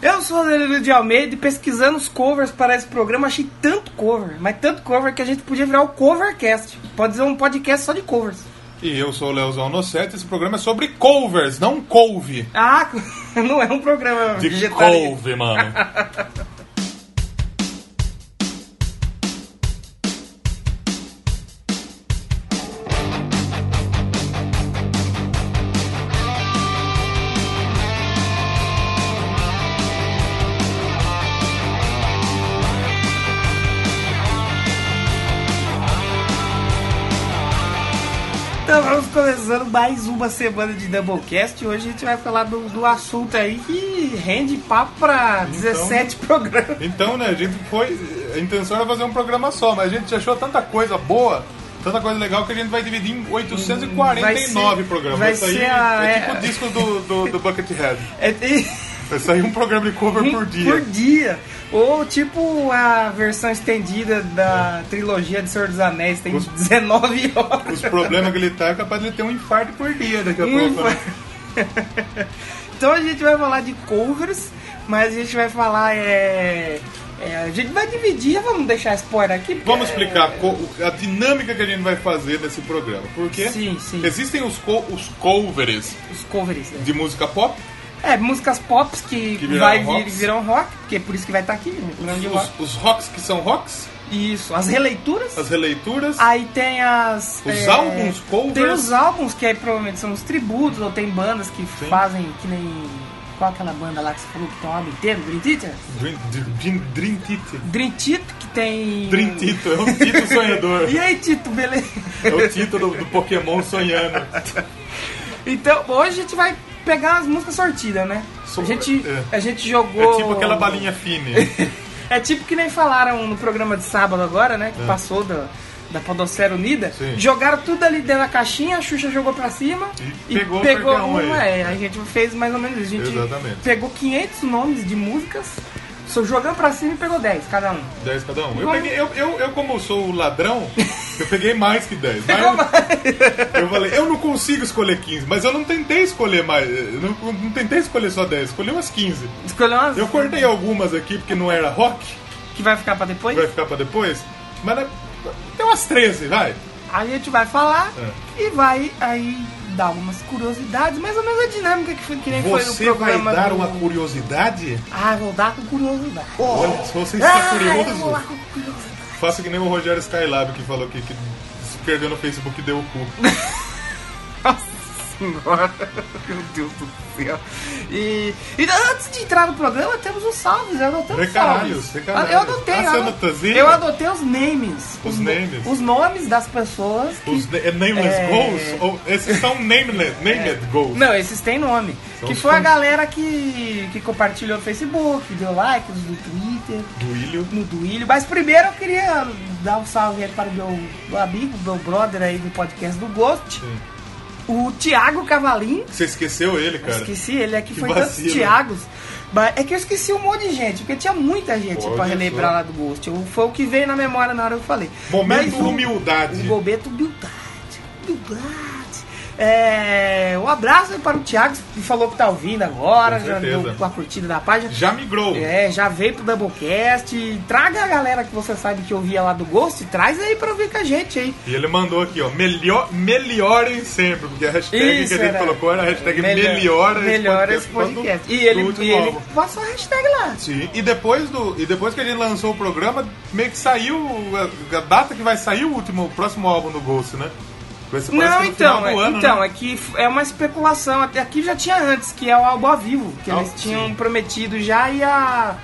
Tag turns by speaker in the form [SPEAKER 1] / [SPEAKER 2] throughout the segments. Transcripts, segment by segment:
[SPEAKER 1] Eu sou o Danilo de Almeida e pesquisando os covers para esse programa, achei tanto cover, mas tanto cover que a gente podia virar o Covercast. Pode ser um podcast só de covers.
[SPEAKER 2] E eu sou o Leozão Nocete, esse programa é sobre covers, não couve.
[SPEAKER 1] Ah, não é um programa
[SPEAKER 2] De
[SPEAKER 1] digital.
[SPEAKER 2] couve, mano.
[SPEAKER 1] Então vamos começando mais uma semana de Doublecast. e Hoje a gente vai falar do, do assunto aí que rende papo pra 17 programas.
[SPEAKER 2] Então, né, a gente foi. A intenção era fazer um programa só, mas a gente achou tanta coisa boa, tanta coisa legal que a gente vai dividir em 849
[SPEAKER 1] Vai ser-
[SPEAKER 2] programas.
[SPEAKER 1] vai
[SPEAKER 2] sair,
[SPEAKER 1] ser a-
[SPEAKER 2] é tipo
[SPEAKER 1] é-
[SPEAKER 2] o disco do, do, do Buckethead.
[SPEAKER 1] É, tem-
[SPEAKER 2] Vai sair um programa de cover por dia.
[SPEAKER 1] Por dia. Ou tipo a versão estendida da trilogia de Senhor dos Anéis, tem
[SPEAKER 2] Os-
[SPEAKER 1] 19 horas.
[SPEAKER 2] Os problemas que ele tá é capaz de ele ter um infarto por dia daqui
[SPEAKER 1] Um
[SPEAKER 2] a pouco. né?
[SPEAKER 1] então a gente vai falar de covers, mas a gente vai falar é, é, a gente vai dividir, vamos deixar spoiler aqui. porque
[SPEAKER 2] Vamos
[SPEAKER 1] é-
[SPEAKER 2] explicar co- a dinâmica que a gente vai fazer nesse programa. Porque
[SPEAKER 1] Sim, sim.
[SPEAKER 2] existem os, co- os covers
[SPEAKER 1] os covers. né?
[SPEAKER 2] de música pop,
[SPEAKER 1] É, músicas pop que,
[SPEAKER 2] Que viraram
[SPEAKER 1] vai vir,
[SPEAKER 2] rocks.
[SPEAKER 1] viram rock, porque é por isso que vai estar aqui, né? programa de rock.
[SPEAKER 2] os, os rocks que são rocks,
[SPEAKER 1] Isso, as releituras.
[SPEAKER 2] as releituras.
[SPEAKER 1] Aí tem as. é,
[SPEAKER 2] Os álbuns, covers?
[SPEAKER 1] Tem os álbuns, que aí provavelmente são os tributos, ou tem bandas que fazem que nem. Qual aquela banda lá que você falou que tem um álbum inteiro? Dream Theater?
[SPEAKER 2] Dream, Dream, Dream Tito.
[SPEAKER 1] Dream Theater que tem.
[SPEAKER 2] Dream Tito, é um Tito sonhador.
[SPEAKER 1] E aí, Tito, beleza?
[SPEAKER 2] É o Tito do, do Pokémon sonhando.
[SPEAKER 1] Então, hoje a gente vai pegar as músicas sortidas, né?
[SPEAKER 2] So-
[SPEAKER 1] a, gente,
[SPEAKER 2] é.
[SPEAKER 1] a gente jogou.
[SPEAKER 2] É tipo aquela balinha fine.
[SPEAKER 1] É tipo que nem falaram no programa de sábado agora, né? Que passou da, da Podocera Unida.
[SPEAKER 2] É. Sim.
[SPEAKER 1] Jogaram tudo ali dentro da caixinha, a Xuxa jogou pra cima
[SPEAKER 2] E pegou qualquer um aí.
[SPEAKER 1] É, a gente fez mais ou menos isso. A gente
[SPEAKER 2] Exatamente.
[SPEAKER 1] pegou 500 nomes de músicas, só jogando pra cima e pegou 10 cada um.
[SPEAKER 2] 10 cada um. Eu, peguei, eu, eu, eu, como sou o ladrão, eu peguei mais que 10. Mas eu falei, eu não consigo escolher 15, mas eu não tentei escolher mais. eu Não, não tentei escolher só 10, escolhi umas 15.
[SPEAKER 1] Escolheu umas
[SPEAKER 2] Eu cortei algumas aqui porque não era rock,
[SPEAKER 1] que vai ficar pra depois.
[SPEAKER 2] vai ficar pra depois. Mas né, tem umas 13, vai.
[SPEAKER 1] A gente vai falar
[SPEAKER 2] É.
[SPEAKER 1] e vai aí dar algumas curiosidades, mais ou menos a dinâmica que, foi, que nem foi
[SPEAKER 2] Você
[SPEAKER 1] o
[SPEAKER 2] vai
[SPEAKER 1] programa
[SPEAKER 2] dar
[SPEAKER 1] do-
[SPEAKER 2] uma curiosidade?
[SPEAKER 1] Ah, vou dar com curiosidade.
[SPEAKER 2] Olha, se você está
[SPEAKER 1] Ah, eu vou
[SPEAKER 2] curioso,
[SPEAKER 1] lá com curiosidade.
[SPEAKER 2] faça que nem o Rogério Skylab que falou que, que se perdeu no Facebook e deu o cu.
[SPEAKER 1] Nossa senhora, meu Deus do céu. E, e antes de entrar no programa, temos os salves. Eu anotei os
[SPEAKER 2] Recaralhos,
[SPEAKER 1] salves.
[SPEAKER 2] recaralhos.
[SPEAKER 1] Eu adotei,
[SPEAKER 2] Ah,
[SPEAKER 1] eu,
[SPEAKER 2] você
[SPEAKER 1] ano-
[SPEAKER 2] anotazinho?
[SPEAKER 1] eu adotei os names.
[SPEAKER 2] Os
[SPEAKER 1] no-
[SPEAKER 2] names.
[SPEAKER 1] Os nomes das pessoas. que-
[SPEAKER 2] Os na- é, Nameless
[SPEAKER 1] É.
[SPEAKER 2] Goals? Ou- esses são Nameless, named Goals.
[SPEAKER 1] Não, esses têm nome.
[SPEAKER 2] São
[SPEAKER 1] que
[SPEAKER 2] os
[SPEAKER 1] foi a
[SPEAKER 2] fãs.
[SPEAKER 1] galera que, que compartilhou no Facebook, deu like no Twitter,
[SPEAKER 2] Do Ilho.
[SPEAKER 1] no Duílio. Mas primeiro eu queria dar um salve aí para o meu amigo, meu brother aí do podcast do Ghost.
[SPEAKER 2] Sim.
[SPEAKER 1] O Thiago Cavalim,
[SPEAKER 2] Você esqueceu ele,
[SPEAKER 1] Eu
[SPEAKER 2] cara?
[SPEAKER 1] esqueci ele, é que,
[SPEAKER 2] que
[SPEAKER 1] foi
[SPEAKER 2] vacilo.
[SPEAKER 1] tantos Thiagos. Mas é que eu esqueci um monte de gente, porque tinha muita gente
[SPEAKER 2] Olha
[SPEAKER 1] pra relembrar
[SPEAKER 2] só.
[SPEAKER 1] lá do Ghost. Eu- Foi o que veio na memória na hora que eu falei.
[SPEAKER 2] Momento
[SPEAKER 1] Mas o-
[SPEAKER 2] humildade.
[SPEAKER 1] O momento humildade. Humildade. É, um abraço aí para o Thiago, que falou que tá ouvindo agora,
[SPEAKER 2] Com
[SPEAKER 1] já
[SPEAKER 2] certeza.
[SPEAKER 1] deu com a curtida da página.
[SPEAKER 2] Já migrou.
[SPEAKER 1] É, já veio pro Doublecast. Traga a galera que você sabe que ouvia lá do Ghost, traz aí pra ouvir com a gente aí.
[SPEAKER 2] E ele mandou aqui, ó, melhor, melhorem sempre, porque a hashtag
[SPEAKER 1] Isso,
[SPEAKER 2] que a gente
[SPEAKER 1] era.
[SPEAKER 2] colocou era a hashtag melhora, esse
[SPEAKER 1] melhora esse
[SPEAKER 2] podcast
[SPEAKER 1] podcast.
[SPEAKER 2] do-
[SPEAKER 1] E
[SPEAKER 2] do
[SPEAKER 1] ele,
[SPEAKER 2] último
[SPEAKER 1] e ele
[SPEAKER 2] álbum.
[SPEAKER 1] passou a hashtag lá.
[SPEAKER 2] Sim, e depois, do, e depois que a gente lançou o programa, meio que saiu a, a data que vai sair o último, o próximo álbum do Ghost, né? Vai ser- parece
[SPEAKER 1] Não,
[SPEAKER 2] que no
[SPEAKER 1] então,
[SPEAKER 2] final do
[SPEAKER 1] é,
[SPEAKER 2] ano,
[SPEAKER 1] então
[SPEAKER 2] né?
[SPEAKER 1] é que f- é uma especulação. Até aqui já tinha antes, que é o álbum ao vivo, que
[SPEAKER 2] Ah,
[SPEAKER 1] eles tinham
[SPEAKER 2] sim.
[SPEAKER 1] prometido já e a.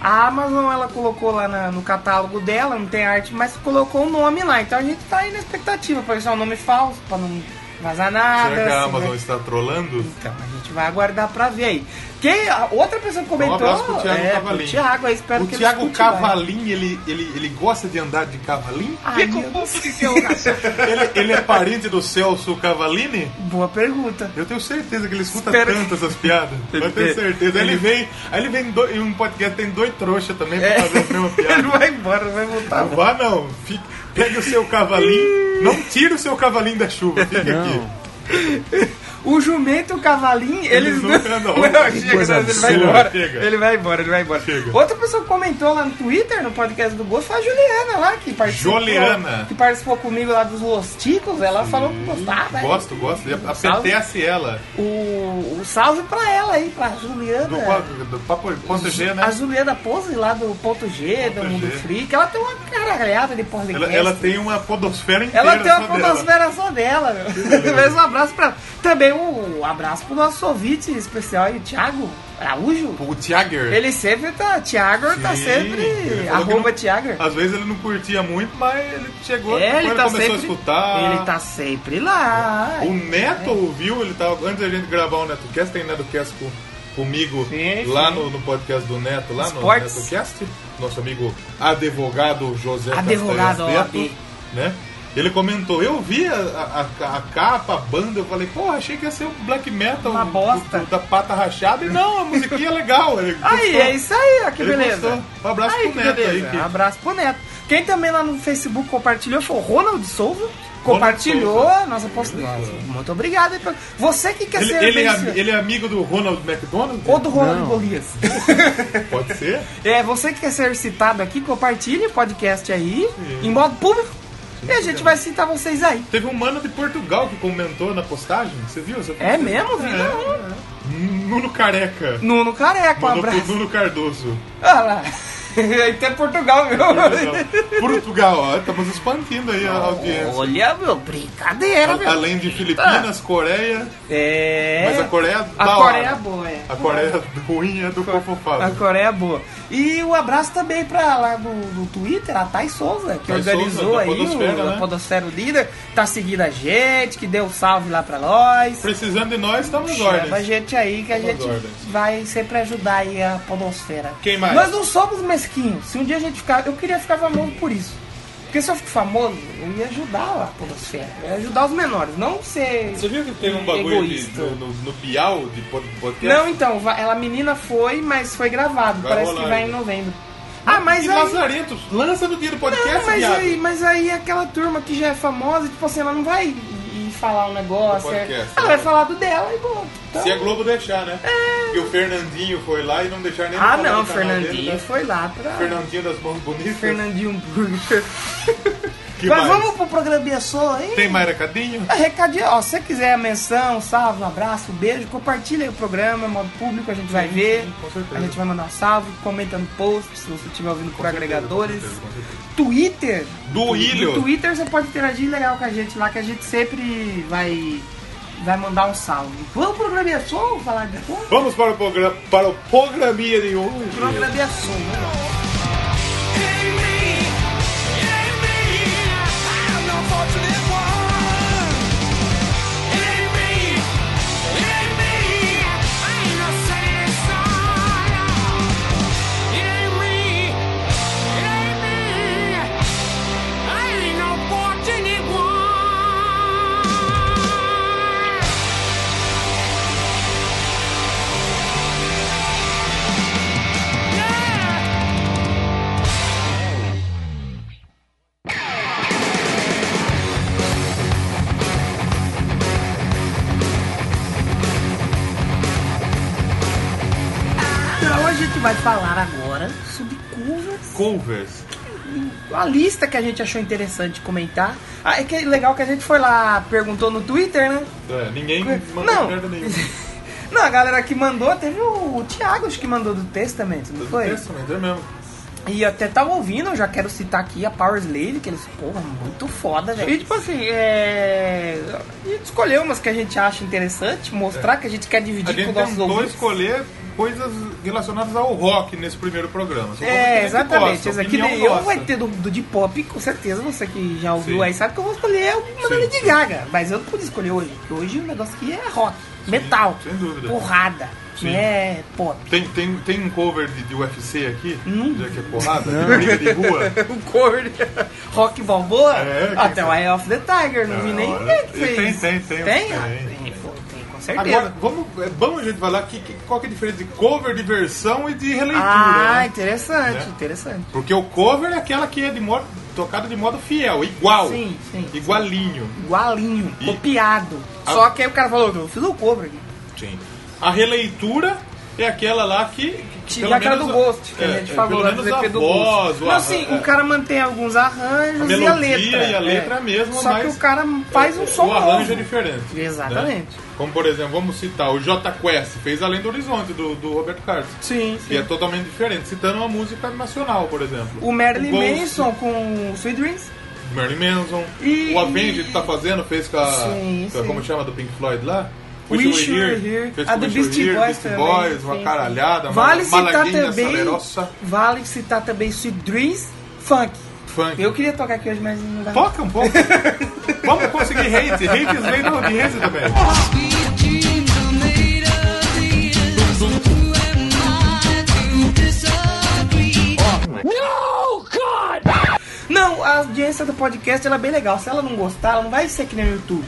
[SPEAKER 1] A Amazon ela colocou lá na- no catálogo dela, não tem arte, mas colocou o nome lá. Então a gente tá aí na expectativa pra deixar o nome falso, pra não vazar nada.
[SPEAKER 2] Será que a
[SPEAKER 1] assim,
[SPEAKER 2] Amazon
[SPEAKER 1] né?
[SPEAKER 2] está trolando?
[SPEAKER 1] Então a gente vai aguardar pra ver aí. Quem, a outra pessoa que
[SPEAKER 2] Um
[SPEAKER 1] comentou.
[SPEAKER 2] abraço pro Thiago
[SPEAKER 1] é,
[SPEAKER 2] Cavalim.
[SPEAKER 1] pro Thiago, eu espero
[SPEAKER 2] o
[SPEAKER 1] que ele
[SPEAKER 2] Thiago
[SPEAKER 1] escute, vai.
[SPEAKER 2] Cavalim, ele, ele, ele gosta de andar de cavalim?
[SPEAKER 1] Ai,
[SPEAKER 3] Fica
[SPEAKER 1] Ah, meu
[SPEAKER 3] um pouco
[SPEAKER 1] Deus.
[SPEAKER 3] de seu cachorro.
[SPEAKER 2] Ele, ele é parente do Celso Cavalini?
[SPEAKER 1] Boa pergunta.
[SPEAKER 2] Eu tenho certeza que ele escuta
[SPEAKER 1] Espero
[SPEAKER 2] tanto essas piadas. Eu tenho certeza. Aí Ele vem, aí ele vem do- em um podcast, tem dois trouxas também pra fazer a mesma
[SPEAKER 1] É. Ele
[SPEAKER 2] piada.
[SPEAKER 1] vai embora, vai voltar.
[SPEAKER 2] Não vá não. Fique- pegue o seu cavalinho. não tire o seu cavalinho da chuva. Fica aqui.
[SPEAKER 1] O jumento e o cavalinho, eles.
[SPEAKER 2] Eles nunca andam.
[SPEAKER 1] Não,
[SPEAKER 2] Que
[SPEAKER 1] chega,
[SPEAKER 3] coisa
[SPEAKER 1] não, ele vai
[SPEAKER 3] absurda.
[SPEAKER 1] embora.
[SPEAKER 2] Chega.
[SPEAKER 1] Ele vai embora, ele vai embora.
[SPEAKER 2] Chega.
[SPEAKER 1] Outra pessoa que comentou lá no Twitter, no podcast do Gosto, foi a Juliana lá, que participou.
[SPEAKER 2] Juliana.
[SPEAKER 1] Que participou comigo lá dos Losticos. Ela falou que gostava. hein?
[SPEAKER 2] Gosto, gosto. E Apetece ela.
[SPEAKER 1] O, o salve pra ela aí, pra Juliana.
[SPEAKER 2] Do, quadro- do papo, ponto G, né?
[SPEAKER 1] A Juliana Pose lá do Ponto G, do
[SPEAKER 2] Ponto
[SPEAKER 1] Mundo
[SPEAKER 2] G.
[SPEAKER 1] Freak, ela tem uma caralhada de podcast.
[SPEAKER 2] Ela, ela tem né? uma podosfera inteira.
[SPEAKER 1] Ela tem uma
[SPEAKER 2] só dela.
[SPEAKER 1] podosfera só dela, meu. Mas um abraço pra. Também um abraço pro nosso ouvinte especial aí, o Thiago Araújo.
[SPEAKER 2] O Tiager.
[SPEAKER 1] Ele sempre tá. Thiago tá
[SPEAKER 2] Sim,
[SPEAKER 1] sempre.
[SPEAKER 2] ele falou que
[SPEAKER 1] Arroba
[SPEAKER 2] não-
[SPEAKER 1] Thiago.
[SPEAKER 2] Às vezes ele não curtia muito, mas ele chegou
[SPEAKER 1] É,
[SPEAKER 2] depois
[SPEAKER 1] ele tá
[SPEAKER 2] começou
[SPEAKER 1] sempre.
[SPEAKER 2] a escutar.
[SPEAKER 1] Ele tá sempre lá.
[SPEAKER 2] O Neto ouviu, ele tava. Antes da gente gravar o NetoCast, tem NetoCast com, comigo
[SPEAKER 1] Sim,
[SPEAKER 2] lá
[SPEAKER 1] sim.
[SPEAKER 2] No, no podcast do Neto, lá
[SPEAKER 1] Esportes.
[SPEAKER 2] no NetoCast. Nosso amigo advogado José
[SPEAKER 1] Advogado,
[SPEAKER 2] Castanhas
[SPEAKER 1] ó,
[SPEAKER 2] Neto,
[SPEAKER 1] e-
[SPEAKER 2] né? Ele comentou, eu vi a, a- a- a capa, a banda, eu falei, pô, achei que ia ser o black metal
[SPEAKER 1] Uma
[SPEAKER 2] do-
[SPEAKER 1] bosta.
[SPEAKER 2] do- da pata rachada, e não, a musiquinha é legal. Ele
[SPEAKER 1] Aí,
[SPEAKER 2] gostou.
[SPEAKER 1] é isso aí, ó, que
[SPEAKER 2] Ele
[SPEAKER 1] beleza.
[SPEAKER 2] gostou. Um abraço
[SPEAKER 1] Aí,
[SPEAKER 2] pro
[SPEAKER 1] que
[SPEAKER 2] Neto
[SPEAKER 1] beleza.
[SPEAKER 2] aí, que-
[SPEAKER 1] Um abraço pro Neto. Quem também lá no Facebook compartilhou foi o Ronald Souza. Compartilhou
[SPEAKER 2] Souza.
[SPEAKER 1] nossa postagem. Muito obrigado. aí pra- Você que quer
[SPEAKER 2] Ele,
[SPEAKER 1] ser
[SPEAKER 2] ele, é,
[SPEAKER 1] venci-
[SPEAKER 2] ami- ele é amigo do Ronald McDonald?
[SPEAKER 1] Ou do Ronald
[SPEAKER 3] Não.
[SPEAKER 1] Golias.
[SPEAKER 2] Pode ser.
[SPEAKER 1] É, você que quer ser citado aqui, compartilhe o podcast aí, em modo público. E a gente vai citar vocês aí.
[SPEAKER 2] Teve um mano de Portugal que comentou na postagem. Você viu? Você
[SPEAKER 1] É mesmo, vi? Não.
[SPEAKER 2] Nuno Careca.
[SPEAKER 1] Nuno Careca, um
[SPEAKER 2] Mandou pro
[SPEAKER 1] abraço.
[SPEAKER 2] Nuno Cardoso.
[SPEAKER 1] Olha lá. Até Portugal, meu.
[SPEAKER 2] Portugal. Portugal, ó. Estamos expandindo aí a audiência.
[SPEAKER 1] Olha, meu, brincadeira, meu.
[SPEAKER 2] Além de Filipinas, Coreia.
[SPEAKER 1] Ah. É.
[SPEAKER 2] Mas a Coreia
[SPEAKER 1] A
[SPEAKER 2] da
[SPEAKER 1] Coreia é
[SPEAKER 2] hora.
[SPEAKER 1] boa, é.
[SPEAKER 2] A Coreia ruim é do Corpo
[SPEAKER 1] A
[SPEAKER 2] Fábio.
[SPEAKER 1] Coreia é boa. E um abraço também pra lá do, do Twitter, a Thay Souza, que
[SPEAKER 2] Thay
[SPEAKER 1] organizou
[SPEAKER 2] Souza, da
[SPEAKER 1] aí
[SPEAKER 2] Podosfera,
[SPEAKER 1] o
[SPEAKER 2] né?
[SPEAKER 1] a Podosfera Líder, tá seguindo a gente, que deu um salve lá pra nós.
[SPEAKER 2] Precisando de nós, estamos
[SPEAKER 1] Chama a
[SPEAKER 2] ordens.
[SPEAKER 1] gente aí que a
[SPEAKER 2] Vamos
[SPEAKER 1] gente
[SPEAKER 2] ordens.
[SPEAKER 1] vai sempre ajudar aí a podosfera.
[SPEAKER 2] Quem mais?
[SPEAKER 1] Nós não somos mesquinhos. Se um dia a gente ficar. Eu queria ficar famoso por isso. Porque se eu fico famoso, eu ia ajudar a podosfera. Eu ia ajudar os menores, não ser.
[SPEAKER 2] Você viu que teve um bagulho de-
[SPEAKER 1] Egoísta.
[SPEAKER 2] no, no, no Bial de pod- podcast?
[SPEAKER 1] Não, então, va- ela menina foi, mas foi gravado.
[SPEAKER 2] Vai
[SPEAKER 1] Parece
[SPEAKER 2] rolar
[SPEAKER 1] que vai
[SPEAKER 2] ainda.
[SPEAKER 1] em novembro. Ah, mas
[SPEAKER 2] e
[SPEAKER 1] aí.
[SPEAKER 2] Lazarento, lança no dia do podcast,
[SPEAKER 1] Não, mas
[SPEAKER 2] viado.
[SPEAKER 1] aí, mas aí aquela turma que já é famosa, tipo assim, ela não vai ir falar um negócio.
[SPEAKER 2] Do podcast,
[SPEAKER 1] é- ela
[SPEAKER 2] né?
[SPEAKER 1] vai falar do dela e bom. então- É.
[SPEAKER 2] Se a Globo deixar, né? Porque o Fernandinho foi lá e não deixar nem
[SPEAKER 1] Ah,
[SPEAKER 2] falar
[SPEAKER 1] não,
[SPEAKER 2] do canal
[SPEAKER 1] Fernandinho
[SPEAKER 2] dele, né?
[SPEAKER 1] foi lá pra.
[SPEAKER 2] Fernandinho das mãos bonitas.
[SPEAKER 1] Fernandinho Burger.
[SPEAKER 2] Que
[SPEAKER 1] Mas
[SPEAKER 2] mais?
[SPEAKER 1] vamos pro programinha só, hein?
[SPEAKER 2] Tem Mayra Cadinho?
[SPEAKER 1] Ah, Recadinho, ó, se você quiser a menção, um salve, um abraço, um beijo, compartilha aí o programa, é modo público, a gente vai ver.
[SPEAKER 2] sim, com certeza.
[SPEAKER 1] a gente vai mandar um salve, comenta no post, se você estiver ouvindo por
[SPEAKER 2] certeza,
[SPEAKER 1] agregadores.
[SPEAKER 2] com certeza, com certeza.
[SPEAKER 1] Twitter.
[SPEAKER 2] Do Ilho.
[SPEAKER 1] No Twitter você pode interagir legal com a gente lá, que a gente sempre vai, vai mandar um salve. Vamos pro programinha só, falar de como?
[SPEAKER 2] Vamos para o, programa, para o programinha de hoje.
[SPEAKER 1] Programinha som, vamos lá.
[SPEAKER 4] Yeah!
[SPEAKER 1] Então a gente vai falar agora sobre covers.
[SPEAKER 2] Covers.
[SPEAKER 1] Uma lista que a gente achou interessante comentar. Ah, é que é legal que a gente foi lá, perguntou no Twitter, né?
[SPEAKER 2] É, ninguém mandou
[SPEAKER 1] Não.
[SPEAKER 2] merda nenhuma.
[SPEAKER 1] Não, a galera que mandou, teve o, o Thiago, acho que mandou do Testamento, não foi?
[SPEAKER 2] Isso, mas é mesmo.
[SPEAKER 1] E até tava ouvindo, eu já quero citar aqui a Power Slave, que eles, porra, muito foda, velho. E tipo assim, é. A gente escolheu umas que a gente acha interessante, mostrar que a gente quer
[SPEAKER 2] A
[SPEAKER 1] dividir
[SPEAKER 2] gente
[SPEAKER 1] com nossos
[SPEAKER 2] tentou
[SPEAKER 1] ouvintes.
[SPEAKER 2] escolher coisas relacionadas ao rock nesse primeiro programa. Só como que
[SPEAKER 1] É,
[SPEAKER 2] a gente
[SPEAKER 1] exatamente.
[SPEAKER 2] gosta,
[SPEAKER 1] Esse aqui
[SPEAKER 2] opinião
[SPEAKER 1] daí eu
[SPEAKER 2] nossa.
[SPEAKER 1] vai ter do, do de pop, com certeza você que já ouviu
[SPEAKER 2] Sim.
[SPEAKER 1] aí sabe que eu vou escolher uma da
[SPEAKER 2] Sim,
[SPEAKER 1] Lady
[SPEAKER 2] sim.
[SPEAKER 1] Gaga. Mas eu não pude escolher hoje, porque hoje o negócio aqui é rock, metal,
[SPEAKER 2] sem dúvida.
[SPEAKER 1] porrada,
[SPEAKER 2] Sim.
[SPEAKER 1] não é pop.
[SPEAKER 2] Tem, tem, tem um cover de, de UFC aqui?
[SPEAKER 1] Não.
[SPEAKER 2] Já que é porrada? de Briga de rua?
[SPEAKER 1] O cor rock balboa?
[SPEAKER 2] É, quem
[SPEAKER 1] Até o
[SPEAKER 2] sabe?
[SPEAKER 1] Eye of the Tiger, não vi
[SPEAKER 2] Ah,
[SPEAKER 1] nem
[SPEAKER 2] olha.
[SPEAKER 1] ninguém que
[SPEAKER 2] Tem,
[SPEAKER 1] fez.
[SPEAKER 2] tem, tem.
[SPEAKER 1] Tem? Ah,
[SPEAKER 2] Tem,
[SPEAKER 1] tem, pô, tem, com certeza.
[SPEAKER 2] Agora, vamos, é bom a gente falar que, que- qual que é a diferença de cover, de versão e de releitura,
[SPEAKER 1] ah,
[SPEAKER 2] né?
[SPEAKER 1] interessante,
[SPEAKER 2] Né?
[SPEAKER 1] interessante.
[SPEAKER 2] Porque o cover é aquela que é de modo tocado de modo fiel, igual.
[SPEAKER 1] Sim, sim.
[SPEAKER 2] Igualinho.
[SPEAKER 1] Igualinho,
[SPEAKER 2] E-
[SPEAKER 1] copiado.
[SPEAKER 2] A-
[SPEAKER 1] Só que aí o cara falou, eu fiz o cover aqui.
[SPEAKER 2] Sim. A releitura é aquela lá que. que
[SPEAKER 1] Tive aquela do Ghost, que
[SPEAKER 2] é,
[SPEAKER 1] a gente
[SPEAKER 2] é,
[SPEAKER 1] falou,
[SPEAKER 2] pelo menos
[SPEAKER 1] do
[SPEAKER 2] a
[SPEAKER 1] EP né? do
[SPEAKER 2] voz,
[SPEAKER 1] Ghost.
[SPEAKER 2] o
[SPEAKER 1] Não,
[SPEAKER 2] arran-
[SPEAKER 1] assim,
[SPEAKER 2] é.
[SPEAKER 1] o cara mantém alguns arranjos
[SPEAKER 2] A
[SPEAKER 1] e a
[SPEAKER 2] melodia
[SPEAKER 1] letra.
[SPEAKER 2] e a letra é a mesma,
[SPEAKER 1] Só que
[SPEAKER 2] mas
[SPEAKER 1] o cara faz um
[SPEAKER 2] o,
[SPEAKER 1] som
[SPEAKER 2] o arranjo
[SPEAKER 1] novo.
[SPEAKER 2] é diferente.
[SPEAKER 1] Exatamente.
[SPEAKER 2] né? Como por exemplo, vamos citar o J Quest, fez Além do Horizonte, do, do Roberto Carlos.
[SPEAKER 1] Sim, sim.
[SPEAKER 2] Que é totalmente diferente, citando uma música nacional, por exemplo.
[SPEAKER 1] O Marilyn
[SPEAKER 2] Ghost,
[SPEAKER 1] Manson com o Sweet Dreams.
[SPEAKER 2] o Marilyn Manson.
[SPEAKER 1] E-
[SPEAKER 2] O Avenged que tá fazendo, fez com a.
[SPEAKER 1] Sim,
[SPEAKER 2] com a-
[SPEAKER 1] sim.
[SPEAKER 2] Como chama do Pink Floyd lá?
[SPEAKER 1] Wish
[SPEAKER 2] You
[SPEAKER 1] You Were Here.
[SPEAKER 2] Fez
[SPEAKER 1] A
[SPEAKER 2] com
[SPEAKER 1] do
[SPEAKER 2] Wish You Were
[SPEAKER 1] Beastie
[SPEAKER 2] Here,
[SPEAKER 1] Boys
[SPEAKER 2] Beastie
[SPEAKER 1] também,
[SPEAKER 2] Boys,
[SPEAKER 1] sim,
[SPEAKER 2] uma
[SPEAKER 1] sim.
[SPEAKER 2] caralhada,
[SPEAKER 1] Vale
[SPEAKER 2] uma
[SPEAKER 1] citar
[SPEAKER 2] malaguinha
[SPEAKER 1] também.
[SPEAKER 2] salerosa,
[SPEAKER 1] Vale citar também Sweet Dreams Funk.
[SPEAKER 2] funk.
[SPEAKER 1] Eu queria tocar aqui hoje, mas não dá.
[SPEAKER 2] Toca um pouco. Vamos conseguir hate. Hates vem da audiência também.
[SPEAKER 1] Não, a audiência do podcast ela é bem legal. Se ela não gostar, ela não vai ser que nem no YouTube.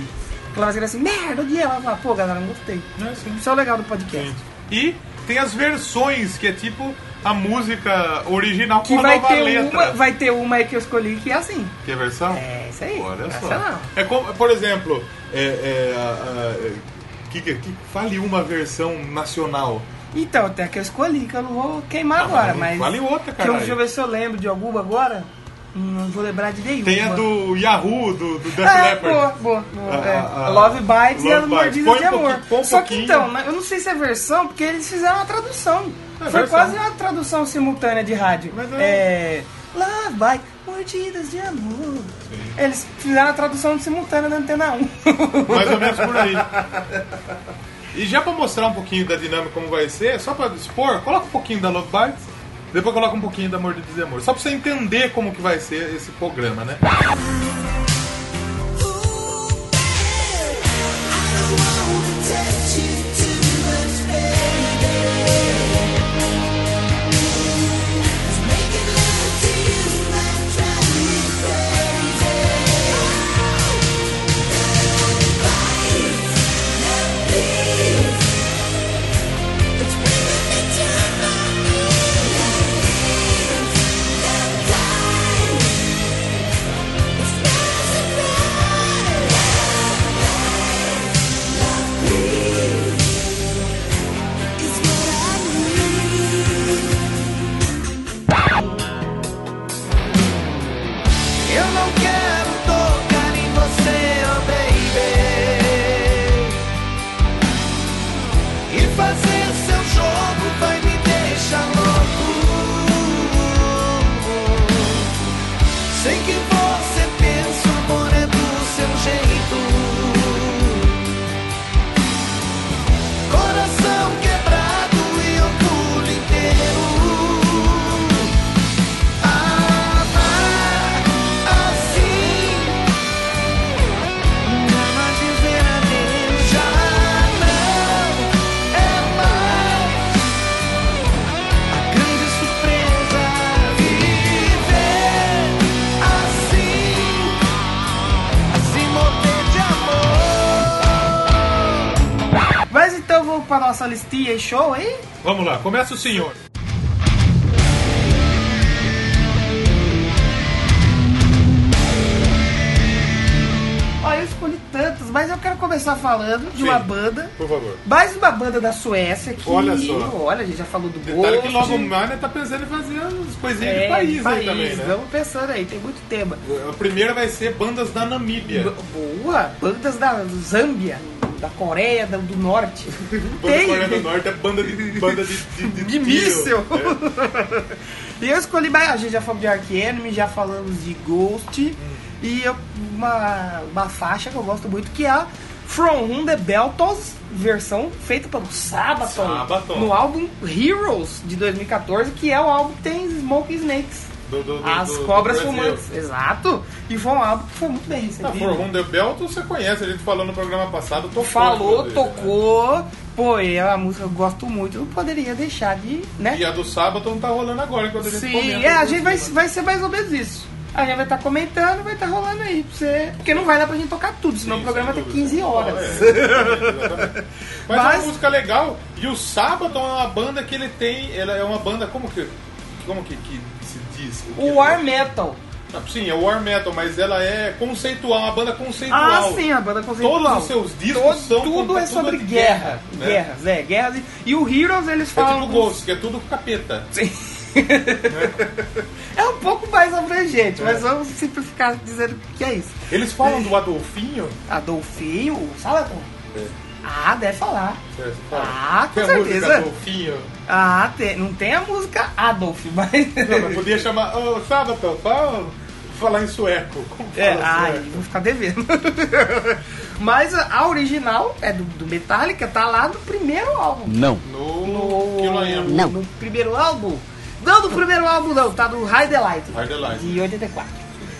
[SPEAKER 1] Ela vai ser assim, merda, odiei. Ela vai falar, pô, galera, não gostei.
[SPEAKER 2] É, sim.
[SPEAKER 1] Isso é o legal do podcast.
[SPEAKER 2] E tem as versões, que é tipo a música original
[SPEAKER 1] Que
[SPEAKER 2] com
[SPEAKER 1] vai
[SPEAKER 2] nova
[SPEAKER 1] ter,
[SPEAKER 2] letra.
[SPEAKER 1] uma, vai ter uma aí que eu escolhi que é assim.
[SPEAKER 2] Que é a versão?
[SPEAKER 1] É isso aí.
[SPEAKER 2] Olha
[SPEAKER 1] Essa
[SPEAKER 2] só.
[SPEAKER 1] não.
[SPEAKER 2] É como, por exemplo, é, é, a- a- que, que, que fale uma versão nacional.
[SPEAKER 1] Então, até que eu escolhi, que eu não vou queimar
[SPEAKER 2] Ah,
[SPEAKER 1] agora,
[SPEAKER 2] mas
[SPEAKER 1] mas.
[SPEAKER 2] fale
[SPEAKER 1] que
[SPEAKER 2] outra,
[SPEAKER 1] eu, deixa eu
[SPEAKER 2] caralho.
[SPEAKER 1] ver se eu lembro de alguma agora. Hum, Não vou lembrar de nenhuma.
[SPEAKER 2] Tem a do Yahoo, do, do Def
[SPEAKER 1] Ah,
[SPEAKER 2] Leppard.
[SPEAKER 1] boa, boa. boa,
[SPEAKER 2] A-
[SPEAKER 1] é.
[SPEAKER 2] a- a-
[SPEAKER 1] Love Bites e a
[SPEAKER 2] Ah, Love Bites.
[SPEAKER 1] Mordida
[SPEAKER 2] Põe
[SPEAKER 1] de
[SPEAKER 2] um
[SPEAKER 1] Amor.
[SPEAKER 2] pouquinho, põe um
[SPEAKER 1] Só que
[SPEAKER 2] pouquinho.
[SPEAKER 1] então, né, eu não sei se é versão, porque eles fizeram uma tradução.
[SPEAKER 2] É,
[SPEAKER 1] Foi
[SPEAKER 2] versão.
[SPEAKER 1] quase uma tradução simultânea de rádio.
[SPEAKER 2] Mas
[SPEAKER 1] é... Love Bites, Mordidas de Amor. Eles fizeram a tradução simultânea da Antena 1.
[SPEAKER 2] Mais ou menos por aí. E já pra mostrar um pouquinho da dinâmica como vai ser, só pra expor, coloca um pouquinho da Love Bites, depois coloca um pouquinho da Amor de Desamor. Só pra você entender como que vai ser esse programa, né?
[SPEAKER 3] Eu não quero tocar em você, oh baby. E fazer seu jogo vai me deixar louco. Sei que você pensa, o amor é do seu jeito. Coração quebrado e orgulho inteiro. Amar assim não mais dizer adeus já não é mais a grande surpresa viver assim a se morder de amor.
[SPEAKER 1] Mas então vamos para nossa listinha e show, hein?
[SPEAKER 2] Vamos lá, começa o senhor.
[SPEAKER 1] Ó, eu escolhi tantas, mas eu quero começar falando de
[SPEAKER 2] Sim.
[SPEAKER 1] uma banda.
[SPEAKER 2] Por favor.
[SPEAKER 1] Mais uma banda da Suécia que.
[SPEAKER 2] Olha só.
[SPEAKER 1] Olha, a gente já falou do
[SPEAKER 2] Detalhe que logo o
[SPEAKER 1] Ghost.
[SPEAKER 2] Mania tá pensando em fazer as coisinhas
[SPEAKER 1] É,
[SPEAKER 2] de país, aí também, né?
[SPEAKER 1] Vamos pensando aí, tem muito tema.
[SPEAKER 2] A primeira vai ser bandas da Namíbia.
[SPEAKER 1] Boa! Bandas da Zâmbia, da Coreia, da- do Norte.
[SPEAKER 2] Banda da
[SPEAKER 1] tem!
[SPEAKER 2] Coreia do Norte é banda de. banda de. de,
[SPEAKER 1] De
[SPEAKER 2] de tiro.
[SPEAKER 1] míssil!
[SPEAKER 2] né?
[SPEAKER 1] e eu escolhi, mais- a gente já falou de Ark Enemy, já falamos de Ghost.
[SPEAKER 2] Hum.
[SPEAKER 1] E eu- uma, uma faixa que eu gosto muito que é a From Whom the Beltons, versão feita pelo Sabaton,
[SPEAKER 2] Sabaton.
[SPEAKER 1] no álbum Heroes de 2014, que é o álbum que tem Smoke Snakes.
[SPEAKER 2] É, Do- do- do-
[SPEAKER 1] As
[SPEAKER 2] do- do
[SPEAKER 1] cobras
[SPEAKER 2] Brasil.
[SPEAKER 1] fumantes, exato. E foi um álbum que foi muito bem
[SPEAKER 2] Ah,
[SPEAKER 1] recebido.
[SPEAKER 2] For Whom the Belt você conhece, a gente falou no programa passado, tocou.
[SPEAKER 1] Falou,
[SPEAKER 2] inclusive, né?
[SPEAKER 1] tocou. Pô, e é uma música que eu gosto muito. Não poderia deixar de, né?
[SPEAKER 2] E a do sábado não tá rolando agora, enquanto a gente
[SPEAKER 1] Sim,
[SPEAKER 2] comenta.
[SPEAKER 1] é, a gente vai, vai ser mais ou menos isso. A gente vai estar comentando, vai estar rolando aí pra você. Porque não vai dar pra gente tocar tudo, senão o programa tem 15 horas.
[SPEAKER 2] É, exatamente. Mas, é
[SPEAKER 1] Mas-
[SPEAKER 2] uma música legal. E o sábado é uma banda que ele tem. Ela é uma banda. Como que. Como que, que se diz? O que-
[SPEAKER 1] O War Metal.
[SPEAKER 2] Ah, Sim, é War Metal, mas ela é conceitual, uma banda conceitual.
[SPEAKER 1] Ah, sim, a banda conceitual.
[SPEAKER 2] Todos os seus discos
[SPEAKER 1] Todo-
[SPEAKER 2] são
[SPEAKER 1] Tudo é
[SPEAKER 2] tudo
[SPEAKER 1] sobre
[SPEAKER 2] de
[SPEAKER 1] guerra.
[SPEAKER 2] guerra, né?
[SPEAKER 1] Guerras, é, guerras. E, e o Heroes, eles
[SPEAKER 2] É
[SPEAKER 1] falam.
[SPEAKER 2] tipo Ghost, que é tudo capeta.
[SPEAKER 1] Sim. é um pouco mais abrangente,
[SPEAKER 2] É.
[SPEAKER 1] mas vamos simplificar dizendo que é isso.
[SPEAKER 2] Eles falam do Adolfinho?
[SPEAKER 1] Adolfinho, fala com. Ah, deve falar.
[SPEAKER 2] Vocês falam?
[SPEAKER 1] Ah, com
[SPEAKER 2] Tem a música
[SPEAKER 1] certeza.
[SPEAKER 2] Adolfinho?
[SPEAKER 1] Ah, tem- não tem a música Adolf, mas.
[SPEAKER 2] Não, mas podia chamar. Ô, Sabaton, fala, falar em sueco. Como fala
[SPEAKER 1] É, ai,
[SPEAKER 2] sueco?
[SPEAKER 1] vou ficar devendo. Mas a a original é do, do Metallica, tá lá do primeiro álbum.
[SPEAKER 5] Não.
[SPEAKER 2] No.
[SPEAKER 1] No,
[SPEAKER 2] Kill I Am.
[SPEAKER 5] Não.
[SPEAKER 1] no primeiro álbum? Não, do primeiro álbum não, tá do High Delight.
[SPEAKER 2] High Delight.
[SPEAKER 1] De 84.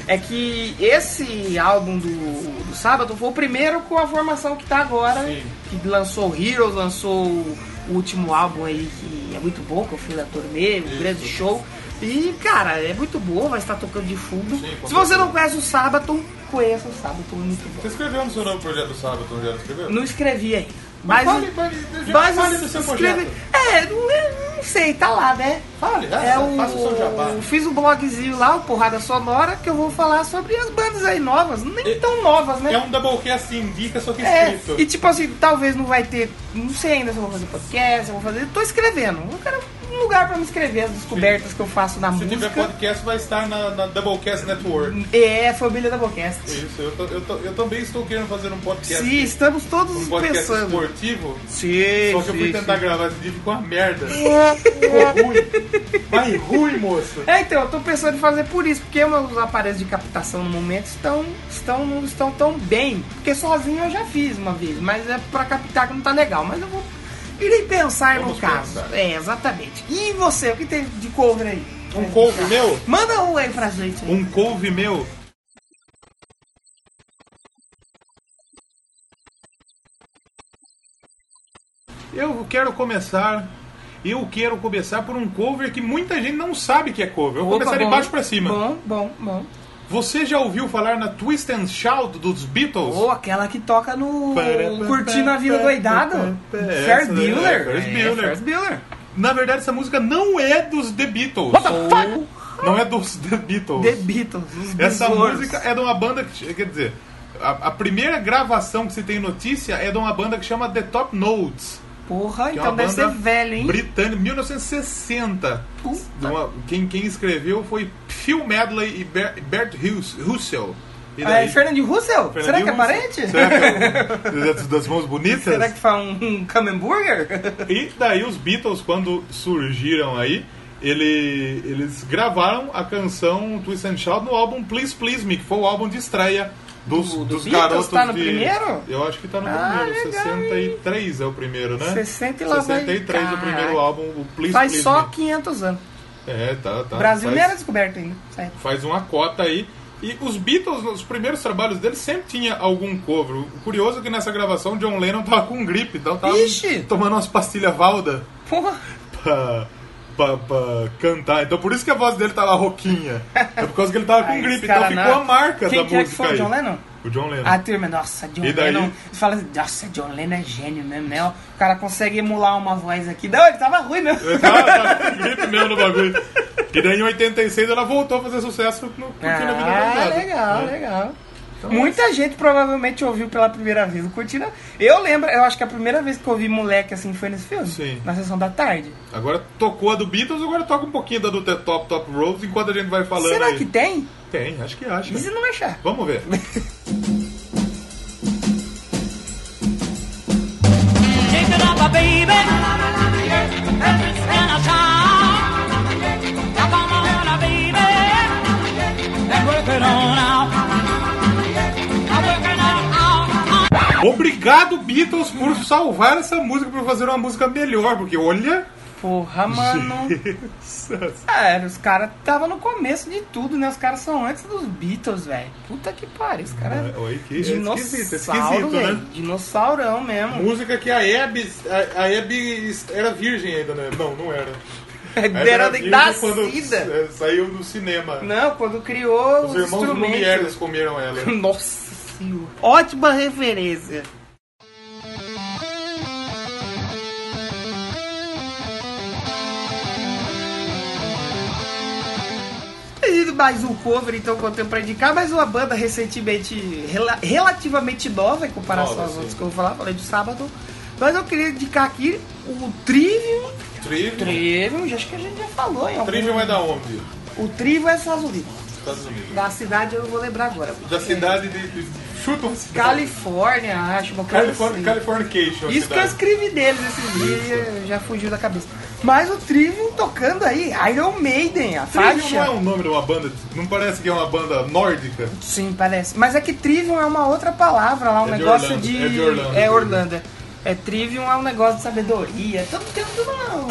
[SPEAKER 1] É que esse álbum do, do Sábado foi o primeiro com a formação que tá agora.
[SPEAKER 2] Sim.
[SPEAKER 1] Que lançou o Heroes, lançou o último álbum aí que é muito bom, que eu fui na turnê, um
[SPEAKER 2] Isso.
[SPEAKER 1] grande show. E, cara, é muito bom, vai estar tocando de fundo.
[SPEAKER 2] Sim, com
[SPEAKER 1] Se você
[SPEAKER 2] certeza.
[SPEAKER 1] não conhece o Sábado, conheça o Sábado, é muito bom.
[SPEAKER 2] Você escreveu no seu novo projeto Sabaton? Já escreveu?
[SPEAKER 1] Não escrevi ainda.
[SPEAKER 2] Mas
[SPEAKER 1] Mas,
[SPEAKER 2] fale, fale, já
[SPEAKER 1] mas
[SPEAKER 2] fale do seu
[SPEAKER 1] escrevi-
[SPEAKER 2] projeto.
[SPEAKER 1] É, não, é- não sei, tá lá, né?
[SPEAKER 2] Fale, dá,
[SPEAKER 1] É o...
[SPEAKER 2] faça o seu jabá.
[SPEAKER 1] eu Fiz um blogzinho lá, o Porrada Sonora, que eu vou falar sobre as bandas aí novas, nem tão novas, né?
[SPEAKER 2] É um doublecast indica, só que
[SPEAKER 1] É,
[SPEAKER 2] escrito.
[SPEAKER 1] e tipo assim, talvez não vai ter, não sei ainda se eu vou fazer podcast, se eu vou fazer, tô escrevendo. Eu quero um lugar pra me escrever as descobertas que eu faço na
[SPEAKER 2] Se tiver
[SPEAKER 1] música.
[SPEAKER 2] podcast, vai estar na, na Doublecast Network.
[SPEAKER 1] É, família da Bocast.
[SPEAKER 2] Isso, eu, tô- eu, tô- eu também estou querendo fazer um podcast.
[SPEAKER 1] Sim, estamos todos
[SPEAKER 2] um podcast
[SPEAKER 1] pensando.
[SPEAKER 2] esportivo.
[SPEAKER 1] Sim,
[SPEAKER 2] Só que eu fui
[SPEAKER 1] sim,
[SPEAKER 2] tentar
[SPEAKER 1] sim.
[SPEAKER 2] gravar esse vídeo com uma merda. Ficou ruim. Mas ruim, moço.
[SPEAKER 1] É, então, eu tô pensando em fazer por isso, porque meus aparelhos de captação no momento estão, estão, não estão tão bem. Porque sozinho eu já fiz uma vez, mas é pra captar que não tá legal. Mas eu vou. Irei pensar
[SPEAKER 2] Vamos
[SPEAKER 1] no caso.
[SPEAKER 2] pensar.
[SPEAKER 1] É, exatamente. E você, o que tem de cover aí? Tá.
[SPEAKER 2] Um couve meu?
[SPEAKER 1] Manda um aí pra gente. aí.
[SPEAKER 2] Um couve meu? Eu quero começar. Eu quero começar por um cover que muita gente não sabe que é cover. Eu vou
[SPEAKER 1] Opa,
[SPEAKER 2] começar de
[SPEAKER 1] bom.
[SPEAKER 2] baixo pra cima.
[SPEAKER 1] Bom, bom, bom.
[SPEAKER 2] Você já ouviu falar na Twist and Shout dos Beatles?
[SPEAKER 1] Ou aquela que toca no.
[SPEAKER 2] Parapá,
[SPEAKER 1] Curtindo a Vida
[SPEAKER 2] parapá,
[SPEAKER 1] Doidado.
[SPEAKER 2] parapá.
[SPEAKER 1] Ferris
[SPEAKER 2] Essa daí é
[SPEAKER 1] Bueller.
[SPEAKER 2] Ferris
[SPEAKER 1] É,
[SPEAKER 2] Bueller.
[SPEAKER 1] Ferris Bueller.
[SPEAKER 2] Na verdade, essa música não é dos The Beatles.
[SPEAKER 1] Ou
[SPEAKER 2] Não é dos The Beatles.
[SPEAKER 1] Tá. The Beatles. os
[SPEAKER 2] Essa
[SPEAKER 1] besouros.
[SPEAKER 2] música é de uma banda que. Quer dizer, a, a primeira gravação que se tem notícia é de uma banda que chama The Top Notes.
[SPEAKER 1] Porra,
[SPEAKER 2] Que é
[SPEAKER 1] então
[SPEAKER 2] uma
[SPEAKER 1] deve ser
[SPEAKER 2] banda
[SPEAKER 1] velho, hein?
[SPEAKER 2] Britânica, 1960.
[SPEAKER 1] Puta.
[SPEAKER 2] De uma- quem, quem escreveu foi Phil Medley e Ber- Bert Hus- Russell. E
[SPEAKER 1] É, Fernandinho Russell? Será que é parente?
[SPEAKER 2] Será que é um das, das mãos bonitas?
[SPEAKER 1] Será que faz um, um camemburger?
[SPEAKER 2] E daí os Beatles, quando surgiram aí, ele- eles gravaram a canção Twist and Shout no álbum Please Please Me, que foi o álbum de estreia dos,
[SPEAKER 1] Do- do
[SPEAKER 2] dos
[SPEAKER 1] Beatles?
[SPEAKER 2] garotos
[SPEAKER 1] Tá no
[SPEAKER 2] de-
[SPEAKER 1] primeiro?
[SPEAKER 2] Eu acho que tá no
[SPEAKER 1] Ah,
[SPEAKER 2] primeiro,
[SPEAKER 1] legal,
[SPEAKER 2] 63 é o primeiro, né?
[SPEAKER 1] 60 e lá vai.
[SPEAKER 2] 63 é o primeiro
[SPEAKER 1] Caraca.
[SPEAKER 2] álbum, o Please
[SPEAKER 1] Faz
[SPEAKER 2] Please
[SPEAKER 1] só
[SPEAKER 2] Me.
[SPEAKER 1] 500 anos.
[SPEAKER 2] É, tá, tá.
[SPEAKER 1] O Brasil
[SPEAKER 2] faz,
[SPEAKER 1] não era descoberto ainda. certo?
[SPEAKER 2] faz uma cota aí. E os Beatles, nos primeiros trabalhos deles, sempre tinha algum cover. O curioso é que nessa gravação John Lennon tava com gripe, então tava
[SPEAKER 1] Ixi!
[SPEAKER 2] tomando umas pastilhas Valda
[SPEAKER 1] Porra.
[SPEAKER 2] pra, pra- pra cantar. Então por isso que a voz dele tá lá rouquinha. É por causa que ele tava com
[SPEAKER 1] Aí,
[SPEAKER 2] gripe.
[SPEAKER 1] cara,
[SPEAKER 2] Então ficou
[SPEAKER 1] não.
[SPEAKER 2] a marca
[SPEAKER 1] Quem
[SPEAKER 2] da
[SPEAKER 1] que é que
[SPEAKER 2] música
[SPEAKER 1] foi o
[SPEAKER 2] aí.
[SPEAKER 1] John Lennon? Ah,
[SPEAKER 2] O John Lennon.
[SPEAKER 1] A turma, nossa, John
[SPEAKER 2] E daí?
[SPEAKER 1] Lennon. Você fala assim, nossa, John Lennon é gênio mesmo, né? O cara consegue emular uma voz aqui. Não, ele tava ruim mesmo.
[SPEAKER 2] Ele tava- tava
[SPEAKER 1] tá.
[SPEAKER 2] com gripe mesmo no bagulho. E daí em 86 ela voltou a fazer sucesso no Curtindo a Vida
[SPEAKER 1] Ah,
[SPEAKER 2] Doidada,
[SPEAKER 1] legal,
[SPEAKER 2] né?
[SPEAKER 1] legal. Muita gente provavelmente ouviu pela primeira vez o Curtindo. Eu lembro, eu acho que a primeira vez que eu ouvi moleque assim foi nesse filme.
[SPEAKER 2] Sim.
[SPEAKER 1] Na sessão da tarde.
[SPEAKER 2] Agora tocou a do Beatles, agora toca um pouquinho da do The Top Top Roads enquanto a gente vai falando
[SPEAKER 1] Será
[SPEAKER 2] aí.
[SPEAKER 1] que tem?
[SPEAKER 2] Tem, acho que acha.
[SPEAKER 1] E se não é achar?
[SPEAKER 2] Vamos ver.
[SPEAKER 4] Shake it up, baby. And a shout. Rock on my honey, baby. And work it on out. I'm working on out.
[SPEAKER 2] Obrigado, Beatles, por salvar essa música, por fazer uma música melhor, porque olha.
[SPEAKER 1] Porra, mano. Ah, era, os caras estavam no começo de tudo, né? Os caras são antes dos Beatles, velho. Puta que pariu, os caras.
[SPEAKER 2] É, oi, que- é esquisito, é
[SPEAKER 1] Dinossauro,
[SPEAKER 2] esquisito,
[SPEAKER 1] velho.
[SPEAKER 2] né? Uhum.
[SPEAKER 1] Dinossaurão mesmo.
[SPEAKER 2] Música que a Hebe, a, a Hebe era virgem ainda, né? Não, não era. A Hebe
[SPEAKER 1] Era
[SPEAKER 2] virgem
[SPEAKER 1] da
[SPEAKER 2] quando
[SPEAKER 1] Cida.
[SPEAKER 2] é, saiu do cinema.
[SPEAKER 1] Não, quando criou
[SPEAKER 2] Os
[SPEAKER 1] os,
[SPEAKER 2] irmãos Lumieres
[SPEAKER 1] instrumentos.
[SPEAKER 2] comeram ela.
[SPEAKER 1] Nossa senhora. Ótima referência. mais um cover, então, que eu tenho pra indicar, mas uma banda recentemente, rela- relativamente nova em comparação
[SPEAKER 2] Nova,
[SPEAKER 1] às
[SPEAKER 2] sim.
[SPEAKER 1] outras que eu vou falar, falei de sábado. Mas eu queria indicar aqui o Trivium.
[SPEAKER 2] Trivium.
[SPEAKER 1] Trivium, já acho que a gente já falou em algum...
[SPEAKER 2] Trivium é da onde?
[SPEAKER 1] O Trivium é Estados Unidos.
[SPEAKER 2] Estados Unidos.
[SPEAKER 1] Da cidade eu não vou lembrar agora.
[SPEAKER 2] Da cidade de. de- Chuta uma cidade.
[SPEAKER 1] Califórnia, acho. Uma coisa
[SPEAKER 2] California,
[SPEAKER 1] assim.
[SPEAKER 2] Californication. a
[SPEAKER 1] Isso que eu
[SPEAKER 2] cidade.
[SPEAKER 1] escrevi deles esses dias, já fugiu da cabeça. Mas o Trivium tocando aí, Iron Maiden, a
[SPEAKER 2] Trivium
[SPEAKER 1] faixa.
[SPEAKER 2] não é um nome de uma banda. Não parece que é uma banda nórdica?
[SPEAKER 1] Sim, parece. Mas é que Trivium é uma outra palavra lá, um
[SPEAKER 2] É de
[SPEAKER 1] negócio
[SPEAKER 2] Orlando,
[SPEAKER 1] de.
[SPEAKER 2] é de Orlando.
[SPEAKER 1] É Orlando. É Trivium é um negócio de sabedoria. Todo tem tudo uma, uma-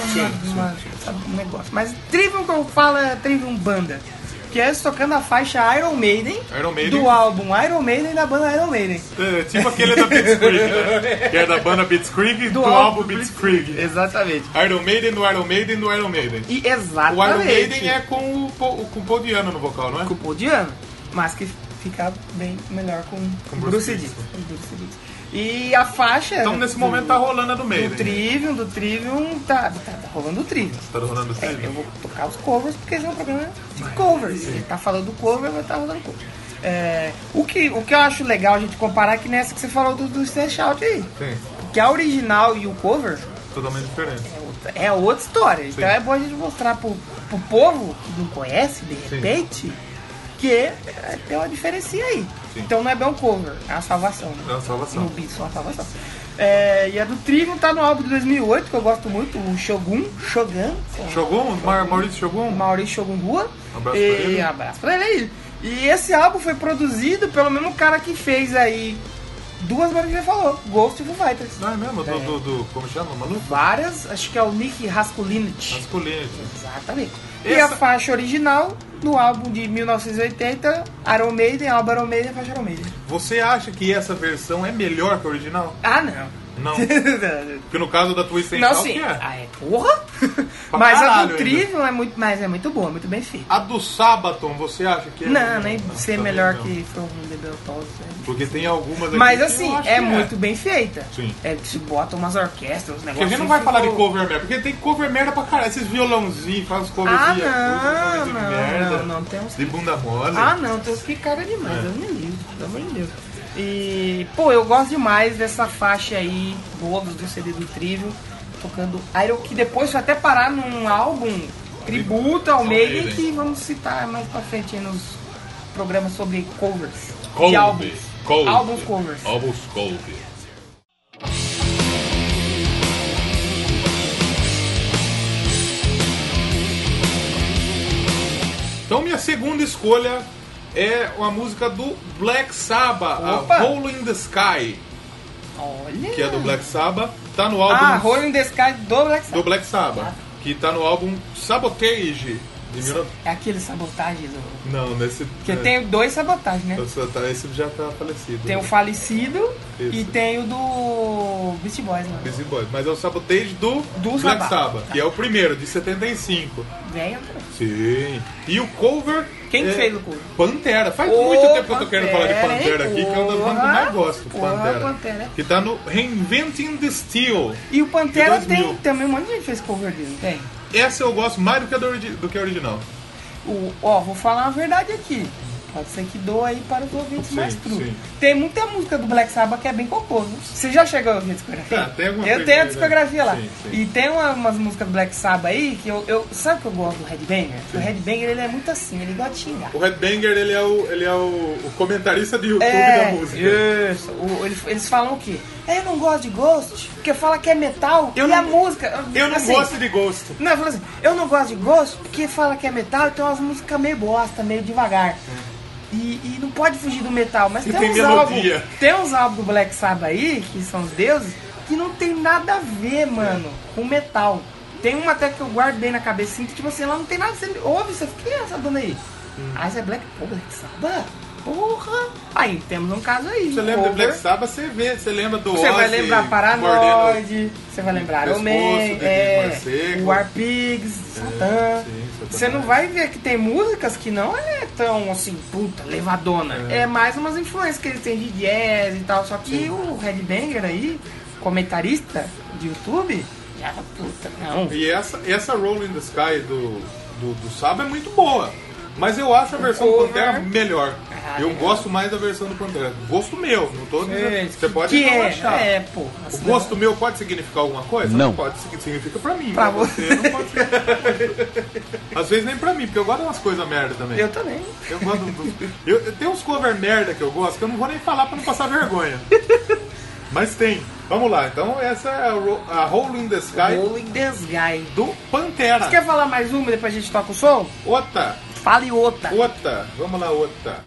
[SPEAKER 1] uma- sabe, um negócio. Mas Trivium que eu falo é Trivium Banda. Que é eles tocando a faixa Iron Maiden,
[SPEAKER 2] Iron Maiden.
[SPEAKER 1] do álbum Iron Maiden da banda Iron Maiden.
[SPEAKER 2] É, tipo aquele da Beats Creek, né? Que é da banda Beats Creek do, álbum Beats Creek.
[SPEAKER 1] Exatamente.
[SPEAKER 2] Iron Maiden do Iron Maiden do Iron Maiden.
[SPEAKER 1] E
[SPEAKER 2] O
[SPEAKER 1] exatamente.
[SPEAKER 2] Iron Maiden é com o, Paul- com o Paul Diano no vocal, não é?
[SPEAKER 1] com o Paul Diano, mas que fica bem melhor com,
[SPEAKER 2] Com
[SPEAKER 1] Bruce,
[SPEAKER 2] Bruce
[SPEAKER 1] Dickinson. Com Bruce Dickinson. E a faixa
[SPEAKER 2] Então nesse momento tá rolando a do
[SPEAKER 1] do
[SPEAKER 2] Maiden.
[SPEAKER 1] Trivium, do Trivium, tá, tá, tá rolando o Trivium.
[SPEAKER 2] Tá rolando o
[SPEAKER 1] É, eu vou tocar os covers, porque esse é um programa de covers. Ele tá falando do cover, vai estar rolando cover. É, o, que, o que eu acho legal a gente comparar é que nessa que você falou do, do Smash Out aí.
[SPEAKER 2] Sim,
[SPEAKER 1] Que a original e o cover
[SPEAKER 2] totalmente diferente.
[SPEAKER 1] é outra- é outra história. Então
[SPEAKER 2] Sim.
[SPEAKER 1] é bom a gente mostrar pro, pro povo que não conhece, de repente, que é, tem uma diferencinha aí.
[SPEAKER 2] Sim.
[SPEAKER 1] Então não é bem um cover, é uma salvação. né?
[SPEAKER 2] É uma salvação.
[SPEAKER 1] No Beats, é uma salvação. É, e a do Trivium tá no álbum de 2008, que eu gosto muito, o Shogun, Shogun,
[SPEAKER 2] Shogun? Mar um? Maurício
[SPEAKER 1] o
[SPEAKER 2] Shogun?
[SPEAKER 1] Maurício Shogun Rua.
[SPEAKER 2] Abraço
[SPEAKER 1] e,
[SPEAKER 2] pra ele.
[SPEAKER 1] Abraço pra ele aí. E esse álbum foi produzido pelo mesmo cara que fez aí duas bandas que ele falou, Ghost e Foo Fighters.
[SPEAKER 2] Não, é mesmo? Do,
[SPEAKER 1] É.
[SPEAKER 2] do, do- como chama? Maluco?
[SPEAKER 1] Várias, acho que é o Nick Raskulinich.
[SPEAKER 2] Masculino.
[SPEAKER 1] Exatamente. E
[SPEAKER 2] Essa-
[SPEAKER 1] a faixa original do álbum de 1980, Iron Maiden, álbum Iron Maiden, é faixa Iron Maiden.
[SPEAKER 2] Você acha que essa versão é melhor que a original?
[SPEAKER 1] Ah, não. não,
[SPEAKER 2] Não. Porque no caso da Twist
[SPEAKER 1] não,
[SPEAKER 2] Central,
[SPEAKER 1] sim.
[SPEAKER 2] que é.
[SPEAKER 1] Ah, é porra. Mas a
[SPEAKER 2] caralho
[SPEAKER 1] do
[SPEAKER 2] ainda.
[SPEAKER 1] Trivium é muito, mas é muito boa, muito bem feita.
[SPEAKER 2] A do Sabaton, você acha que é
[SPEAKER 1] não,
[SPEAKER 2] melhor?
[SPEAKER 1] nem ser
[SPEAKER 2] também
[SPEAKER 1] melhor
[SPEAKER 2] não.
[SPEAKER 1] que foi um The Beatles. né?
[SPEAKER 2] Porque tem algumas aqui
[SPEAKER 1] Mas
[SPEAKER 2] que eu
[SPEAKER 1] assim,
[SPEAKER 2] acho
[SPEAKER 1] é
[SPEAKER 2] que
[SPEAKER 1] muito bem feita.
[SPEAKER 2] Sim.
[SPEAKER 1] É que se botam umas orquestras, uns
[SPEAKER 2] Porque a
[SPEAKER 1] negócios. assim,
[SPEAKER 2] gente não vai falar de
[SPEAKER 1] ficou-
[SPEAKER 2] cover merda, porque tem cover merda pra caralho. Esses violãozinhos, faz os covers
[SPEAKER 1] Ah,
[SPEAKER 2] de
[SPEAKER 1] não,
[SPEAKER 2] de
[SPEAKER 1] não,
[SPEAKER 2] merda.
[SPEAKER 1] não, não, tem um uns
[SPEAKER 2] De bunda mole.
[SPEAKER 1] Ah, não, tem uns que cara demais, Deus me livre, pelo amor de Deus. E, pô, eu gosto demais dessa faixa aí, bônus do CD do Trivium, tocando Iron, que depois foi até parar num álbum tributo ao
[SPEAKER 2] Ao
[SPEAKER 1] Maiden,
[SPEAKER 2] Maiden.
[SPEAKER 1] que vamos citar mais pra frente aí nos programas sobre covers.
[SPEAKER 2] Cold,
[SPEAKER 1] de álbuns.
[SPEAKER 2] cold,
[SPEAKER 1] Álbuns covers.
[SPEAKER 2] Álbuns cold. Então minha segunda escolha é uma música do Black Sabbath,
[SPEAKER 1] Opa!
[SPEAKER 2] a Hole in the Sky,
[SPEAKER 1] Olha!
[SPEAKER 2] que é do Black Sabbath, tá no
[SPEAKER 1] Ah,
[SPEAKER 2] álbum
[SPEAKER 1] Rolling the Ah. Sky do Black
[SPEAKER 2] do
[SPEAKER 1] Sabbath.
[SPEAKER 2] Black Sabbath, que tá no álbum Sabotage de 19...
[SPEAKER 1] É aquele sabotagem do...
[SPEAKER 2] Não, nesse
[SPEAKER 1] Porque
[SPEAKER 2] é,
[SPEAKER 1] tem dois sabotagens, né?
[SPEAKER 2] esse tá- esse já tá falecido.
[SPEAKER 1] Tem o
[SPEAKER 2] né?
[SPEAKER 1] Falecido e
[SPEAKER 2] Isso.
[SPEAKER 1] tem o do Beast Boys, né?
[SPEAKER 2] Beastie Boys, mas é o Sabotage do,
[SPEAKER 1] Do Tá.
[SPEAKER 2] Black
[SPEAKER 1] Sabbath.
[SPEAKER 2] Sabbath, que é o primeiro, de 75.
[SPEAKER 1] Vem, outra.
[SPEAKER 2] Sim. E o cover.
[SPEAKER 1] Quem
[SPEAKER 2] é,
[SPEAKER 1] fez o cover?
[SPEAKER 2] Pantera. Faz
[SPEAKER 1] Ô,
[SPEAKER 2] muito tempo que eu tô querendo falar de
[SPEAKER 1] Pantera,
[SPEAKER 2] Pantera
[SPEAKER 1] hein?
[SPEAKER 2] aqui, que é uma das bandas que eu mais gosto.
[SPEAKER 1] Porra,
[SPEAKER 2] Pantera.
[SPEAKER 1] Pantera.
[SPEAKER 2] Que tá no Reinventing the Steel.
[SPEAKER 1] E o Pantera
[SPEAKER 2] De 2000.
[SPEAKER 1] tem também um monte de gente fez cover dele, tem.
[SPEAKER 2] Essa eu gosto mais do que a, do, origi- do que a original.
[SPEAKER 1] O, ó, vou falar uma verdade aqui. Pode ser que doa aí para os ouvintes
[SPEAKER 2] Sim,
[SPEAKER 1] mais cru.
[SPEAKER 2] sim.
[SPEAKER 1] Tem muita música do Black Sabbath que é bem cocô, viu? Você já chegou a ouvir a discografia?
[SPEAKER 2] Ah, tem alguma
[SPEAKER 1] eu
[SPEAKER 2] coisa
[SPEAKER 1] tenho a
[SPEAKER 2] aí, né?
[SPEAKER 1] discografia lá.
[SPEAKER 2] Sim, sim.
[SPEAKER 1] E tem uma- umas músicas do Black Sabbath aí que eu. eu sabe que eu gosto do Red Banger? O Red Banger ele é muito assim, ele gosta de xingar.
[SPEAKER 2] O Red Banger, ele é o, ele é o, o comentarista de YouTube
[SPEAKER 1] É.
[SPEAKER 2] da música.
[SPEAKER 1] isso. O- eles, eles falam o quê? É, Eu não gosto de Ghost, porque fala que é metal
[SPEAKER 2] Eu
[SPEAKER 1] e
[SPEAKER 2] não-
[SPEAKER 1] a música.
[SPEAKER 2] Eu não
[SPEAKER 1] assim,
[SPEAKER 2] gosto de Ghost.
[SPEAKER 1] Não, falou assim, eu não gosto de gosto porque fala que é metal e tem umas músicas meio bosta, meio devagar. E, e não pode fugir do metal, mas
[SPEAKER 2] E
[SPEAKER 1] tem,
[SPEAKER 2] É. tem
[SPEAKER 1] uns
[SPEAKER 2] melodia.
[SPEAKER 1] álbuns. Tem uns álbuns do Black Sabbath aí, que são os deuses, que não tem nada a ver, mano,
[SPEAKER 2] É.
[SPEAKER 1] com metal. Tem uma até que eu guardo bem na cabeça, assim, que tipo assim, ela não tem nada, você ouve, você fica, quem é essa banda aí?
[SPEAKER 2] Hum.
[SPEAKER 1] Ah, isso é Black, pô, Black Sabbath? Porra! Aí, temos um caso aí.
[SPEAKER 2] Você
[SPEAKER 1] um
[SPEAKER 2] lembra do
[SPEAKER 1] cover.
[SPEAKER 2] Black Sabbath, você vê, você lembra do
[SPEAKER 1] Você vai
[SPEAKER 2] Ozzy
[SPEAKER 1] lembrar
[SPEAKER 2] mordendo-
[SPEAKER 1] Paranoide, você vai lembrar Iron Man,
[SPEAKER 2] pescoço, Dedinho
[SPEAKER 1] é,
[SPEAKER 2] Morcego.
[SPEAKER 1] o War Pigs, Satã.
[SPEAKER 2] É, sim, Satã.
[SPEAKER 1] Você não vai ver que tem músicas que não é tão assim, puta, levadona. É, mais umas influências que eles têm de jazz e tal. Só que o Red Banger aí, comentarista de YouTube, já puta, não.
[SPEAKER 2] E essa, essa Roll in the Sky do, do, do Saba é muito boa. Mas eu acho a versão do
[SPEAKER 1] cover.
[SPEAKER 2] Pantera melhor.
[SPEAKER 1] Ah,
[SPEAKER 2] eu
[SPEAKER 1] é.
[SPEAKER 2] gosto mais da versão do Pantera. Gosto meu, não tô dizendo. Você pode
[SPEAKER 1] que
[SPEAKER 2] não
[SPEAKER 1] é,
[SPEAKER 2] achar.
[SPEAKER 1] é, pô.
[SPEAKER 2] O
[SPEAKER 1] assim,
[SPEAKER 2] gosto meu pode significar alguma coisa?
[SPEAKER 5] Não.
[SPEAKER 2] Pode, sig- significa pra mim.
[SPEAKER 1] Pra
[SPEAKER 2] Pra, você, não pode significar. Às vezes nem pra mim, porque eu gosto de umas coisas merda também.
[SPEAKER 1] Eu também.
[SPEAKER 2] Eu gosto do- eu, eu tenho uns cover merda que eu gosto que eu não vou nem falar pra não passar vergonha. Mas tem. Vamos lá, então essa é a, Ro- a Hole in the Sky
[SPEAKER 1] Rolling the Sky.
[SPEAKER 2] do Pantera.
[SPEAKER 1] Quer falar mais uma e depois a gente toca o som?
[SPEAKER 2] Outra,
[SPEAKER 1] Fale outra.
[SPEAKER 2] outra, vamos lá, outra.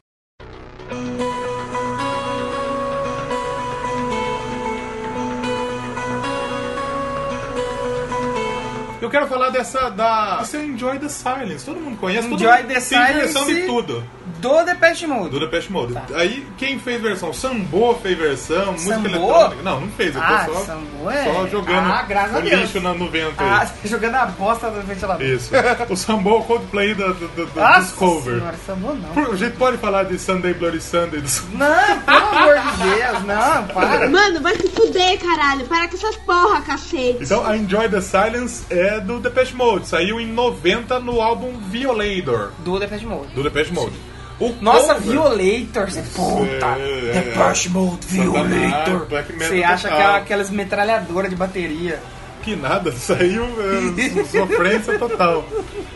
[SPEAKER 2] Eu quero falar dessa da. Isso é Enjoy the Silence. Todo mundo conhece. todo
[SPEAKER 1] Enjoy
[SPEAKER 2] mundo
[SPEAKER 1] the
[SPEAKER 2] tem versão
[SPEAKER 1] Silence. Tá.
[SPEAKER 2] de tudo.
[SPEAKER 1] Do Depeche Mode.
[SPEAKER 2] Do Depeche Mode. Aí, quem fez versão? Sambo fez versão, música
[SPEAKER 1] Sambô?
[SPEAKER 2] eletrônica. Não, não fez. Eu tô
[SPEAKER 1] Ah,
[SPEAKER 2] só,
[SPEAKER 1] Sambô é-
[SPEAKER 2] só jogando
[SPEAKER 1] Ah, graças a
[SPEAKER 2] o
[SPEAKER 1] Deus.
[SPEAKER 2] lixo na- no vento aí.
[SPEAKER 1] Ah, jogando a bosta no ventilador.
[SPEAKER 2] Isso. O Sambo é o Coldplay da, do, do, do, dos
[SPEAKER 1] Nossa
[SPEAKER 2] cover.
[SPEAKER 1] senhora, sambou não.
[SPEAKER 2] Por- A gente pode falar de Sunday Bloody Sunday dos...
[SPEAKER 1] Não, pelo amor de Deus, não, para.
[SPEAKER 6] Mano, vai se fuder, caralho. Para com essas porra, cacete.
[SPEAKER 2] Então, a Enjoy the Silence é do Depeche Mode. Saiu em 90 no álbum Violator
[SPEAKER 1] Do Depeche Mode.
[SPEAKER 2] do Depeche Mode. O
[SPEAKER 1] Nossa,
[SPEAKER 2] cover-
[SPEAKER 1] Violator, você puta.
[SPEAKER 2] É, é.
[SPEAKER 1] Depeche Mode, Violator.
[SPEAKER 2] Satanás, black metal
[SPEAKER 1] Você acha
[SPEAKER 2] total.
[SPEAKER 1] que é aquelas metralhadoras de bateria.
[SPEAKER 2] Que nada, saiu é, sofrência total.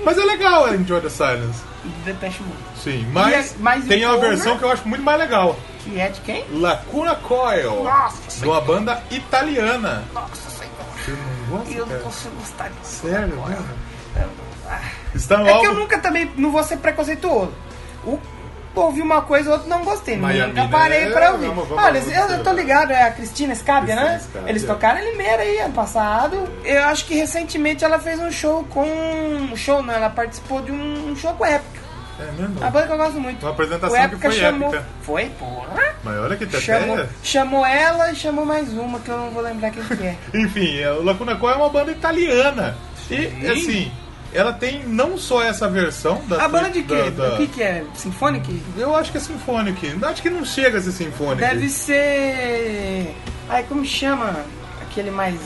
[SPEAKER 2] Mas é legal a Enjoy the Silence.
[SPEAKER 1] Depeche Mode.
[SPEAKER 2] Sim, mas,
[SPEAKER 1] E é- mas
[SPEAKER 2] tem
[SPEAKER 1] o
[SPEAKER 2] uma
[SPEAKER 1] cover?
[SPEAKER 2] versão que eu acho muito mais legal.
[SPEAKER 1] Que é de quem?
[SPEAKER 2] Lacuna Coil.
[SPEAKER 1] Nossa,
[SPEAKER 2] De uma banda italiana.
[SPEAKER 1] nossa senhora.
[SPEAKER 2] Eu não gosto,
[SPEAKER 1] Eu não
[SPEAKER 2] cara.
[SPEAKER 1] consigo gostar disso.
[SPEAKER 2] Sério, mano? Está no
[SPEAKER 1] É que eu
[SPEAKER 2] álbum...
[SPEAKER 1] nunca também não vou ser preconceituoso. O, ouvi uma coisa, o outro não gostei.
[SPEAKER 2] Miami,
[SPEAKER 1] nunca parei
[SPEAKER 2] né?
[SPEAKER 1] pra ouvir.
[SPEAKER 2] Vamos- vamos-
[SPEAKER 1] Olha,
[SPEAKER 2] vamos-
[SPEAKER 1] eu, eu tô ligado, é a Cristina Scabia,
[SPEAKER 2] Cristina
[SPEAKER 1] né?
[SPEAKER 2] Scabbia.
[SPEAKER 1] Eles tocaram em Limeira aí ano passado. Eu acho que recentemente ela fez um show com. Um show, não, ela participou de um, um show com o Épica.
[SPEAKER 2] É mesmo?
[SPEAKER 1] Uma banda que eu gosto muito.
[SPEAKER 2] Uma apresentação
[SPEAKER 1] o Épica
[SPEAKER 2] que foi
[SPEAKER 1] chamou.
[SPEAKER 2] épica.
[SPEAKER 1] Foi, porra.
[SPEAKER 2] Mas olha que até
[SPEAKER 1] Chamou, chamou ela e chamou mais uma que eu não vou lembrar quem que é.
[SPEAKER 2] Enfim, o Lacuna Coil é uma banda italiana.
[SPEAKER 1] Sim.
[SPEAKER 2] E, assim, ela tem não só essa versão da...
[SPEAKER 1] A banda de
[SPEAKER 2] da-
[SPEAKER 1] quê?
[SPEAKER 2] da-
[SPEAKER 1] O que que é? Sinfonic?
[SPEAKER 2] Eu acho que é Symphonic. Acho que não chega a ser Symphonic.
[SPEAKER 1] Deve ser. Ai, como chama? Aquele mais.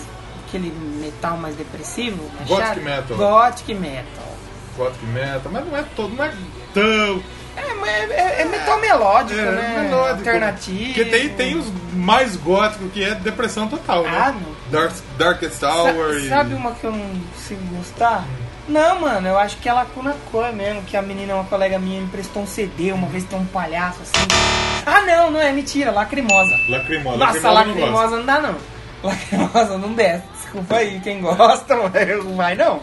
[SPEAKER 1] aquele metal mais depressivo? mais
[SPEAKER 2] Gothic
[SPEAKER 1] chato?
[SPEAKER 2] metal.
[SPEAKER 1] Gothic metal.
[SPEAKER 2] Gothic Metal, mas não é todo, não é tão...
[SPEAKER 1] É, mas é, é- é metal melódico,
[SPEAKER 2] É,
[SPEAKER 1] né?
[SPEAKER 2] melódico.
[SPEAKER 1] Alternativo.
[SPEAKER 2] Porque tem, tem os mais góticos, que é depressão total, né?
[SPEAKER 1] Ah, não.
[SPEAKER 2] Dark, Darkest Hour
[SPEAKER 1] Sa
[SPEAKER 2] e...
[SPEAKER 1] sabe uma que eu não consigo gostar? Não, mano, eu acho que é lacuna cor mesmo, que a menina, uma colega minha, me emprestou um CD uma vez, tem um palhaço assim. Ah, não, não é mentira, lacrimosa.
[SPEAKER 2] Lacrimosa.
[SPEAKER 1] Nossa,
[SPEAKER 2] Lacrimosa eu
[SPEAKER 1] lacrimosa não
[SPEAKER 2] não gosto.
[SPEAKER 1] dá não. Lacrimosa não desce. Desculpa aí, quem gosta, mas não vai não.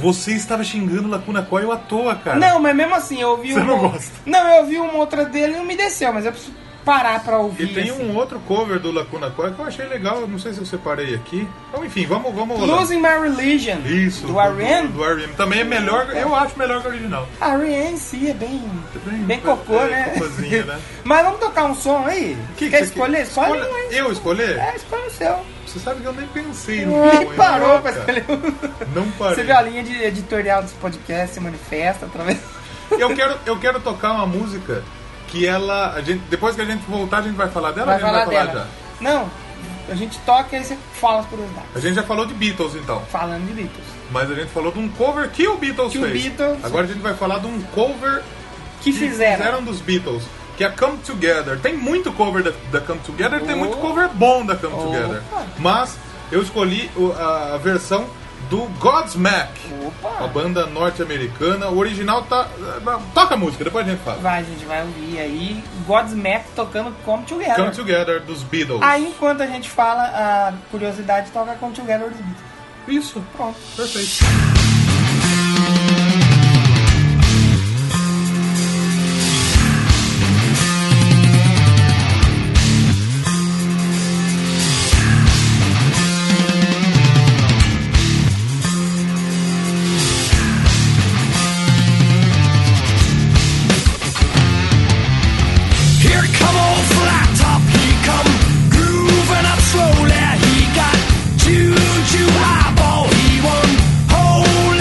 [SPEAKER 2] Você estava xingando Lacuna Coil à toa, cara.
[SPEAKER 1] é Não, mas mesmo assim, eu ouvi
[SPEAKER 2] Você
[SPEAKER 1] uma.
[SPEAKER 2] não gosta.
[SPEAKER 1] Não, eu ouvi uma outra dele e não me desceu, mas eu preciso parar pra ouvir.
[SPEAKER 2] E tem
[SPEAKER 1] assim.
[SPEAKER 2] um outro cover do Lacuna Coil que eu achei legal, eu não sei se eu separei aqui. Então, enfim, vamos, vamos rolar.
[SPEAKER 1] Losing My Religion.
[SPEAKER 2] Isso.
[SPEAKER 1] Do R.E.M.
[SPEAKER 2] Do R.E.M. Também é melhor, eu acho melhor que o original.
[SPEAKER 1] A R.E.M. em si é bem.
[SPEAKER 2] Bem-
[SPEAKER 1] Bem cocô,
[SPEAKER 2] é,
[SPEAKER 1] né?
[SPEAKER 2] cocôzinho, né?
[SPEAKER 1] mas vamos tocar um som aí?
[SPEAKER 2] Que
[SPEAKER 1] Quer
[SPEAKER 2] que você
[SPEAKER 1] escolher? Escolhe um aí.
[SPEAKER 2] Eu escolher?
[SPEAKER 1] É, escolhe o seu.
[SPEAKER 2] Você sabe que eu nem pensei no que
[SPEAKER 1] Ele
[SPEAKER 2] foi,
[SPEAKER 1] parou
[SPEAKER 2] né,
[SPEAKER 1] pra
[SPEAKER 2] cara?
[SPEAKER 1] escolher um.
[SPEAKER 2] Não parei.
[SPEAKER 1] Você viu a linha de editorial dos podcasts, se manifesta através.
[SPEAKER 2] Eu quero, eu quero tocar uma música que ela. A gente, depois que a gente voltar, a gente vai falar dela
[SPEAKER 1] Vai
[SPEAKER 2] ou a gente
[SPEAKER 1] falar
[SPEAKER 2] vai falar
[SPEAKER 1] dela.
[SPEAKER 2] já?
[SPEAKER 1] Não, a gente toca e aí você fala as curiosidades.
[SPEAKER 2] A gente já falou de Beatles então,
[SPEAKER 1] Falando de Beatles.
[SPEAKER 2] mas a gente falou de um cover que o Beatles
[SPEAKER 1] Que o
[SPEAKER 2] fez.
[SPEAKER 1] Beatles-
[SPEAKER 2] Agora a gente vai falar de um cover
[SPEAKER 1] Que
[SPEAKER 2] que
[SPEAKER 1] fizeram?
[SPEAKER 2] um dos Beatles, que é Come Together. Tem muito cover da, da Come Together, tem
[SPEAKER 1] Oh.
[SPEAKER 2] muito cover bom da Come
[SPEAKER 1] Opa.
[SPEAKER 2] Together. Mas eu escolhi o- a, a versão do Godsmack, uma
[SPEAKER 1] Opa!
[SPEAKER 2] banda norte-americana. O original tá. Toca a música, depois a gente fala.
[SPEAKER 1] Vai, gente, vai ouvir aí Godsmack tocando Come Together.
[SPEAKER 2] Come Together dos Beatles.
[SPEAKER 1] Aí enquanto a gente fala, a curiosidade toca Come Together dos Beatles.
[SPEAKER 2] Isso, pronto, perfeito.
[SPEAKER 3] Here come old flat top, he come grooving up slowly. He got juju eyeball, he won. Hold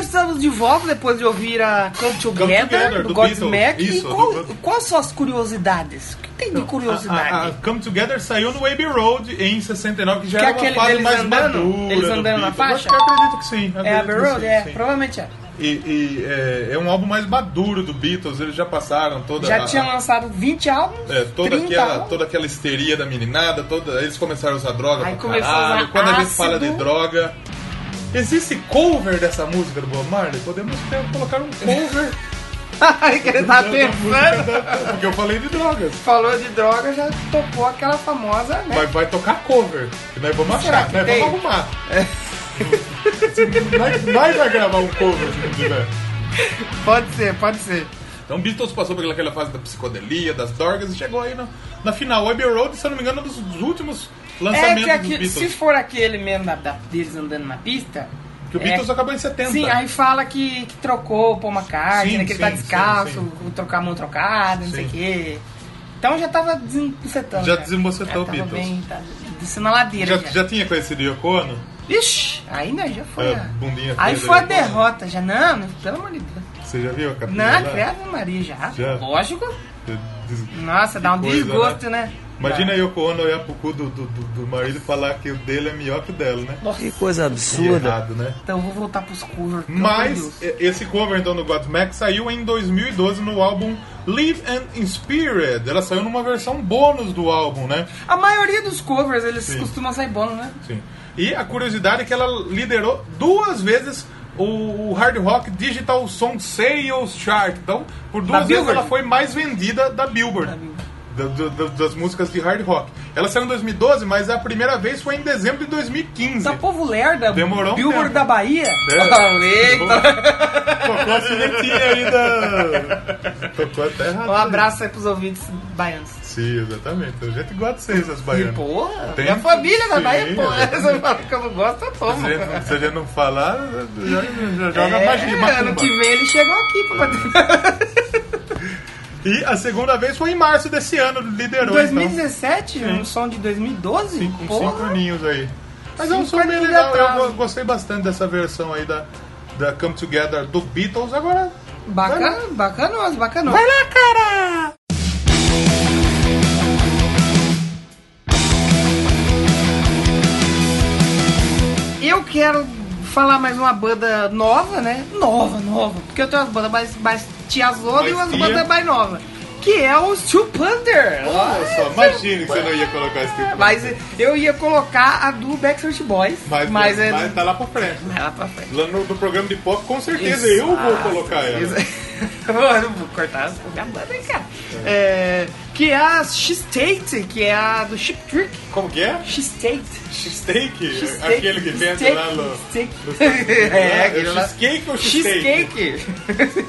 [SPEAKER 1] estamos de volta depois de ouvir a Come Together,
[SPEAKER 2] Together,
[SPEAKER 1] do,
[SPEAKER 2] do
[SPEAKER 1] Godsmack.
[SPEAKER 2] Beatles.
[SPEAKER 1] e
[SPEAKER 2] Isso,
[SPEAKER 1] qual,
[SPEAKER 2] do-
[SPEAKER 1] quais são as curiosidades? O que tem de curiosidade?
[SPEAKER 2] A, a- a Come Together saiu no Abbey Road em 69, que já
[SPEAKER 1] Que é
[SPEAKER 2] era uma
[SPEAKER 1] aquele
[SPEAKER 2] fase
[SPEAKER 1] deles
[SPEAKER 2] mais
[SPEAKER 1] andando?
[SPEAKER 2] madura.
[SPEAKER 1] Eles
[SPEAKER 2] do
[SPEAKER 1] andando na
[SPEAKER 2] Beatles.
[SPEAKER 1] faixa?
[SPEAKER 2] Eu acho que eu acredito que sim.
[SPEAKER 1] é
[SPEAKER 2] acredito
[SPEAKER 1] a
[SPEAKER 2] que
[SPEAKER 1] Abbey Road?
[SPEAKER 2] sim,
[SPEAKER 1] É,
[SPEAKER 2] sim.
[SPEAKER 1] provavelmente é.
[SPEAKER 2] E, e, é, é um álbum mais maduro do Beatles, eles já passaram toda
[SPEAKER 1] Já
[SPEAKER 2] a-
[SPEAKER 1] tinha lançado 20 álbuns,
[SPEAKER 2] É, toda,
[SPEAKER 1] 30
[SPEAKER 2] aquela,
[SPEAKER 1] álbuns.
[SPEAKER 2] toda aquela histeria da meninada, toda, eles começaram a usar droga
[SPEAKER 1] Aí
[SPEAKER 2] pra
[SPEAKER 1] começou a
[SPEAKER 2] caralho.
[SPEAKER 1] usar
[SPEAKER 2] Quando a gente fala de
[SPEAKER 1] ácido.
[SPEAKER 2] droga. Existe cover dessa música do Bob Marley? Podemos ter- colocar um cover
[SPEAKER 1] que ele tá
[SPEAKER 2] da- da música
[SPEAKER 1] pensando.
[SPEAKER 2] da- Porque eu falei de drogas.
[SPEAKER 1] Falou de droga, já tocou aquela famosa, né?
[SPEAKER 2] Mas vai tocar cover. Que nós vamos
[SPEAKER 1] Será
[SPEAKER 2] achar,
[SPEAKER 1] que
[SPEAKER 2] nós
[SPEAKER 1] tem? É.
[SPEAKER 2] vamos arrumar. nós, nós vai gravar um cover se não tiver.
[SPEAKER 1] Pode ser, pode ser.
[SPEAKER 2] Então Beatles passou por aquela fase da psicodelia, das drogas e chegou aí na, na final. Abbey Road, se eu não me engano, é um dos, dos últimos
[SPEAKER 1] É
[SPEAKER 2] lançamentos
[SPEAKER 1] que
[SPEAKER 2] dos
[SPEAKER 1] aqui,
[SPEAKER 2] Beatles.
[SPEAKER 1] se for aquele mesmo da, da, deles andando na pista.
[SPEAKER 2] Que o Beatles acabou em 70.
[SPEAKER 1] É. Sim, aí fala que, que trocou pô, uma carne,
[SPEAKER 2] Sim,
[SPEAKER 1] né, que ele tá
[SPEAKER 2] sim, sim,
[SPEAKER 1] descalço,
[SPEAKER 2] sim.
[SPEAKER 1] o trocar a mão trocada, não sei o
[SPEAKER 2] Sim.
[SPEAKER 1] quê. Então já tava desembucetando.
[SPEAKER 2] Já
[SPEAKER 1] cara.
[SPEAKER 2] desembucetou
[SPEAKER 1] Já
[SPEAKER 2] o
[SPEAKER 1] tava
[SPEAKER 2] Beatles.
[SPEAKER 1] bem, tá descendo a ladeira.
[SPEAKER 2] já,
[SPEAKER 1] Já,
[SPEAKER 2] já tinha conhecido Yoko Ono?
[SPEAKER 1] Ixi, aí né, já foi.
[SPEAKER 2] É,
[SPEAKER 1] a-
[SPEAKER 2] bundinha
[SPEAKER 1] aí
[SPEAKER 2] presa
[SPEAKER 1] foi a
[SPEAKER 2] ali, pô.
[SPEAKER 1] derrota, já. Não, não, pelo amor de Deus.
[SPEAKER 2] Você já viu a capinha
[SPEAKER 1] Não,
[SPEAKER 2] lá?
[SPEAKER 1] credo, Maria, já.
[SPEAKER 2] Já.
[SPEAKER 1] Lógico.
[SPEAKER 2] Des-
[SPEAKER 1] Nossa, dá um
[SPEAKER 2] coisa,
[SPEAKER 1] desgosto, né? Dá.
[SPEAKER 2] Imagina a Yoko Ono olhar pro cu do, do, do- do marido e falar que o dele é melhor que o dela, né?
[SPEAKER 5] Que coisa
[SPEAKER 2] Que
[SPEAKER 5] absurda.
[SPEAKER 2] errado, né?
[SPEAKER 1] Então eu vou voltar pros covers. pelo amor de Deus.
[SPEAKER 2] Mas e- esse cover então do Godsmack saiu em 2012 no álbum Live and Inspired. Ela saiu numa versão bônus do álbum, né?
[SPEAKER 1] A maioria dos covers, eles
[SPEAKER 2] Sim.
[SPEAKER 1] costumam sair bônus, né?
[SPEAKER 2] Sim. E a curiosidade é que ela liderou duas vezes o Hard Rock Digital Song Sales Chart. Então, por duas vezes
[SPEAKER 1] Billboard.
[SPEAKER 2] ela foi mais vendida da Billboard. Da- do- do- das músicas de hard rock. Ela saiu em 2012, mas a primeira vez foi em dezembro de 2015.
[SPEAKER 1] Da Tá povo lerda,
[SPEAKER 2] Demorou um
[SPEAKER 1] Billboard
[SPEAKER 2] tempo.
[SPEAKER 1] da Bahia.
[SPEAKER 2] É.
[SPEAKER 1] Eita.
[SPEAKER 2] Tocou a sinetinha aí da. Tocou até errado.
[SPEAKER 1] Um abraço aí pros ouvintes baianos.
[SPEAKER 2] Sim, exatamente. A gente gosta de vocês, as
[SPEAKER 1] E
[SPEAKER 2] baianas.
[SPEAKER 1] porra,
[SPEAKER 2] Tem-
[SPEAKER 1] minha família da Bahia,
[SPEAKER 2] Sim,
[SPEAKER 1] porra.
[SPEAKER 2] é.
[SPEAKER 1] Você fala que eu não gosto, eu
[SPEAKER 2] Se
[SPEAKER 1] tomo.
[SPEAKER 2] a gente- se a gente não falar, já, já joga
[SPEAKER 1] É,
[SPEAKER 2] magia.
[SPEAKER 1] ano
[SPEAKER 2] macumba. Então,
[SPEAKER 1] que vem ele chegou aqui pra bater.
[SPEAKER 2] E a segunda vez foi em março desse ano, liderou. então.
[SPEAKER 1] 2017,
[SPEAKER 2] Sim.
[SPEAKER 1] um som de 2012?
[SPEAKER 2] Sim, com cinco
[SPEAKER 1] porra.
[SPEAKER 2] aninhos aí. Mas é um
[SPEAKER 1] Cinco
[SPEAKER 2] som bem
[SPEAKER 1] aninhos
[SPEAKER 2] legal.
[SPEAKER 1] atrás.
[SPEAKER 2] Eu go- gostei bastante dessa versão aí da, da Come Together do Beatles. Agora.
[SPEAKER 1] Bacana, bacanoso, bacanoso. Vai lá, cara! Eu quero falar mais uma banda nova, né? Nova, nova. Porque eu tenho umas bandas mais, mais tiazonas e
[SPEAKER 2] Mais
[SPEAKER 1] umas
[SPEAKER 2] tia.
[SPEAKER 1] bandas mais novas. Que é o Steel Panther. Ah,
[SPEAKER 2] Olha Ah, só, imagina que você não ia colocar esse tipo.
[SPEAKER 1] Mas eu ia colocar a do Backstreet Boys. Mas,
[SPEAKER 2] mas,
[SPEAKER 1] é...
[SPEAKER 2] mas tá lá pra frente.
[SPEAKER 1] Vai lá pra frente.
[SPEAKER 2] Lá no, no programa de pop, com certeza eu vou colocar ela.
[SPEAKER 1] Ah, Isso. Eu não vou cortar essa minha banda, hein, cara. É, que é a X-Tate, que é a do Chip Trick.
[SPEAKER 2] Como que é?
[SPEAKER 1] X-Tate.
[SPEAKER 2] Cheesecake?
[SPEAKER 1] Cheesecake,
[SPEAKER 2] Aquele que vende
[SPEAKER 1] cheesecake,
[SPEAKER 2] lá no.
[SPEAKER 1] cheesecake.
[SPEAKER 2] no-
[SPEAKER 1] É,
[SPEAKER 2] Ah,
[SPEAKER 1] aquele lá.
[SPEAKER 2] Cheesecake ou cheesecake?
[SPEAKER 1] Cheesecake.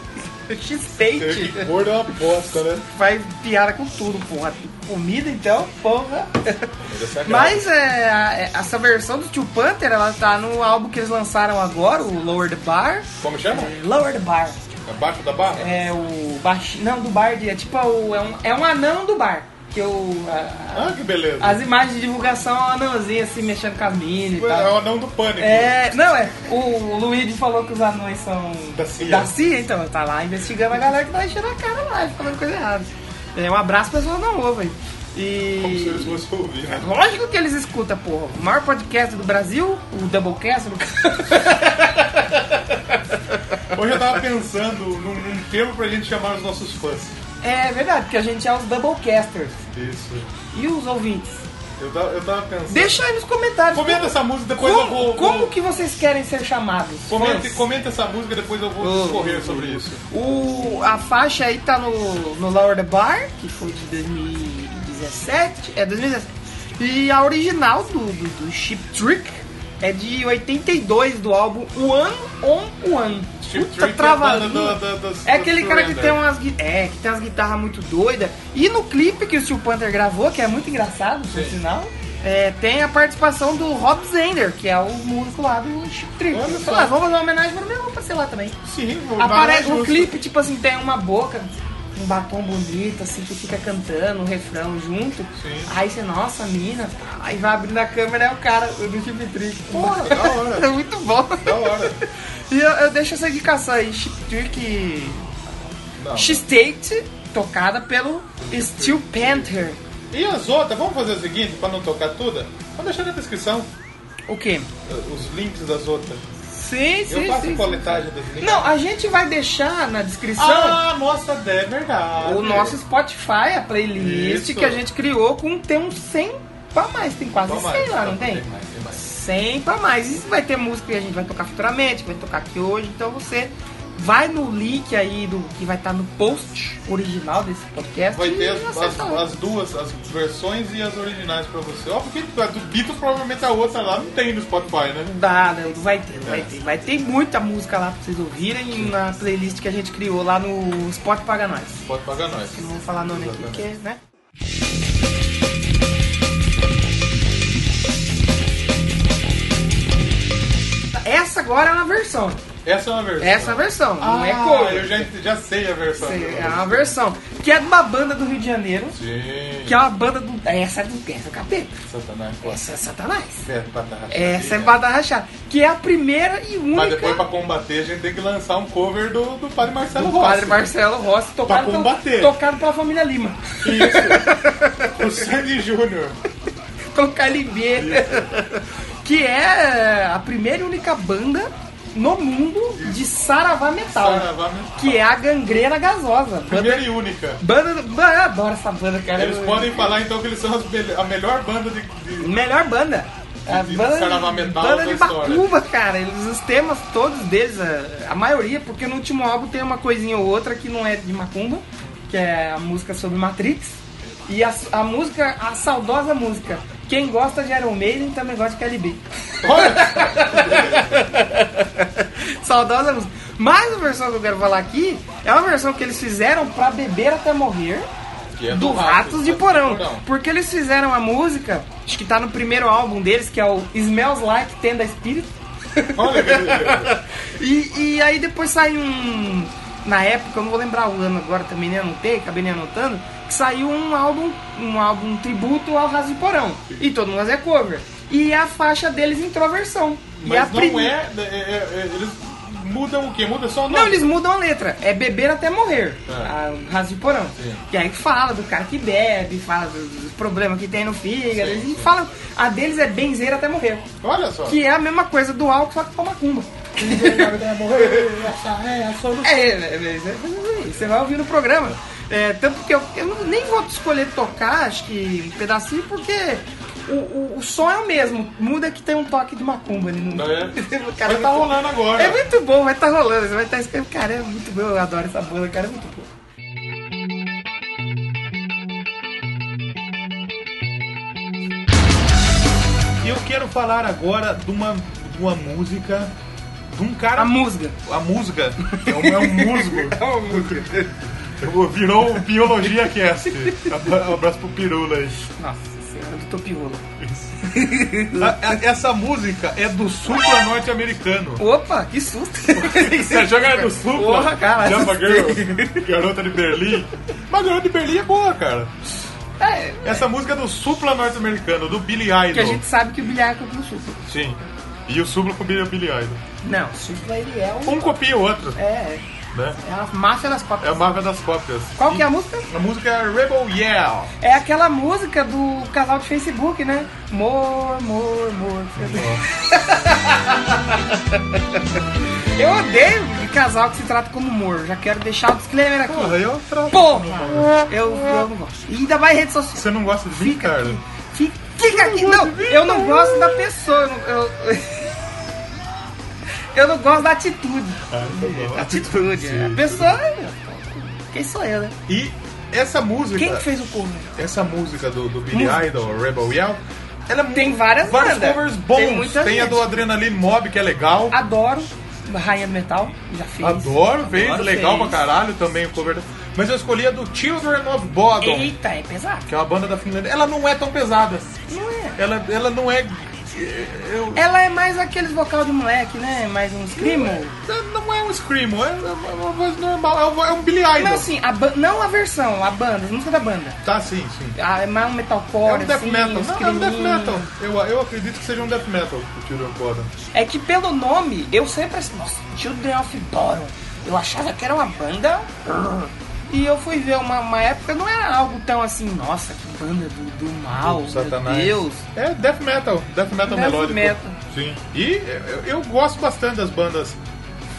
[SPEAKER 2] Cheesecake.
[SPEAKER 1] X-Tate.
[SPEAKER 2] Gordo é uma bosta, né?
[SPEAKER 1] Faz piada com tudo, porra. Comida, então, porra.
[SPEAKER 2] essa é a
[SPEAKER 1] Mas é, a- é, essa versão do Tio Panther, ela tá no álbum que eles lançaram agora, o Lower the Bar.
[SPEAKER 2] Como chama?
[SPEAKER 1] É, Lower the Bar.
[SPEAKER 2] Abaixo da barra?
[SPEAKER 1] É o baixinho. Não, do bar de. É tipo o- é um, é um anão do bar. Que eu. a-
[SPEAKER 2] Ah, que beleza.
[SPEAKER 1] a- as imagens de divulgação é um anãozinho assim, mexendo com as minas e
[SPEAKER 2] É o
[SPEAKER 1] tal.
[SPEAKER 2] anão do pânico.
[SPEAKER 1] tá. É. Não, é. O Luigi falou que os anões são.
[SPEAKER 2] Da CIA.
[SPEAKER 1] Da CIA, então. Tá lá investigando a galera que tá enchendo a cara lá, e falando coisa errada. É, um abraço pra pessoas não ouvem. E.
[SPEAKER 2] Como se eles fossem ouvir, né?
[SPEAKER 1] Lógico que eles escutam, porra. O maior podcast do Brasil, o Doublecast, no caso.
[SPEAKER 2] Hoje eu tava pensando num, num termo pra gente chamar os nossos fãs.
[SPEAKER 1] É verdade, porque a gente é os Doublecasters.
[SPEAKER 2] Isso.
[SPEAKER 1] E os ouvintes?
[SPEAKER 2] Eu tava, eu tava pensando.
[SPEAKER 1] Deixa aí nos comentários.
[SPEAKER 2] Comenta essa música, depois
[SPEAKER 1] como,
[SPEAKER 2] eu vou. vou-
[SPEAKER 1] como que vocês querem ser chamados?
[SPEAKER 2] Comenta,
[SPEAKER 1] Fãs?
[SPEAKER 2] comenta essa música, depois eu vou discorrer sobre isso.
[SPEAKER 1] O, a faixa aí tá no, no Lower the Bar, que foi de 2017. É 2017. E a original do, do, do Chip Trick é de 82 do álbum One on One.
[SPEAKER 2] Chip
[SPEAKER 1] Puta
[SPEAKER 2] Trick é
[SPEAKER 1] travalinha.
[SPEAKER 2] banda do- do- do-
[SPEAKER 1] É
[SPEAKER 2] do
[SPEAKER 1] aquele cara que
[SPEAKER 2] Surrender.
[SPEAKER 1] tem umas, gui- é, que tem umas guitarras muito doidas. E no clipe que o Steel Panther gravou, que é muito engraçado, por sinal, é, tem a participação do Rob Zender, que é o músico lá do Chip Trick.
[SPEAKER 2] Olha só.
[SPEAKER 1] Ah, vamos fazer uma homenagem pro meu parceiro lá também.
[SPEAKER 2] Sim, vou
[SPEAKER 1] Aparece
[SPEAKER 2] justo.
[SPEAKER 1] no clipe, tipo assim, tem uma boca, um batom bonito, assim, que fica cantando o refrão junto.
[SPEAKER 2] Sim.
[SPEAKER 1] Aí você, nossa, mina, tá. aí vai abrindo a câmera, é o cara do Chip Trick.
[SPEAKER 2] Porra, da hora.
[SPEAKER 1] é muito bom.
[SPEAKER 2] Da hora.
[SPEAKER 1] E eu, eu deixo essa indicação aí, Chick
[SPEAKER 2] Não.
[SPEAKER 1] X-Tate, tocada pelo Steel Panther.
[SPEAKER 2] E as outras, vamos fazer o seguinte, pra não tocar tudo? Vou deixar na descrição
[SPEAKER 1] O quê?
[SPEAKER 2] eh, os links das outras.
[SPEAKER 1] Sim,
[SPEAKER 2] Eu
[SPEAKER 1] sim,
[SPEAKER 2] faço
[SPEAKER 1] sim.
[SPEAKER 2] coletagem dos links.
[SPEAKER 1] Não, a gente vai deixar na descrição
[SPEAKER 2] Ah, nossa, é verdade.
[SPEAKER 1] o nosso Spotify, a playlist
[SPEAKER 2] Isso.
[SPEAKER 1] que a gente criou com tem uns 100 pra mais, tem quase
[SPEAKER 2] Toma
[SPEAKER 1] 100
[SPEAKER 2] mais,
[SPEAKER 1] lá, não
[SPEAKER 2] toma
[SPEAKER 1] tem?
[SPEAKER 2] mais, tem mais.
[SPEAKER 1] 100 pra mais. E vai ter música que a gente vai tocar futuramente, que vai tocar aqui hoje, então você vai no link aí do que vai estar no post original desse podcast
[SPEAKER 2] Vai ter
[SPEAKER 1] e
[SPEAKER 2] as, as-
[SPEAKER 1] acessa lá.
[SPEAKER 2] as duas, as versões e as originais pra você. Ó, porque a do Beatles provavelmente a outra lá não tem no Spotify, né?
[SPEAKER 1] Dá, né? Vai ter, vai
[SPEAKER 2] É.
[SPEAKER 1] ter. Vai ter muita música lá pra vocês ouvirem na playlist que a gente criou lá no Spot Paga Nós.
[SPEAKER 2] Pode pagar nós.
[SPEAKER 1] Eu Não vou falar nome aqui, porque, né? Essa agora é uma versão.
[SPEAKER 2] Essa é uma versão.
[SPEAKER 1] Essa é a versão,
[SPEAKER 2] ah,
[SPEAKER 1] não é cover.
[SPEAKER 2] Eu já, já sei a versão.
[SPEAKER 1] É uma versão. Que é de uma banda do Rio de Janeiro.
[SPEAKER 2] Sim.
[SPEAKER 1] Que é uma banda do. Essa é do essa é o capeta.
[SPEAKER 2] Satanás. pô.
[SPEAKER 1] Essa é Satanás.
[SPEAKER 2] É, batata
[SPEAKER 1] Essa é
[SPEAKER 2] rachadinha.
[SPEAKER 1] Bada Rachada. Que é a primeira e
[SPEAKER 2] Mas
[SPEAKER 1] única.
[SPEAKER 2] depois pra combater a gente tem que lançar um cover do, do Padre Marcelo
[SPEAKER 1] do
[SPEAKER 2] Rossi.
[SPEAKER 1] padre Marcelo Rossi, tocado, pelo-
[SPEAKER 2] combater.
[SPEAKER 1] tocado pela família Lima.
[SPEAKER 2] Isso. o Sandy Júnior.
[SPEAKER 1] Colocar Limê. que é a primeira e única banda no mundo de saravá metal.
[SPEAKER 2] Saravá Metal.
[SPEAKER 1] Que é a gangrena gasosa. Banda.
[SPEAKER 2] Primeira e única.
[SPEAKER 1] Banda. Ba- Adoro essa banda, cara.
[SPEAKER 2] Eles
[SPEAKER 1] Eu-
[SPEAKER 2] podem falar então que eles são as mele- a melhor banda de. de-
[SPEAKER 1] Melhor banda. A
[SPEAKER 2] É, De
[SPEAKER 1] banda,
[SPEAKER 2] saravá metal
[SPEAKER 1] banda
[SPEAKER 2] da
[SPEAKER 1] de
[SPEAKER 2] história.
[SPEAKER 1] Bacuva, cara. Eles, os temas todos deles, a, a maioria, porque no último álbum tem uma coisinha ou outra que não é de Macumba, que é a música sobre Matrix. E a, a música, a saudosa música. Quem gosta de Iron Maiden também gosta de KLB.
[SPEAKER 2] Olha!
[SPEAKER 1] Saudosa música. Mas a versão que eu quero falar aqui é uma versão que eles fizeram pra beber até morrer.
[SPEAKER 2] Que é
[SPEAKER 1] do
[SPEAKER 2] do
[SPEAKER 1] Ratos
[SPEAKER 2] Ratos
[SPEAKER 1] de Porão.
[SPEAKER 2] Porão.
[SPEAKER 1] Porque eles fizeram a música, acho que tá no primeiro álbum deles, que é o Smells Like Tenda Espírito.
[SPEAKER 2] Olha que
[SPEAKER 1] E, e aí depois saiu um. Na época, eu não vou lembrar o ano agora, também nem anotei, acabei nem anotando, que saiu um álbum, um álbum tributo ao Ratos de Porão. E todo mundo fazia cover. E a faixa deles introversão. e a
[SPEAKER 2] Mas não
[SPEAKER 1] prime-
[SPEAKER 2] é, é, é- é- Eles mudam o quê? Muda só o nome?
[SPEAKER 1] Não, eles mudam a letra. É beber até morrer.
[SPEAKER 2] É.
[SPEAKER 1] A Raso de Porão.
[SPEAKER 2] Sim.
[SPEAKER 1] E aí fala do cara que bebe, fala do- dos problemas que tem no fígado.
[SPEAKER 2] Sim,
[SPEAKER 1] e fala. A deles é benzer até morrer.
[SPEAKER 2] Olha só.
[SPEAKER 1] Que é a mesma coisa do álcool, só que com macumba. né, É, é, é, é, é, você vai ouvir no programa. É, tanto que eu, eu não- nem vou escolher tocar, acho que um pedacinho, porque o, o, o som é o mesmo. Muda que tem um toque de macumba ali no.
[SPEAKER 2] É.
[SPEAKER 1] O
[SPEAKER 2] Vai tá rolando agora.
[SPEAKER 1] É muito bom, vai estar rolando. Você vai estar escrevendo. Cara, é muito bom, eu adoro essa banda, cara, é muito bom.
[SPEAKER 2] E eu quero falar agora de uma, de uma música. De um cara.
[SPEAKER 1] A música.
[SPEAKER 2] A música. É um, é um musgo. Eu vou- Virou um biologia cast. Abra- Abraço pro Pirula aí.
[SPEAKER 1] Nossa senhora do Topiolo.
[SPEAKER 2] A- a- Essa música é do supra norte-americano.
[SPEAKER 1] Opa, que susto!
[SPEAKER 2] Você achou que era do supra?
[SPEAKER 1] Porra, cara.
[SPEAKER 2] Java Girl, garota de Berlim. Mas garota de Berlim é boa, cara.
[SPEAKER 1] É,
[SPEAKER 2] Essa música é do supla norte-americano, do Billy Idol.
[SPEAKER 1] que a gente sabe que o bilhar é do Supla.
[SPEAKER 2] Sim. E o supla copia o Billy Idol.
[SPEAKER 1] Não, o Supla ele é um.
[SPEAKER 2] Um copia o outro,
[SPEAKER 1] É,
[SPEAKER 2] né?
[SPEAKER 1] é a máfia das
[SPEAKER 2] É a
[SPEAKER 1] cópias.
[SPEAKER 2] máfia das cópias.
[SPEAKER 1] Qual que é a música?
[SPEAKER 2] A música é Rebel Yeah.
[SPEAKER 1] É aquela música do casal de Facebook, né? Mor, mor, mor. Eu odeio casal que se trata como mor. Já quero deixar o disclaimer aqui.
[SPEAKER 2] Porra, eu trato.
[SPEAKER 1] Porra! Eu, eu não gosto. E ainda mais rede social.
[SPEAKER 2] Você não gosta de mim,
[SPEAKER 1] Fica
[SPEAKER 2] cara?
[SPEAKER 1] aqui. Fica, fica aqui. Não, eu não gosto da pessoa. Eu, não- eu, eu não gosto da atitude.
[SPEAKER 2] Ah, tá bom.
[SPEAKER 1] Atitude.
[SPEAKER 2] Sim.
[SPEAKER 1] A pessoa. Quem sou eu, né?
[SPEAKER 2] é. E essa música.
[SPEAKER 1] Quem que fez o cover?
[SPEAKER 2] Essa música do, do Billy
[SPEAKER 1] Música.
[SPEAKER 2] Idol, Rebel Yell, ela é mu-
[SPEAKER 1] Tem várias
[SPEAKER 2] vários
[SPEAKER 1] bandas.
[SPEAKER 2] covers bons.
[SPEAKER 1] Tem
[SPEAKER 2] Tem,
[SPEAKER 1] muita
[SPEAKER 2] a do
[SPEAKER 1] gente. Ah,
[SPEAKER 2] Adrenaline Mob, que é legal.
[SPEAKER 1] Adoro. Rainha do Metal. Já fiz.
[SPEAKER 2] Adoro, fez
[SPEAKER 1] Adoro,
[SPEAKER 2] legal
[SPEAKER 1] fez.
[SPEAKER 2] pra caralho também o cover. da- Mas eu escolhi a do Children of Bodom,
[SPEAKER 1] Eita, é pesado.
[SPEAKER 2] que é uma banda da Finlândia. Ela não é tão pesada.
[SPEAKER 1] Não é.
[SPEAKER 2] Ela, ela não é eu-
[SPEAKER 1] Ela é mais aqueles vocal de moleque, né? Mais um screamo.
[SPEAKER 2] Não é um screamo, é uma uma voz normal, é um- é um Billy Idol.
[SPEAKER 1] Mas assim, a ba- não a versão, a banda, a música da banda.
[SPEAKER 2] Tá, sim, sim.
[SPEAKER 1] Ah, é mais um
[SPEAKER 2] É
[SPEAKER 1] metalcore,
[SPEAKER 2] um death
[SPEAKER 1] assim,
[SPEAKER 2] metal. Não, é um death
[SPEAKER 1] screaminho.
[SPEAKER 2] metal. Eu, eu acredito que seja um death metal o Children of Bodom.
[SPEAKER 1] É que pelo nome, eu sempre assim, nossa, Children of Bottom. Eu achava que era uma banda. E eu fui ver uma, uma época, não era algo tão assim, nossa, que banda do, do mal,
[SPEAKER 2] Do
[SPEAKER 1] Ah, meu Deus.
[SPEAKER 2] É death metal, death metal
[SPEAKER 1] Death
[SPEAKER 2] melódico.
[SPEAKER 1] metal.
[SPEAKER 2] Sim. E eu, eu gosto bastante das bandas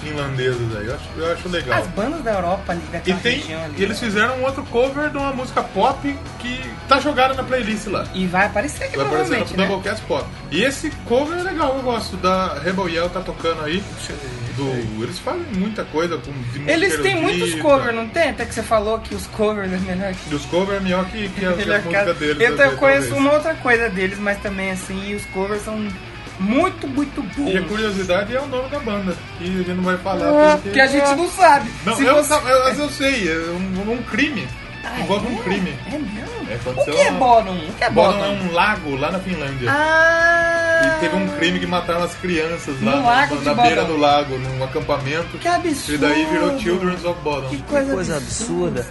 [SPEAKER 2] finlandesas aí, eu acho, eu acho legal.
[SPEAKER 1] As bandas da Europa ali,
[SPEAKER 2] E
[SPEAKER 1] daquela
[SPEAKER 2] tem,
[SPEAKER 1] região ali. né?
[SPEAKER 2] e eles fizeram um outro cover de uma música pop que tá jogada na playlist lá.
[SPEAKER 1] E vai aparecer aqui
[SPEAKER 2] Vai aparecer
[SPEAKER 1] provavelmente,
[SPEAKER 2] no
[SPEAKER 1] né?
[SPEAKER 2] Doublecast Pop. E esse cover é legal, eu gosto. Da Rebel Yell tá tocando aí. Do, eles fazem muita coisa com de música
[SPEAKER 1] Eles têm muitos
[SPEAKER 2] erudita.
[SPEAKER 1] covers, não tem? Até que você falou que os covers é melhor que
[SPEAKER 2] Dos covers é melhor que, que a, que a
[SPEAKER 1] Melhor
[SPEAKER 2] música
[SPEAKER 1] cara.
[SPEAKER 2] deles.
[SPEAKER 1] Eu,
[SPEAKER 2] às
[SPEAKER 1] tenho-
[SPEAKER 2] vezes,
[SPEAKER 1] conheço um
[SPEAKER 2] talvez.
[SPEAKER 1] uma outra coisa deles, mas também assim, e os covers são muito, muito
[SPEAKER 2] E a
[SPEAKER 1] bons.
[SPEAKER 2] curiosidade é o nome da banda, que a gente não vai falar.
[SPEAKER 1] Ah, que a gente não sabe.
[SPEAKER 2] é- Não,
[SPEAKER 1] Se
[SPEAKER 2] eu,
[SPEAKER 1] você-
[SPEAKER 2] eu, mas eu sei, é um, um crime.
[SPEAKER 1] Ah,
[SPEAKER 2] Envolve um
[SPEAKER 1] é?
[SPEAKER 2] crime.
[SPEAKER 1] É mesmo?
[SPEAKER 2] É,
[SPEAKER 1] o
[SPEAKER 2] aconteceu
[SPEAKER 1] que é
[SPEAKER 2] uma-
[SPEAKER 1] Bottom? O que é Bottom?
[SPEAKER 2] Bottom é um lago lá na Finlândia.
[SPEAKER 1] Ah!
[SPEAKER 2] E teve um crime que mataram as crianças lá
[SPEAKER 1] No lago de
[SPEAKER 2] na
[SPEAKER 1] Bodom.
[SPEAKER 2] beira do lago, num acampamento.
[SPEAKER 1] Que absurdo!
[SPEAKER 2] E daí virou Children's of Bodom.
[SPEAKER 1] Que coisa,
[SPEAKER 5] Coisa absurda.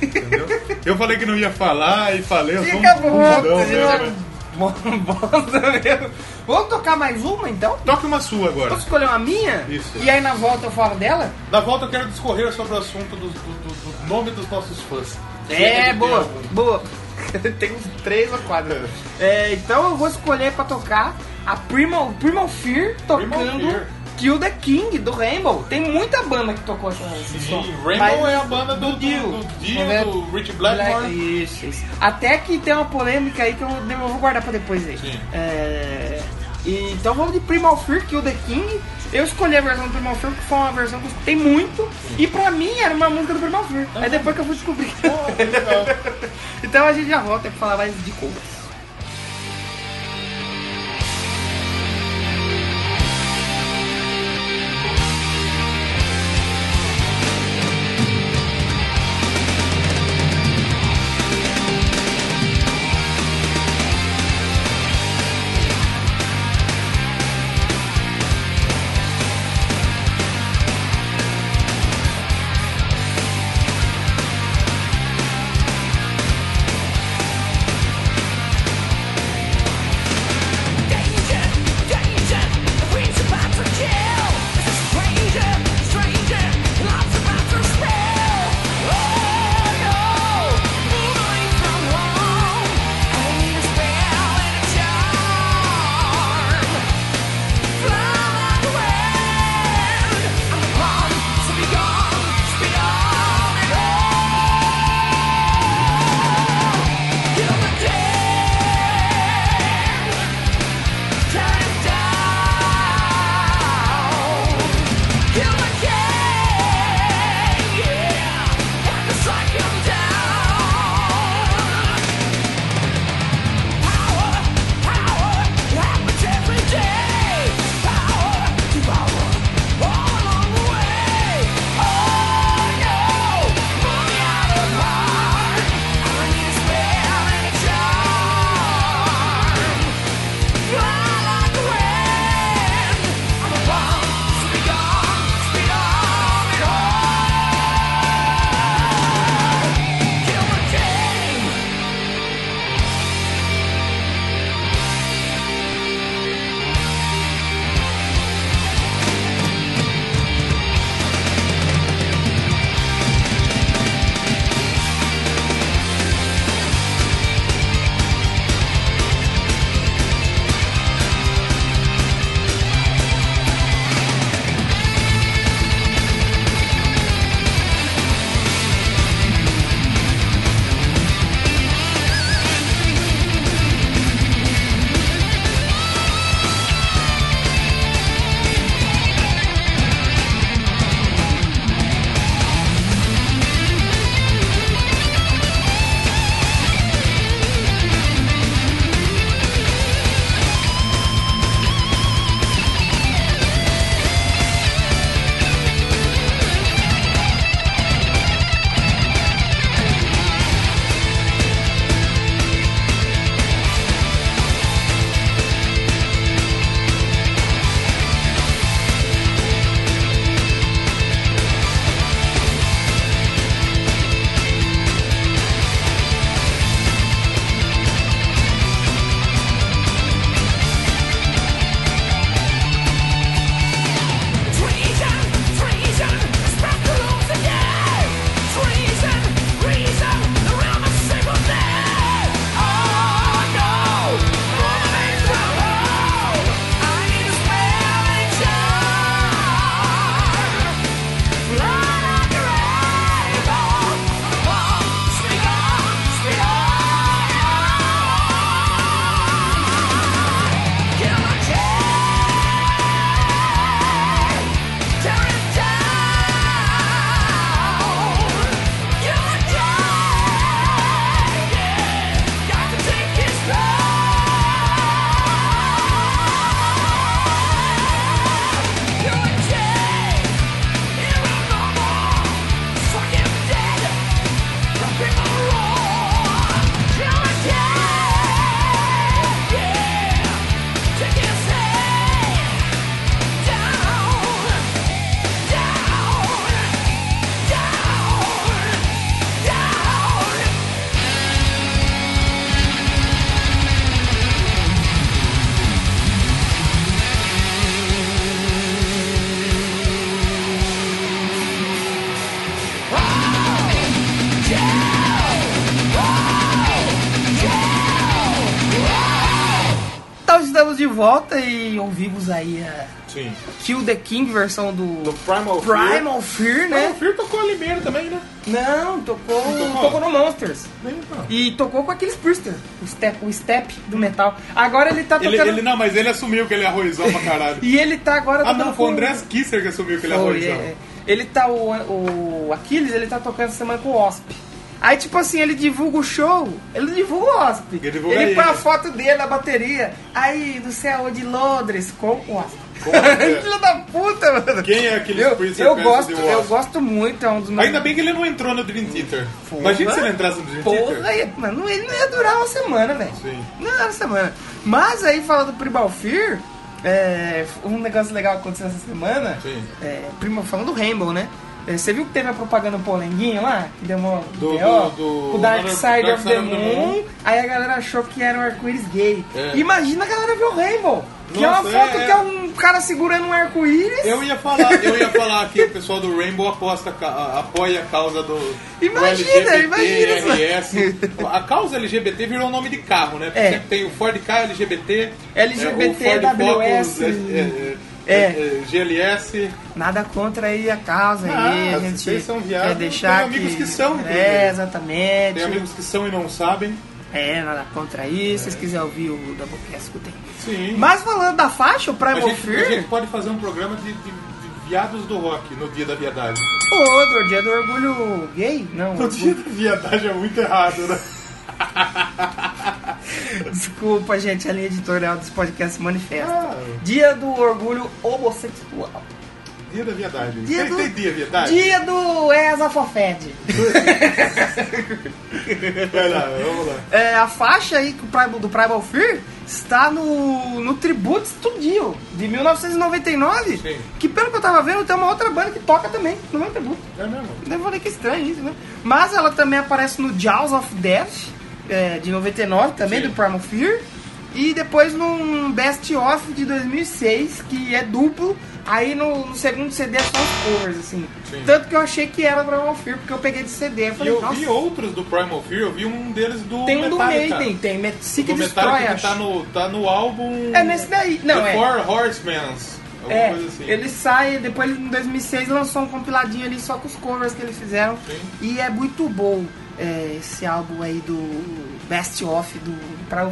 [SPEAKER 2] Entendeu? Eu falei que não ia falar e falei, eu sou um
[SPEAKER 1] Fica
[SPEAKER 2] bundão
[SPEAKER 1] bom,
[SPEAKER 2] mesmo,
[SPEAKER 1] fica
[SPEAKER 2] né?
[SPEAKER 1] bom, bosta mesmo. Vamos tocar mais uma então?
[SPEAKER 2] Toque uma sua agora.
[SPEAKER 1] Posso escolher uma minha?
[SPEAKER 2] Isso.
[SPEAKER 1] E aí na volta eu falo dela?
[SPEAKER 2] Na volta eu quero discorrer sobre o assunto do, do- do- do nome dos nossos fãs.
[SPEAKER 1] É,
[SPEAKER 2] Tem
[SPEAKER 1] boa,
[SPEAKER 2] algum?
[SPEAKER 1] boa. Tem uns três ou quatro. É, então eu vou escolher pra tocar a Primal, Primal Fear tocando
[SPEAKER 2] Fear.
[SPEAKER 1] Kill the King do Rainbow. Tem muita banda que tocou essa, esse som.
[SPEAKER 2] Sim,
[SPEAKER 1] Mas-
[SPEAKER 2] Rainbow é a banda do, do
[SPEAKER 1] Dio.
[SPEAKER 2] do Dio,
[SPEAKER 1] Não é?
[SPEAKER 2] do Rich Blackmore.
[SPEAKER 1] Isso, isso. Até que tem uma polêmica aí que eu, eu vou guardar pra depois aí.
[SPEAKER 2] Sim.
[SPEAKER 1] É, e- então vamos de Primal Fear, Kill the King. Eu escolhi a versão do Primal Fear, que foi uma versão que eu escutei muito. E pra mim era uma música do Primal Fear. É depois que eu fui descobrir.
[SPEAKER 2] Oh, legal.
[SPEAKER 1] Então a gente já volta pra falar mais de covers.
[SPEAKER 4] Thank Oh, Oh,
[SPEAKER 1] Então, de volta e ouvimos aí a
[SPEAKER 2] Sim.
[SPEAKER 1] Kill the King versão do,
[SPEAKER 2] Do Primal Fear.
[SPEAKER 1] Primal Fear,
[SPEAKER 2] Não,
[SPEAKER 1] né?
[SPEAKER 2] O Fear tocou a Limeira também, né?
[SPEAKER 1] Não, tocou,
[SPEAKER 2] Tocou.
[SPEAKER 1] tocou no Monsters.
[SPEAKER 2] Não.
[SPEAKER 1] E tocou com aqueles Priester, o step, o step do metal. Agora ele tá
[SPEAKER 2] Ele,
[SPEAKER 1] tocando.
[SPEAKER 2] ele não, mas ele assumiu que ele é arrozão pra caralho.
[SPEAKER 1] E ele tá agora
[SPEAKER 2] Ah,
[SPEAKER 1] tocando
[SPEAKER 2] não, foi o
[SPEAKER 1] com-
[SPEAKER 2] Andrés Kisser que assumiu que ele é
[SPEAKER 1] Foi,
[SPEAKER 2] arrozão.
[SPEAKER 1] é. Ele tá, o, o Aquiles, ele tá tocando essa semana com o Osp. Aí, tipo assim, ele divulga o show, ele divulga o Osp.
[SPEAKER 2] Ele divulga ele.
[SPEAKER 1] põe a foto dele na bateria. Aí, do céu de Londres, com o Osp.
[SPEAKER 2] Com o Osp.
[SPEAKER 1] Filho da puta, mano.
[SPEAKER 2] é. Quem é aquele
[SPEAKER 1] eu,
[SPEAKER 2] Prince
[SPEAKER 1] eu
[SPEAKER 2] Percy
[SPEAKER 1] gosto,
[SPEAKER 2] de
[SPEAKER 1] eu
[SPEAKER 2] Wasp?
[SPEAKER 1] gosto muito, é um dos meus...
[SPEAKER 2] Ainda bem que ele não entrou no Dream Theater.
[SPEAKER 1] Porra.
[SPEAKER 2] Imagina se ele entrasse no Dream
[SPEAKER 1] Porra,
[SPEAKER 2] Theater.
[SPEAKER 1] ia- mano, ele não ia durar uma semana, velho.
[SPEAKER 2] Sim.
[SPEAKER 1] Não era uma semana. Mas aí, falando do Primal Fear, é, um negócio legal que aconteceu essa semana.
[SPEAKER 2] Sim.
[SPEAKER 1] É, primo, falando do Rainbow, né? É, Você viu que teve a propaganda polenguinha lá? Que deu uma.
[SPEAKER 2] Do-
[SPEAKER 1] B.O.?
[SPEAKER 2] do- do-
[SPEAKER 1] o Dark
[SPEAKER 2] Dark
[SPEAKER 1] Side of the
[SPEAKER 2] Side of the
[SPEAKER 1] Moon.
[SPEAKER 2] Moon.
[SPEAKER 1] Aí a galera achou que era um arco-íris gay.
[SPEAKER 2] É.
[SPEAKER 1] Imagina a galera ver o Rainbow. Que é uma
[SPEAKER 2] Nossa,
[SPEAKER 1] foto
[SPEAKER 2] é,
[SPEAKER 1] que
[SPEAKER 2] é.
[SPEAKER 1] é um cara segurando um arco-íris.
[SPEAKER 2] Eu ia falar, eu ia falar que o pessoal do Rainbow aposta, ca- a- apoia a causa do, do
[SPEAKER 1] Imagina,
[SPEAKER 2] LGBT,
[SPEAKER 1] imagina isso.
[SPEAKER 2] RS. A causa LGBT virou nome de carro, né? Porque
[SPEAKER 1] É.
[SPEAKER 2] sempre tem o Ford K LGBT,
[SPEAKER 1] LGBT,
[SPEAKER 2] é, o é, Ford
[SPEAKER 1] WS,
[SPEAKER 2] Focus, é, é,
[SPEAKER 1] é.
[SPEAKER 2] é, é, GLS.
[SPEAKER 1] Nada contra aí a causa aí.
[SPEAKER 2] Ah,
[SPEAKER 1] A gente
[SPEAKER 2] vocês são viados,
[SPEAKER 1] quer deixar
[SPEAKER 2] tem amigos que são,
[SPEAKER 1] É,
[SPEAKER 2] inclusive.
[SPEAKER 1] exatamente.
[SPEAKER 2] Tem amigos É. que são e não sabem.
[SPEAKER 1] É, nada contra isso. Se vocês quiserem ouvir o Doublecast, escutem.
[SPEAKER 2] Sim.
[SPEAKER 1] Mas falando da faixa, o
[SPEAKER 2] a,
[SPEAKER 1] Primal
[SPEAKER 2] gente, a
[SPEAKER 1] Fear...
[SPEAKER 2] gente pode fazer um programa de, de- de viados do rock no dia da viadagem.
[SPEAKER 1] Ô, Dor, dia do orgulho gay? Não,
[SPEAKER 2] No dia
[SPEAKER 1] orgulho...
[SPEAKER 2] da viadagem é muito errado, né?
[SPEAKER 1] desculpa, gente, a linha editorial desse podcast se manifesta.
[SPEAKER 2] Ah.
[SPEAKER 1] Dia do orgulho homossexual.
[SPEAKER 2] Dia da viadagem.
[SPEAKER 1] Dia
[SPEAKER 2] tem,
[SPEAKER 1] do-
[SPEAKER 2] tem dia é viadagem?
[SPEAKER 1] Dia do Esafofed.
[SPEAKER 2] Vai lá, vamos lá.
[SPEAKER 1] É, a faixa aí que o Primal- do Primal Fear está no, no Tribute Studio de 1999.
[SPEAKER 2] Sim.
[SPEAKER 1] Que pelo que eu tava vendo, tem uma outra banda que toca também no mesmo tributo.
[SPEAKER 2] É mesmo?
[SPEAKER 1] Eu falei que estranho isso, né? Mas ela também aparece no Jaws of Death, é, de 99, também
[SPEAKER 2] Sim.
[SPEAKER 1] do Primal Fear. E depois num Best Of de 2006, que é duplo. Aí no, no segundo CD é só os covers, assim.
[SPEAKER 2] Sim.
[SPEAKER 1] Tanto que eu achei que era Primal Fear, porque eu peguei de CD. Eu
[SPEAKER 2] E
[SPEAKER 1] falei,
[SPEAKER 2] eu
[SPEAKER 1] nossa,
[SPEAKER 2] vi outros do Primal Fear, eu vi um deles do
[SPEAKER 1] tem um do
[SPEAKER 2] Metallica.
[SPEAKER 1] Maiden, tem Met- Seek
[SPEAKER 2] do
[SPEAKER 1] and Destroy,
[SPEAKER 2] Metallica que
[SPEAKER 1] acho.
[SPEAKER 2] tá no, tá no álbum...
[SPEAKER 1] É nesse daí. Não,
[SPEAKER 2] The
[SPEAKER 1] é.
[SPEAKER 2] Four Horsemans. Alguma
[SPEAKER 1] É,
[SPEAKER 2] coisa assim.
[SPEAKER 1] ele sai, depois em 2006 lançou um compiladinho ali só com os covers que eles fizeram.
[SPEAKER 2] Sim.
[SPEAKER 1] E é muito bom é, esse álbum aí do Best Off do. Pra,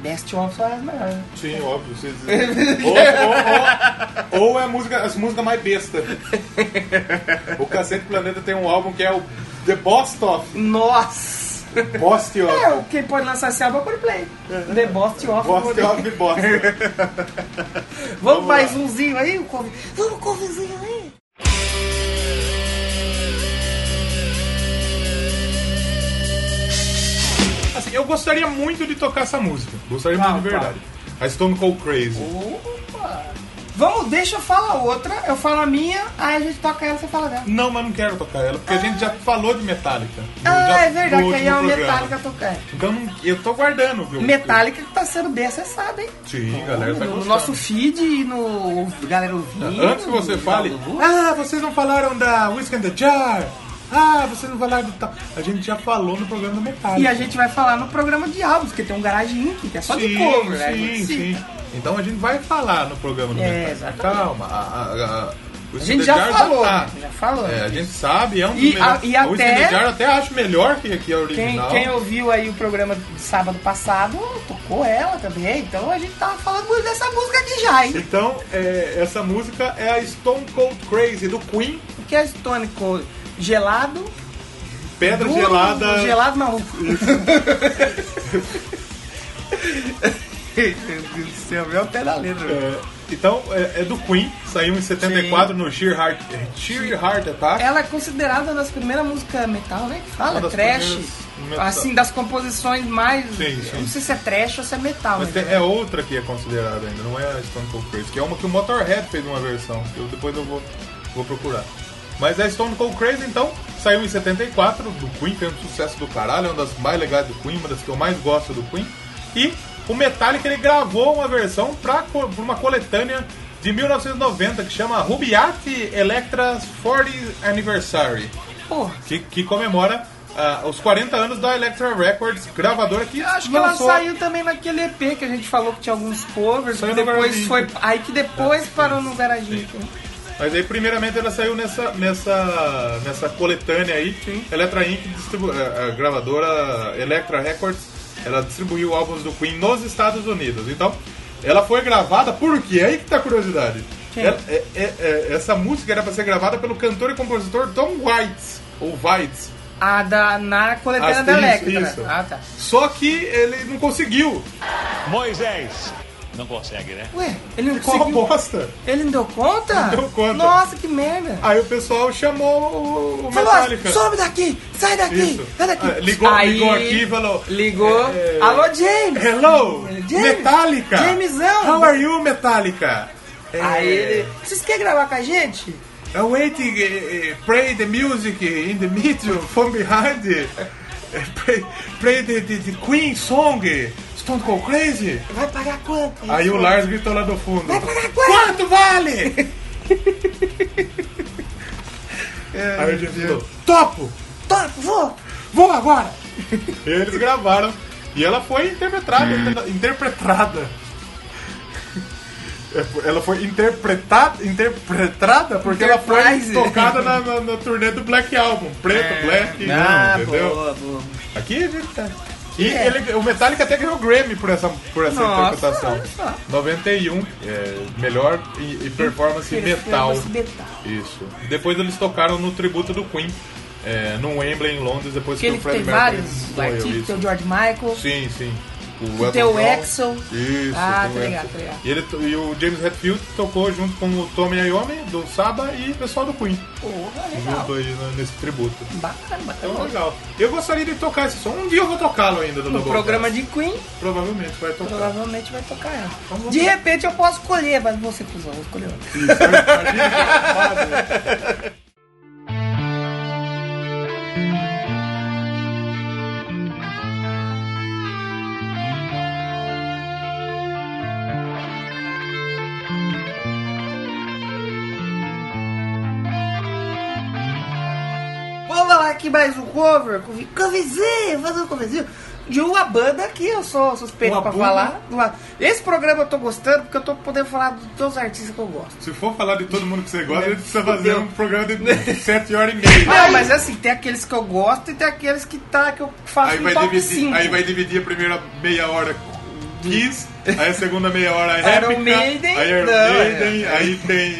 [SPEAKER 1] best Off só é as melhores. né?
[SPEAKER 2] Sim, óbvio. Vocês... ou, ou, ou, ou é a música, as músicas mais besta. o Cacete Planeta tem um álbum que é o The Boss Off.
[SPEAKER 1] Nossa!
[SPEAKER 2] Boss Off.
[SPEAKER 1] É, o- quem pode lançar esse álbum é o Coldplay. The Best Off.
[SPEAKER 2] Boss
[SPEAKER 1] Coldplay.
[SPEAKER 2] Off e Boss.
[SPEAKER 1] Vamos,
[SPEAKER 2] Vamos
[SPEAKER 1] mais
[SPEAKER 2] lá.
[SPEAKER 1] umzinho aí, o cover. Vamos, coverzinho aí.
[SPEAKER 2] Assim, eu gostaria muito de tocar essa música. Gostaria
[SPEAKER 1] Qual,
[SPEAKER 2] muito de
[SPEAKER 1] qual?
[SPEAKER 2] verdade. A Stone Cold Crazy.
[SPEAKER 1] Oh. Opa! Vamos, deixa eu falar outra, eu falo a minha, aí a gente toca ela e você fala dela.
[SPEAKER 2] Não, mas não quero tocar ela, porque a gente já falou de Metallica. no- já-
[SPEAKER 1] Ah, é
[SPEAKER 2] no
[SPEAKER 1] verdade, que aí é
[SPEAKER 2] último
[SPEAKER 1] uma
[SPEAKER 2] programa.
[SPEAKER 1] Metallica tocando.
[SPEAKER 2] Então não- eu tô guardando, viu?
[SPEAKER 1] Metallica que tá sendo bem acessada, hein?
[SPEAKER 2] Sim, galera, tá
[SPEAKER 1] no
[SPEAKER 2] gostando.
[SPEAKER 1] nosso Hum. feed e no galera ouvindo.
[SPEAKER 2] Antes que você fale, ah, vocês não falaram da Whisk and the Jar. Ah, vocês não falaram do tal. A gente já falou no programa do Metallica.
[SPEAKER 1] E a gente vai falar no programa de álbuns, porque tem um garagem Inc, que é só
[SPEAKER 2] sim,
[SPEAKER 1] de cover, né?
[SPEAKER 2] sim,
[SPEAKER 1] Sim.
[SPEAKER 2] sim. Então a gente vai falar no programa do
[SPEAKER 1] É,
[SPEAKER 2] Metallica.
[SPEAKER 1] exatamente.
[SPEAKER 2] Calma. A, a- a- Whisk
[SPEAKER 1] A
[SPEAKER 2] and
[SPEAKER 1] gente
[SPEAKER 2] the
[SPEAKER 1] já
[SPEAKER 2] Jar
[SPEAKER 1] falou,
[SPEAKER 2] tá.
[SPEAKER 1] né? já falou.
[SPEAKER 2] É, a gente sabe, é um dos
[SPEAKER 1] E a-
[SPEAKER 2] melhores.
[SPEAKER 1] e
[SPEAKER 2] O Whisk and
[SPEAKER 1] até-
[SPEAKER 2] the Jar eu até acho melhor que, que a
[SPEAKER 1] Quem,
[SPEAKER 2] original.
[SPEAKER 1] quem ouviu aí o programa de sábado passado, tocou ela também, então a gente tava falando muito dessa música aqui já, hein?
[SPEAKER 2] Então, é, essa música é a Stone Cold Crazy do Queen,
[SPEAKER 1] Porque é Stone Cold gelado,
[SPEAKER 2] Pedra
[SPEAKER 1] duro,
[SPEAKER 2] Gelada.
[SPEAKER 1] um gelado maluco. Meu Deus do céu, meu pé da letra.
[SPEAKER 2] É, então, é, é do Queen, saiu em 74 no Sheer Heart, Sheer Heart Attack.
[SPEAKER 1] Ela é considerada uma das primeiras músicas metal, né? Que
[SPEAKER 2] Uma
[SPEAKER 1] fala,
[SPEAKER 2] das
[SPEAKER 1] trash.
[SPEAKER 2] primeiras metal.
[SPEAKER 1] Assim, das composições mais.
[SPEAKER 2] Sim, sim.
[SPEAKER 1] eu Não sei se é trash ou se é metal.
[SPEAKER 2] Mas
[SPEAKER 1] Mas
[SPEAKER 2] tem- é outra que é considerada ainda, não é a Stone Cold Crazy, que é uma que o Motorhead fez uma versão, que eu, depois eu vou, vou procurar. Mas a Stone Cold Crazy, então, saiu em 74 do Queen, foi um sucesso do caralho, é uma das mais legais do Queen, uma das que eu mais gosto do Queen. E o Metallica, ele gravou uma versão para uma coletânea de 1990 que chama Rubiati Electra's 40th Anniversary.
[SPEAKER 1] Porra,
[SPEAKER 2] que, que comemora ah, os 40 anos da Electra Records, gravadora que
[SPEAKER 1] Eu acho que ela
[SPEAKER 2] lançou-
[SPEAKER 1] saiu também naquele EP que a gente falou que tinha alguns covers,
[SPEAKER 2] Saiu
[SPEAKER 1] que
[SPEAKER 2] no
[SPEAKER 1] depois
[SPEAKER 2] Garaginho.
[SPEAKER 1] foi. Aí que depois parou no garaginho.
[SPEAKER 2] Mas aí, primeiramente, ela saiu nessa, nessa, nessa coletânea aí.
[SPEAKER 1] Sim.
[SPEAKER 2] Electra Inc., distribu- a, a gravadora Electra Records, ela distribuiu álbuns do Queen nos Estados Unidos. Então, ela foi gravada por quê? Aí que tá a curiosidade.
[SPEAKER 1] Quem?
[SPEAKER 2] Ela- é- é- é- essa música era pra ser gravada pelo cantor e compositor Tom Waits, ou Waits.
[SPEAKER 1] A da, na coletânea
[SPEAKER 2] As-
[SPEAKER 1] da
[SPEAKER 2] isso,
[SPEAKER 1] Electra.
[SPEAKER 2] isso.
[SPEAKER 1] Ah, tá.
[SPEAKER 2] Só que ele não conseguiu.
[SPEAKER 5] Moisés. Não consegue, né?
[SPEAKER 1] Ué, ele não
[SPEAKER 2] Só
[SPEAKER 1] conseguiu.
[SPEAKER 2] bosta.
[SPEAKER 1] Ele não deu conta?
[SPEAKER 2] Não deu conta.
[SPEAKER 1] Nossa, que merda.
[SPEAKER 2] Aí o pessoal chamou o- o
[SPEAKER 1] Falou, "Ah, um
[SPEAKER 2] Metallica.
[SPEAKER 1] sobe daqui, sai daqui,
[SPEAKER 2] Isso.
[SPEAKER 1] sai daqui.
[SPEAKER 2] Ah, ligou- ligou aqui e falou,
[SPEAKER 1] Ligou.
[SPEAKER 2] é,
[SPEAKER 1] Alô, James.
[SPEAKER 2] Hello,
[SPEAKER 1] James.
[SPEAKER 2] Metallica!
[SPEAKER 1] Jamesão.
[SPEAKER 2] How are you, Metallica?
[SPEAKER 1] Aí
[SPEAKER 2] Eh,
[SPEAKER 1] ele. Vocês querem gravar com a gente?
[SPEAKER 2] I wait, eh, eh, pray the music in the middle, from behind. eh, Pray, pray the, the, the Queen song, eh, Stone Cold Crazy.
[SPEAKER 1] Vai pagar quanto?
[SPEAKER 2] Aí o Lars gritou lá do fundo.
[SPEAKER 1] Vai pagar quanto?
[SPEAKER 2] Quanto vale? Aí o James falou, Eh, topo!
[SPEAKER 1] Top, vou.
[SPEAKER 2] Vou agora! Eles gravaram. E ela foi interpretada.
[SPEAKER 1] Hum.
[SPEAKER 2] inter- interpretada. É, Ela foi interpretada, interpretada porque ela foi
[SPEAKER 1] Enterprise.
[SPEAKER 2] tocada na, na- na turnê do Black Album. Preto, Black,
[SPEAKER 1] É. Ah,
[SPEAKER 2] entendeu?
[SPEAKER 1] boa, boa.
[SPEAKER 2] Aqui a gente tá. E ele- o Metallica até ganhou o Grammy por essa, por essa
[SPEAKER 1] É. Nossa,
[SPEAKER 2] interpretação.
[SPEAKER 1] olha só.
[SPEAKER 2] 91, é, melhor e, e performance metal.
[SPEAKER 1] Performance metal.
[SPEAKER 2] Isso. Depois eles tocaram no tributo do Queen, é, no Wembley em Londres, depois
[SPEAKER 1] Aquele
[SPEAKER 2] o
[SPEAKER 1] que tem
[SPEAKER 2] Freddie Mercury
[SPEAKER 1] vários
[SPEAKER 2] morreu,
[SPEAKER 1] artistas,
[SPEAKER 2] isso.
[SPEAKER 1] tem o George Michael.
[SPEAKER 2] Sim, sim.
[SPEAKER 1] Que tem o
[SPEAKER 2] Elton John.
[SPEAKER 1] Axl.
[SPEAKER 2] Isso,
[SPEAKER 1] Ah,
[SPEAKER 2] tem o
[SPEAKER 1] tá ligado,
[SPEAKER 2] Axl.
[SPEAKER 1] tá ligado.
[SPEAKER 2] E, ele to- e o James Hetfield tocou junto com o Tommy Iommi, do Saba, e o pessoal do Queen,
[SPEAKER 1] Porra, tá legal.
[SPEAKER 2] junto aí né, nesse tributo.
[SPEAKER 1] Bacana, Um
[SPEAKER 2] Então,
[SPEAKER 1] bacana.
[SPEAKER 2] legal. Eu gostaria de tocar esse som. Um dia eu vou tocá-lo ainda do
[SPEAKER 1] No
[SPEAKER 2] Doublecast.
[SPEAKER 1] programa de Queen,
[SPEAKER 2] Provavelmente vai tocar.
[SPEAKER 1] provavelmente vai tocar ela.
[SPEAKER 2] vamos
[SPEAKER 1] De
[SPEAKER 2] ver.
[SPEAKER 1] repente eu posso escolher, mas você, cuzão, vou escolher outra. Vamos lá aqui mais um cover, covi- coverzinho, fazer um coverzinho de uma banda que eu sou suspeito
[SPEAKER 2] Uma
[SPEAKER 1] pra
[SPEAKER 2] banda?
[SPEAKER 1] falar. Uma- Esse programa eu tô gostando porque eu tô podendo falar de todos os artistas que eu gosto.
[SPEAKER 2] Se for falar de todo mundo que você gosta, a gente precisa fazer
[SPEAKER 1] Fudeu.
[SPEAKER 2] um programa de 7 horas e meia.
[SPEAKER 1] Não, mas assim, tem aqueles que eu gosto e tem aqueles que tá que eu faço
[SPEAKER 2] Aí
[SPEAKER 1] um
[SPEAKER 2] vai,
[SPEAKER 1] top
[SPEAKER 2] dividir,
[SPEAKER 1] 5.
[SPEAKER 2] aí vai dividir a primeira meia hora Kiss, aí a segunda meia hora
[SPEAKER 1] Iron
[SPEAKER 2] Replica,
[SPEAKER 1] Maiden,
[SPEAKER 2] aí Iron
[SPEAKER 1] não,
[SPEAKER 2] Maiden, aí tem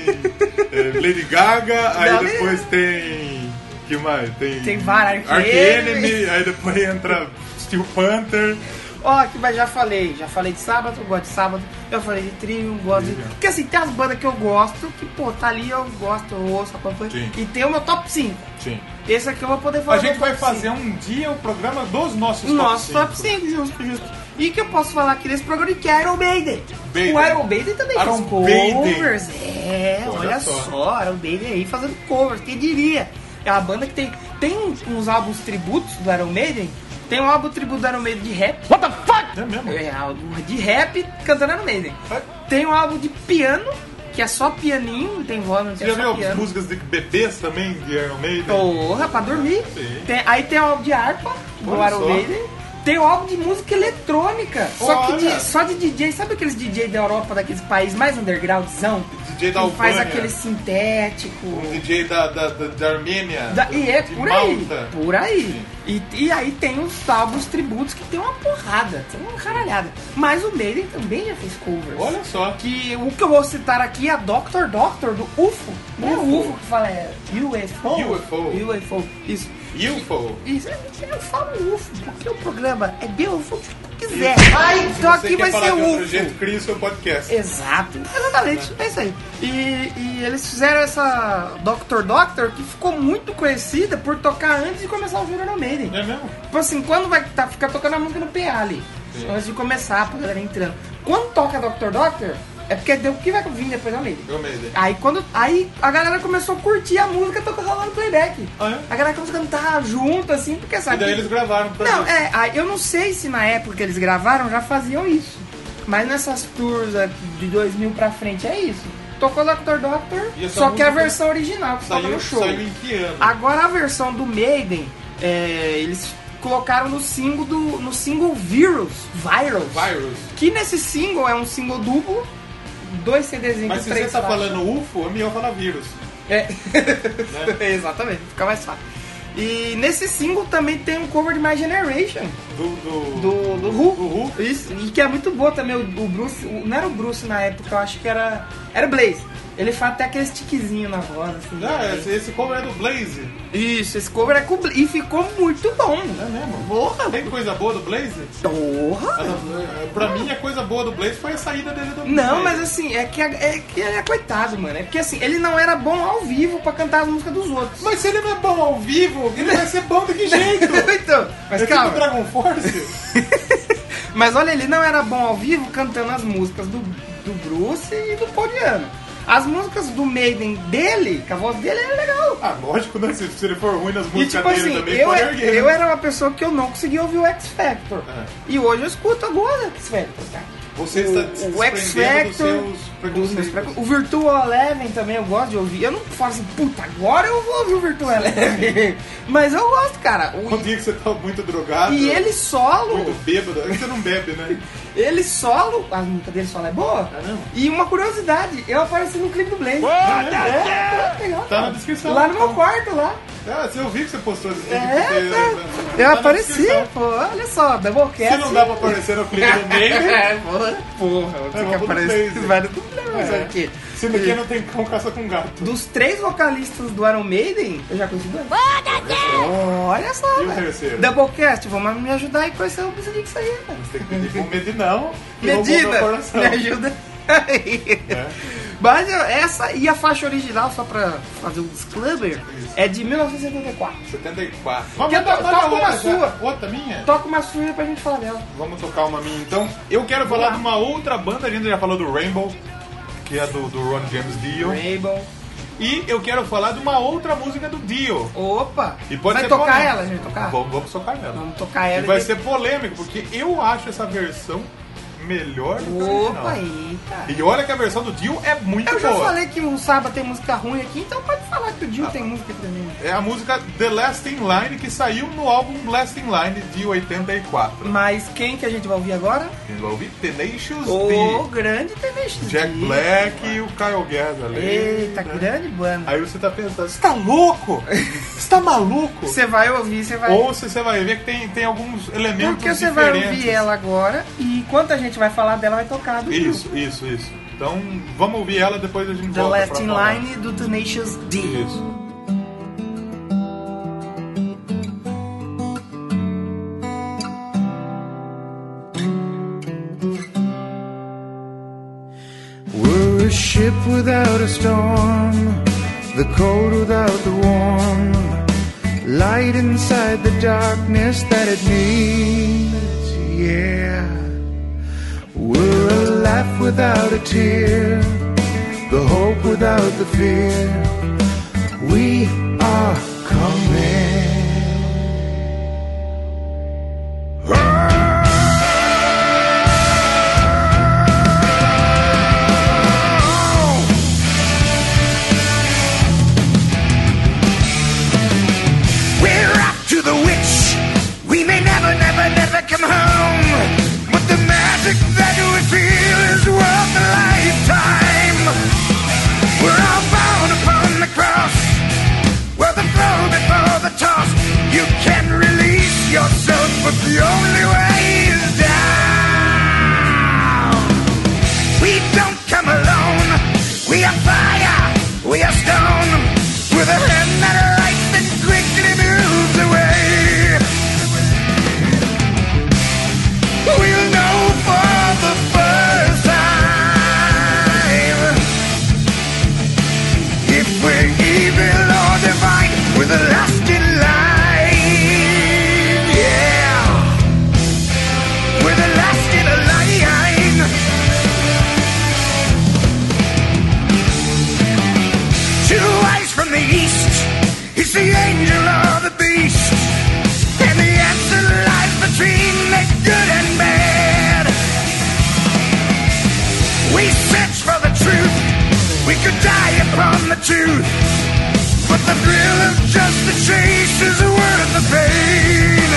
[SPEAKER 2] eh, Lady Gaga, aí
[SPEAKER 1] Não,
[SPEAKER 2] depois tem... que mais? é. Tem,
[SPEAKER 1] Tem várias,
[SPEAKER 2] Arch
[SPEAKER 1] Arch
[SPEAKER 2] Enemy,
[SPEAKER 1] Enemy.
[SPEAKER 2] aí depois entra Steel Panther.
[SPEAKER 1] Ó, que mas já falei, já falei de sábado, eu gosto de sábado, eu falei de trio, eu gosto de. Porque assim, tem as bandas que eu gosto, que, pô, tá ali, eu gosto, eu ouço, acompanho.
[SPEAKER 2] Sim.
[SPEAKER 1] E tem o meu top 5.
[SPEAKER 2] Sim.
[SPEAKER 1] Esse aqui eu vou poder falar.
[SPEAKER 2] A gente
[SPEAKER 1] do
[SPEAKER 2] vai
[SPEAKER 1] top
[SPEAKER 2] fazer
[SPEAKER 1] cinco.
[SPEAKER 2] um dia o programa dos nossos
[SPEAKER 1] Nosso
[SPEAKER 2] top
[SPEAKER 1] top
[SPEAKER 2] cinco.
[SPEAKER 1] 5, justo, justo. E que eu posso falar aqui nesse programa que é Iron Maiden.
[SPEAKER 2] Maiden.
[SPEAKER 1] O Iron Maiden também
[SPEAKER 2] Iron
[SPEAKER 1] faz
[SPEAKER 2] Maiden.
[SPEAKER 1] covers. É,
[SPEAKER 2] Olha
[SPEAKER 1] olha
[SPEAKER 2] só.
[SPEAKER 1] só. Iron Maiden aí fazendo covers, quem diria? É uma banda que tem, tem uns álbuns tributos do Iron Maiden. Tem um álbum tributo do Iron Maiden de rap. What the fuck?
[SPEAKER 2] É mesmo?
[SPEAKER 1] É, álbum de rap cantando Iron Maiden. Tem um álbum de piano, que é só pianinho, tem voz, não
[SPEAKER 2] Você
[SPEAKER 1] tem
[SPEAKER 2] já
[SPEAKER 1] só
[SPEAKER 2] viu as
[SPEAKER 1] piano.
[SPEAKER 2] músicas de bebês também de Iron Maiden?
[SPEAKER 1] Porra, pra dormir.
[SPEAKER 2] Sim.
[SPEAKER 1] Tem- aí tem o álbum de harpa do
[SPEAKER 2] Olha
[SPEAKER 1] Iron
[SPEAKER 2] só.
[SPEAKER 1] Maiden. Tem o álbum de música eletrônica. Só que de-
[SPEAKER 2] Olha.
[SPEAKER 1] só de DJ, sabe aqueles DJ da Europa, daqueles países mais undergroundzão?
[SPEAKER 2] DJ da
[SPEAKER 1] que faz
[SPEAKER 2] Albânia.
[SPEAKER 1] aquele sintético.
[SPEAKER 2] Um DJ da, da, da, da Armênia.
[SPEAKER 1] Da- e é
[SPEAKER 2] de
[SPEAKER 1] por aí,
[SPEAKER 2] Malta.
[SPEAKER 1] por aí. E, e aí tem os álbuns tributos que tem uma porrada, tem uma caralhada. Mas o Maiden também já fez covers.
[SPEAKER 2] Olha só. Que...
[SPEAKER 1] Que o que eu vou citar aqui é a Doctor Doctor do UFO. Não é
[SPEAKER 2] UFO.
[SPEAKER 1] UFO que fala, é UFO.
[SPEAKER 2] UFO.
[SPEAKER 1] UFO, isso.
[SPEAKER 2] UFO.
[SPEAKER 1] Isso, eu falo UFO, porque o programa é beautiful que quiser.
[SPEAKER 2] Se
[SPEAKER 1] então
[SPEAKER 2] você
[SPEAKER 1] aqui
[SPEAKER 2] quer
[SPEAKER 1] vai
[SPEAKER 2] falar
[SPEAKER 1] ser
[SPEAKER 2] de outro
[SPEAKER 1] UFO.
[SPEAKER 2] jeito, Né? cria o seu podcast.
[SPEAKER 1] É. Exato, exatamente, é isso aí. E, e eles fizeram essa Doctor Doctor que ficou muito conhecida por tocar antes de começar o Júnior Maiden.
[SPEAKER 2] Não é mesmo?
[SPEAKER 1] Tipo assim, quando vai tá, ficar tocando a música no PA ali, antes de começar, pra galera entrando. Quando toca Doctor Doctor, é porque deu o que vai vir depois da Maiden.
[SPEAKER 2] Iron Maiden.
[SPEAKER 1] Aí quando. Aí a galera começou a curtir a música tocando lá no playback.
[SPEAKER 2] Ah, é?
[SPEAKER 1] A galera começou a cantar junto, assim, porque
[SPEAKER 2] E
[SPEAKER 1] sabe.
[SPEAKER 2] daí
[SPEAKER 1] que-
[SPEAKER 2] eles gravaram pra
[SPEAKER 1] Não,
[SPEAKER 2] gente.
[SPEAKER 1] é, aí eu não sei se na época que eles gravaram já faziam isso. Mas nessas tours a- de 2000 pra frente é isso. Tocou Doctor Doctor,
[SPEAKER 2] E essa
[SPEAKER 1] só que a
[SPEAKER 2] música
[SPEAKER 1] versão original que tava
[SPEAKER 2] Saiu,
[SPEAKER 1] no é show.
[SPEAKER 2] saiu em que ano?
[SPEAKER 1] Agora a versão do Maiden é, eles colocaram no single do no single Virus, Virals,
[SPEAKER 2] Virus.
[SPEAKER 1] que nesse single é um single duplo, dois CDzinhos,
[SPEAKER 2] Mas se
[SPEAKER 1] três
[SPEAKER 2] você tá
[SPEAKER 1] faixas.
[SPEAKER 2] falando UFO, é melhor falar vírus.
[SPEAKER 1] É.
[SPEAKER 2] Né?
[SPEAKER 1] Exatamente, fica mais fácil. E nesse single também tem um cover de My Generation,
[SPEAKER 2] Do. do...
[SPEAKER 1] do, do Who.
[SPEAKER 2] Do Who.
[SPEAKER 1] Isso, e que é muito boa também. O, o Bruce, o- não era o Bruce na época, eu acho que era. Era o Blaze. Ele faz até aquele tiquezinho na voz, assim.
[SPEAKER 2] Ah,
[SPEAKER 1] né?
[SPEAKER 2] esse, esse cover é do Blaze.
[SPEAKER 1] Isso, esse cover é com o Bla- E ficou muito bom.
[SPEAKER 2] É mesmo?
[SPEAKER 1] Porra!
[SPEAKER 2] Tem coisa boa do Blaze?
[SPEAKER 1] Porra!
[SPEAKER 2] Ah, Pra mim, a coisa boa do Blaze foi a saída dele do
[SPEAKER 1] Não, mas assim, é que, é que ele é coitado, mano. É porque assim, ele não era bom ao vivo pra cantar as músicas dos outros.
[SPEAKER 2] Mas se ele não é bom ao vivo, ele vai ser bom de que jeito?
[SPEAKER 1] então, mas
[SPEAKER 2] Eu
[SPEAKER 1] calma.
[SPEAKER 2] fico Dragon Force?
[SPEAKER 1] Mas olha, ele não era bom ao vivo cantando as músicas do, do Bruce e do Paul Diano. As músicas do Maiden dele, com a voz dele, era legal.
[SPEAKER 2] ah, lógico, né? Se, se ele for ruim nas
[SPEAKER 1] E
[SPEAKER 2] músicas
[SPEAKER 1] tipo
[SPEAKER 2] dele
[SPEAKER 1] assim,
[SPEAKER 2] também,
[SPEAKER 1] eu,
[SPEAKER 2] pode
[SPEAKER 1] é-
[SPEAKER 2] erguer. né?
[SPEAKER 1] eu era uma pessoa que eu não conseguia ouvir o X Factor.
[SPEAKER 2] É.
[SPEAKER 1] E hoje eu escuto algumas X Factor, cara.
[SPEAKER 2] Você
[SPEAKER 1] o,
[SPEAKER 2] está se
[SPEAKER 1] o X
[SPEAKER 2] desprendendo dos
[SPEAKER 1] Factor,
[SPEAKER 2] seus
[SPEAKER 1] dos meus
[SPEAKER 2] preconceitos.
[SPEAKER 1] preco- o Virtual Eleven também eu gosto de ouvir. Eu não falo assim, puta, agora eu vou ouvir o Virtual Eleven. Mas eu gosto, cara. O-
[SPEAKER 2] Um dia que você tá muito drogado, né?
[SPEAKER 1] e ele solo.
[SPEAKER 2] muito bêbado, aí você não bebe, né?
[SPEAKER 1] Ele solo, a música dele solo é boa.
[SPEAKER 2] Caramba.
[SPEAKER 1] E uma curiosidade, eu apareci no clipe do Blaze. É, tá legal,
[SPEAKER 2] Tá na
[SPEAKER 1] cara.
[SPEAKER 2] descrição.
[SPEAKER 1] Lá no meu quarto, lá.
[SPEAKER 2] Ah, você ouviu que você postou esse vídeo?
[SPEAKER 1] É,
[SPEAKER 2] porque-
[SPEAKER 1] tá.
[SPEAKER 2] tá
[SPEAKER 1] Eu
[SPEAKER 2] na
[SPEAKER 1] apareci,
[SPEAKER 2] descrição.
[SPEAKER 1] pô. Olha só, Doublecast.
[SPEAKER 2] Se não dá pra aparecer no clipe do meio,
[SPEAKER 1] É, porra, porra, você
[SPEAKER 2] vamos
[SPEAKER 1] que
[SPEAKER 2] pro
[SPEAKER 1] aparece
[SPEAKER 2] Blaze.
[SPEAKER 1] vários dublagens
[SPEAKER 2] É.
[SPEAKER 1] aqui.
[SPEAKER 2] sendo que não tem cão caça com gato.
[SPEAKER 1] Dos três vocalistas do Iron Maiden, eu já conheci dois. Olha só,
[SPEAKER 2] E o
[SPEAKER 1] velho.
[SPEAKER 2] terceiro?
[SPEAKER 1] Doublecast, vamos me ajudar aí com esse que isso aí, velho.
[SPEAKER 2] Tem que pedir com medo não. que roubou meu
[SPEAKER 1] Medida,
[SPEAKER 2] coração.
[SPEAKER 1] me ajuda aí.
[SPEAKER 2] É.
[SPEAKER 1] Mas eu- essa e a faixa original, só pra fazer um disclaimer,
[SPEAKER 2] Isso.
[SPEAKER 1] é de 1974.
[SPEAKER 2] 74. Vamos
[SPEAKER 1] Quer
[SPEAKER 2] mandar-
[SPEAKER 1] to-
[SPEAKER 2] manda
[SPEAKER 1] toca uma
[SPEAKER 2] outra já.
[SPEAKER 1] sua.
[SPEAKER 2] Outra minha?
[SPEAKER 1] Toca uma suja pra gente falar dela.
[SPEAKER 2] Vamos tocar uma minha então. Eu quero falar de uma outra banda, a gente já falou do Rainbow, que é do, do Ron James Dio.
[SPEAKER 1] Rainbow.
[SPEAKER 2] E eu quero falar de uma outra música do Dio.
[SPEAKER 1] Opa!
[SPEAKER 2] E pode
[SPEAKER 1] Vai
[SPEAKER 2] ser
[SPEAKER 1] tocar
[SPEAKER 2] polêmico.
[SPEAKER 1] ela, gente? Tocar?
[SPEAKER 2] Vamos, vamos tocar nela.
[SPEAKER 1] Vamos tocar
[SPEAKER 2] E
[SPEAKER 1] ela.
[SPEAKER 2] vai
[SPEAKER 1] gente.
[SPEAKER 2] ser polêmico, porque eu acho essa versão melhor do que a
[SPEAKER 1] Opa,
[SPEAKER 2] original.
[SPEAKER 1] eita.
[SPEAKER 2] E olha que a versão do Dio é muito
[SPEAKER 1] Eu já
[SPEAKER 2] boa.
[SPEAKER 1] falei que o Saba tem música ruim aqui, então pode falar que o Dio tem música também.
[SPEAKER 2] É a música The Last in Line, que saiu no álbum Last in Line de 84.
[SPEAKER 1] Mas quem que a gente vai ouvir agora?
[SPEAKER 2] Envolve Tenacious
[SPEAKER 1] O
[SPEAKER 2] D,
[SPEAKER 1] grande TVX.
[SPEAKER 2] Jack Black e o Kyle né? Guerra ali.
[SPEAKER 1] Eita, grande banda.
[SPEAKER 2] Aí você tá pensando, você tá louco? Você tá maluco?
[SPEAKER 1] Você vai ouvir, você vai.
[SPEAKER 2] Ou se você vai ver que tem, tem alguns elementos
[SPEAKER 1] Porque você vai
[SPEAKER 2] diferentes.
[SPEAKER 1] ouvir ela agora e enquanto a gente vai falar dela, vai tocar do
[SPEAKER 2] Isso,
[SPEAKER 1] grupo.
[SPEAKER 2] isso, isso. Então vamos ouvir ela, depois a gente
[SPEAKER 1] The
[SPEAKER 2] volta
[SPEAKER 1] Last
[SPEAKER 2] pra
[SPEAKER 1] in
[SPEAKER 2] falar.
[SPEAKER 1] Line do Tenacious D.
[SPEAKER 2] Isso.
[SPEAKER 3] We're a ship without a storm, the cold without the warm, light inside the darkness that it needs, yeah. We're a laugh without a tear, the hope without the fear. We are coming.
[SPEAKER 7] We're off to the witch. We may never, never, never come home. But the magic that we feel is worth a lifetime. We're all bound upon the cross. Where the throw before the toss. You can release yourself, but the only way is down. We don't come alone. We are fire. We are stone. With a hand that writes and quickly moves away. We'll know for the first time if we're evil or divine. With a lasting line, yeah. With a lasting line. Two eyes from the east. He's the angel of the beast. And the answer lies between the good and bad. We search for the truth. We could die upon the truth. But the thrill of Just the chase is worth the pain.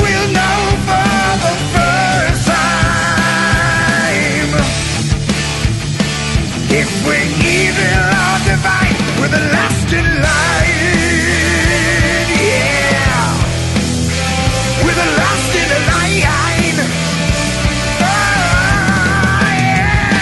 [SPEAKER 7] We'll know for the first time if we're evil or divine. We're the last in line. Yeah, we're the last in line. Oh, yeah.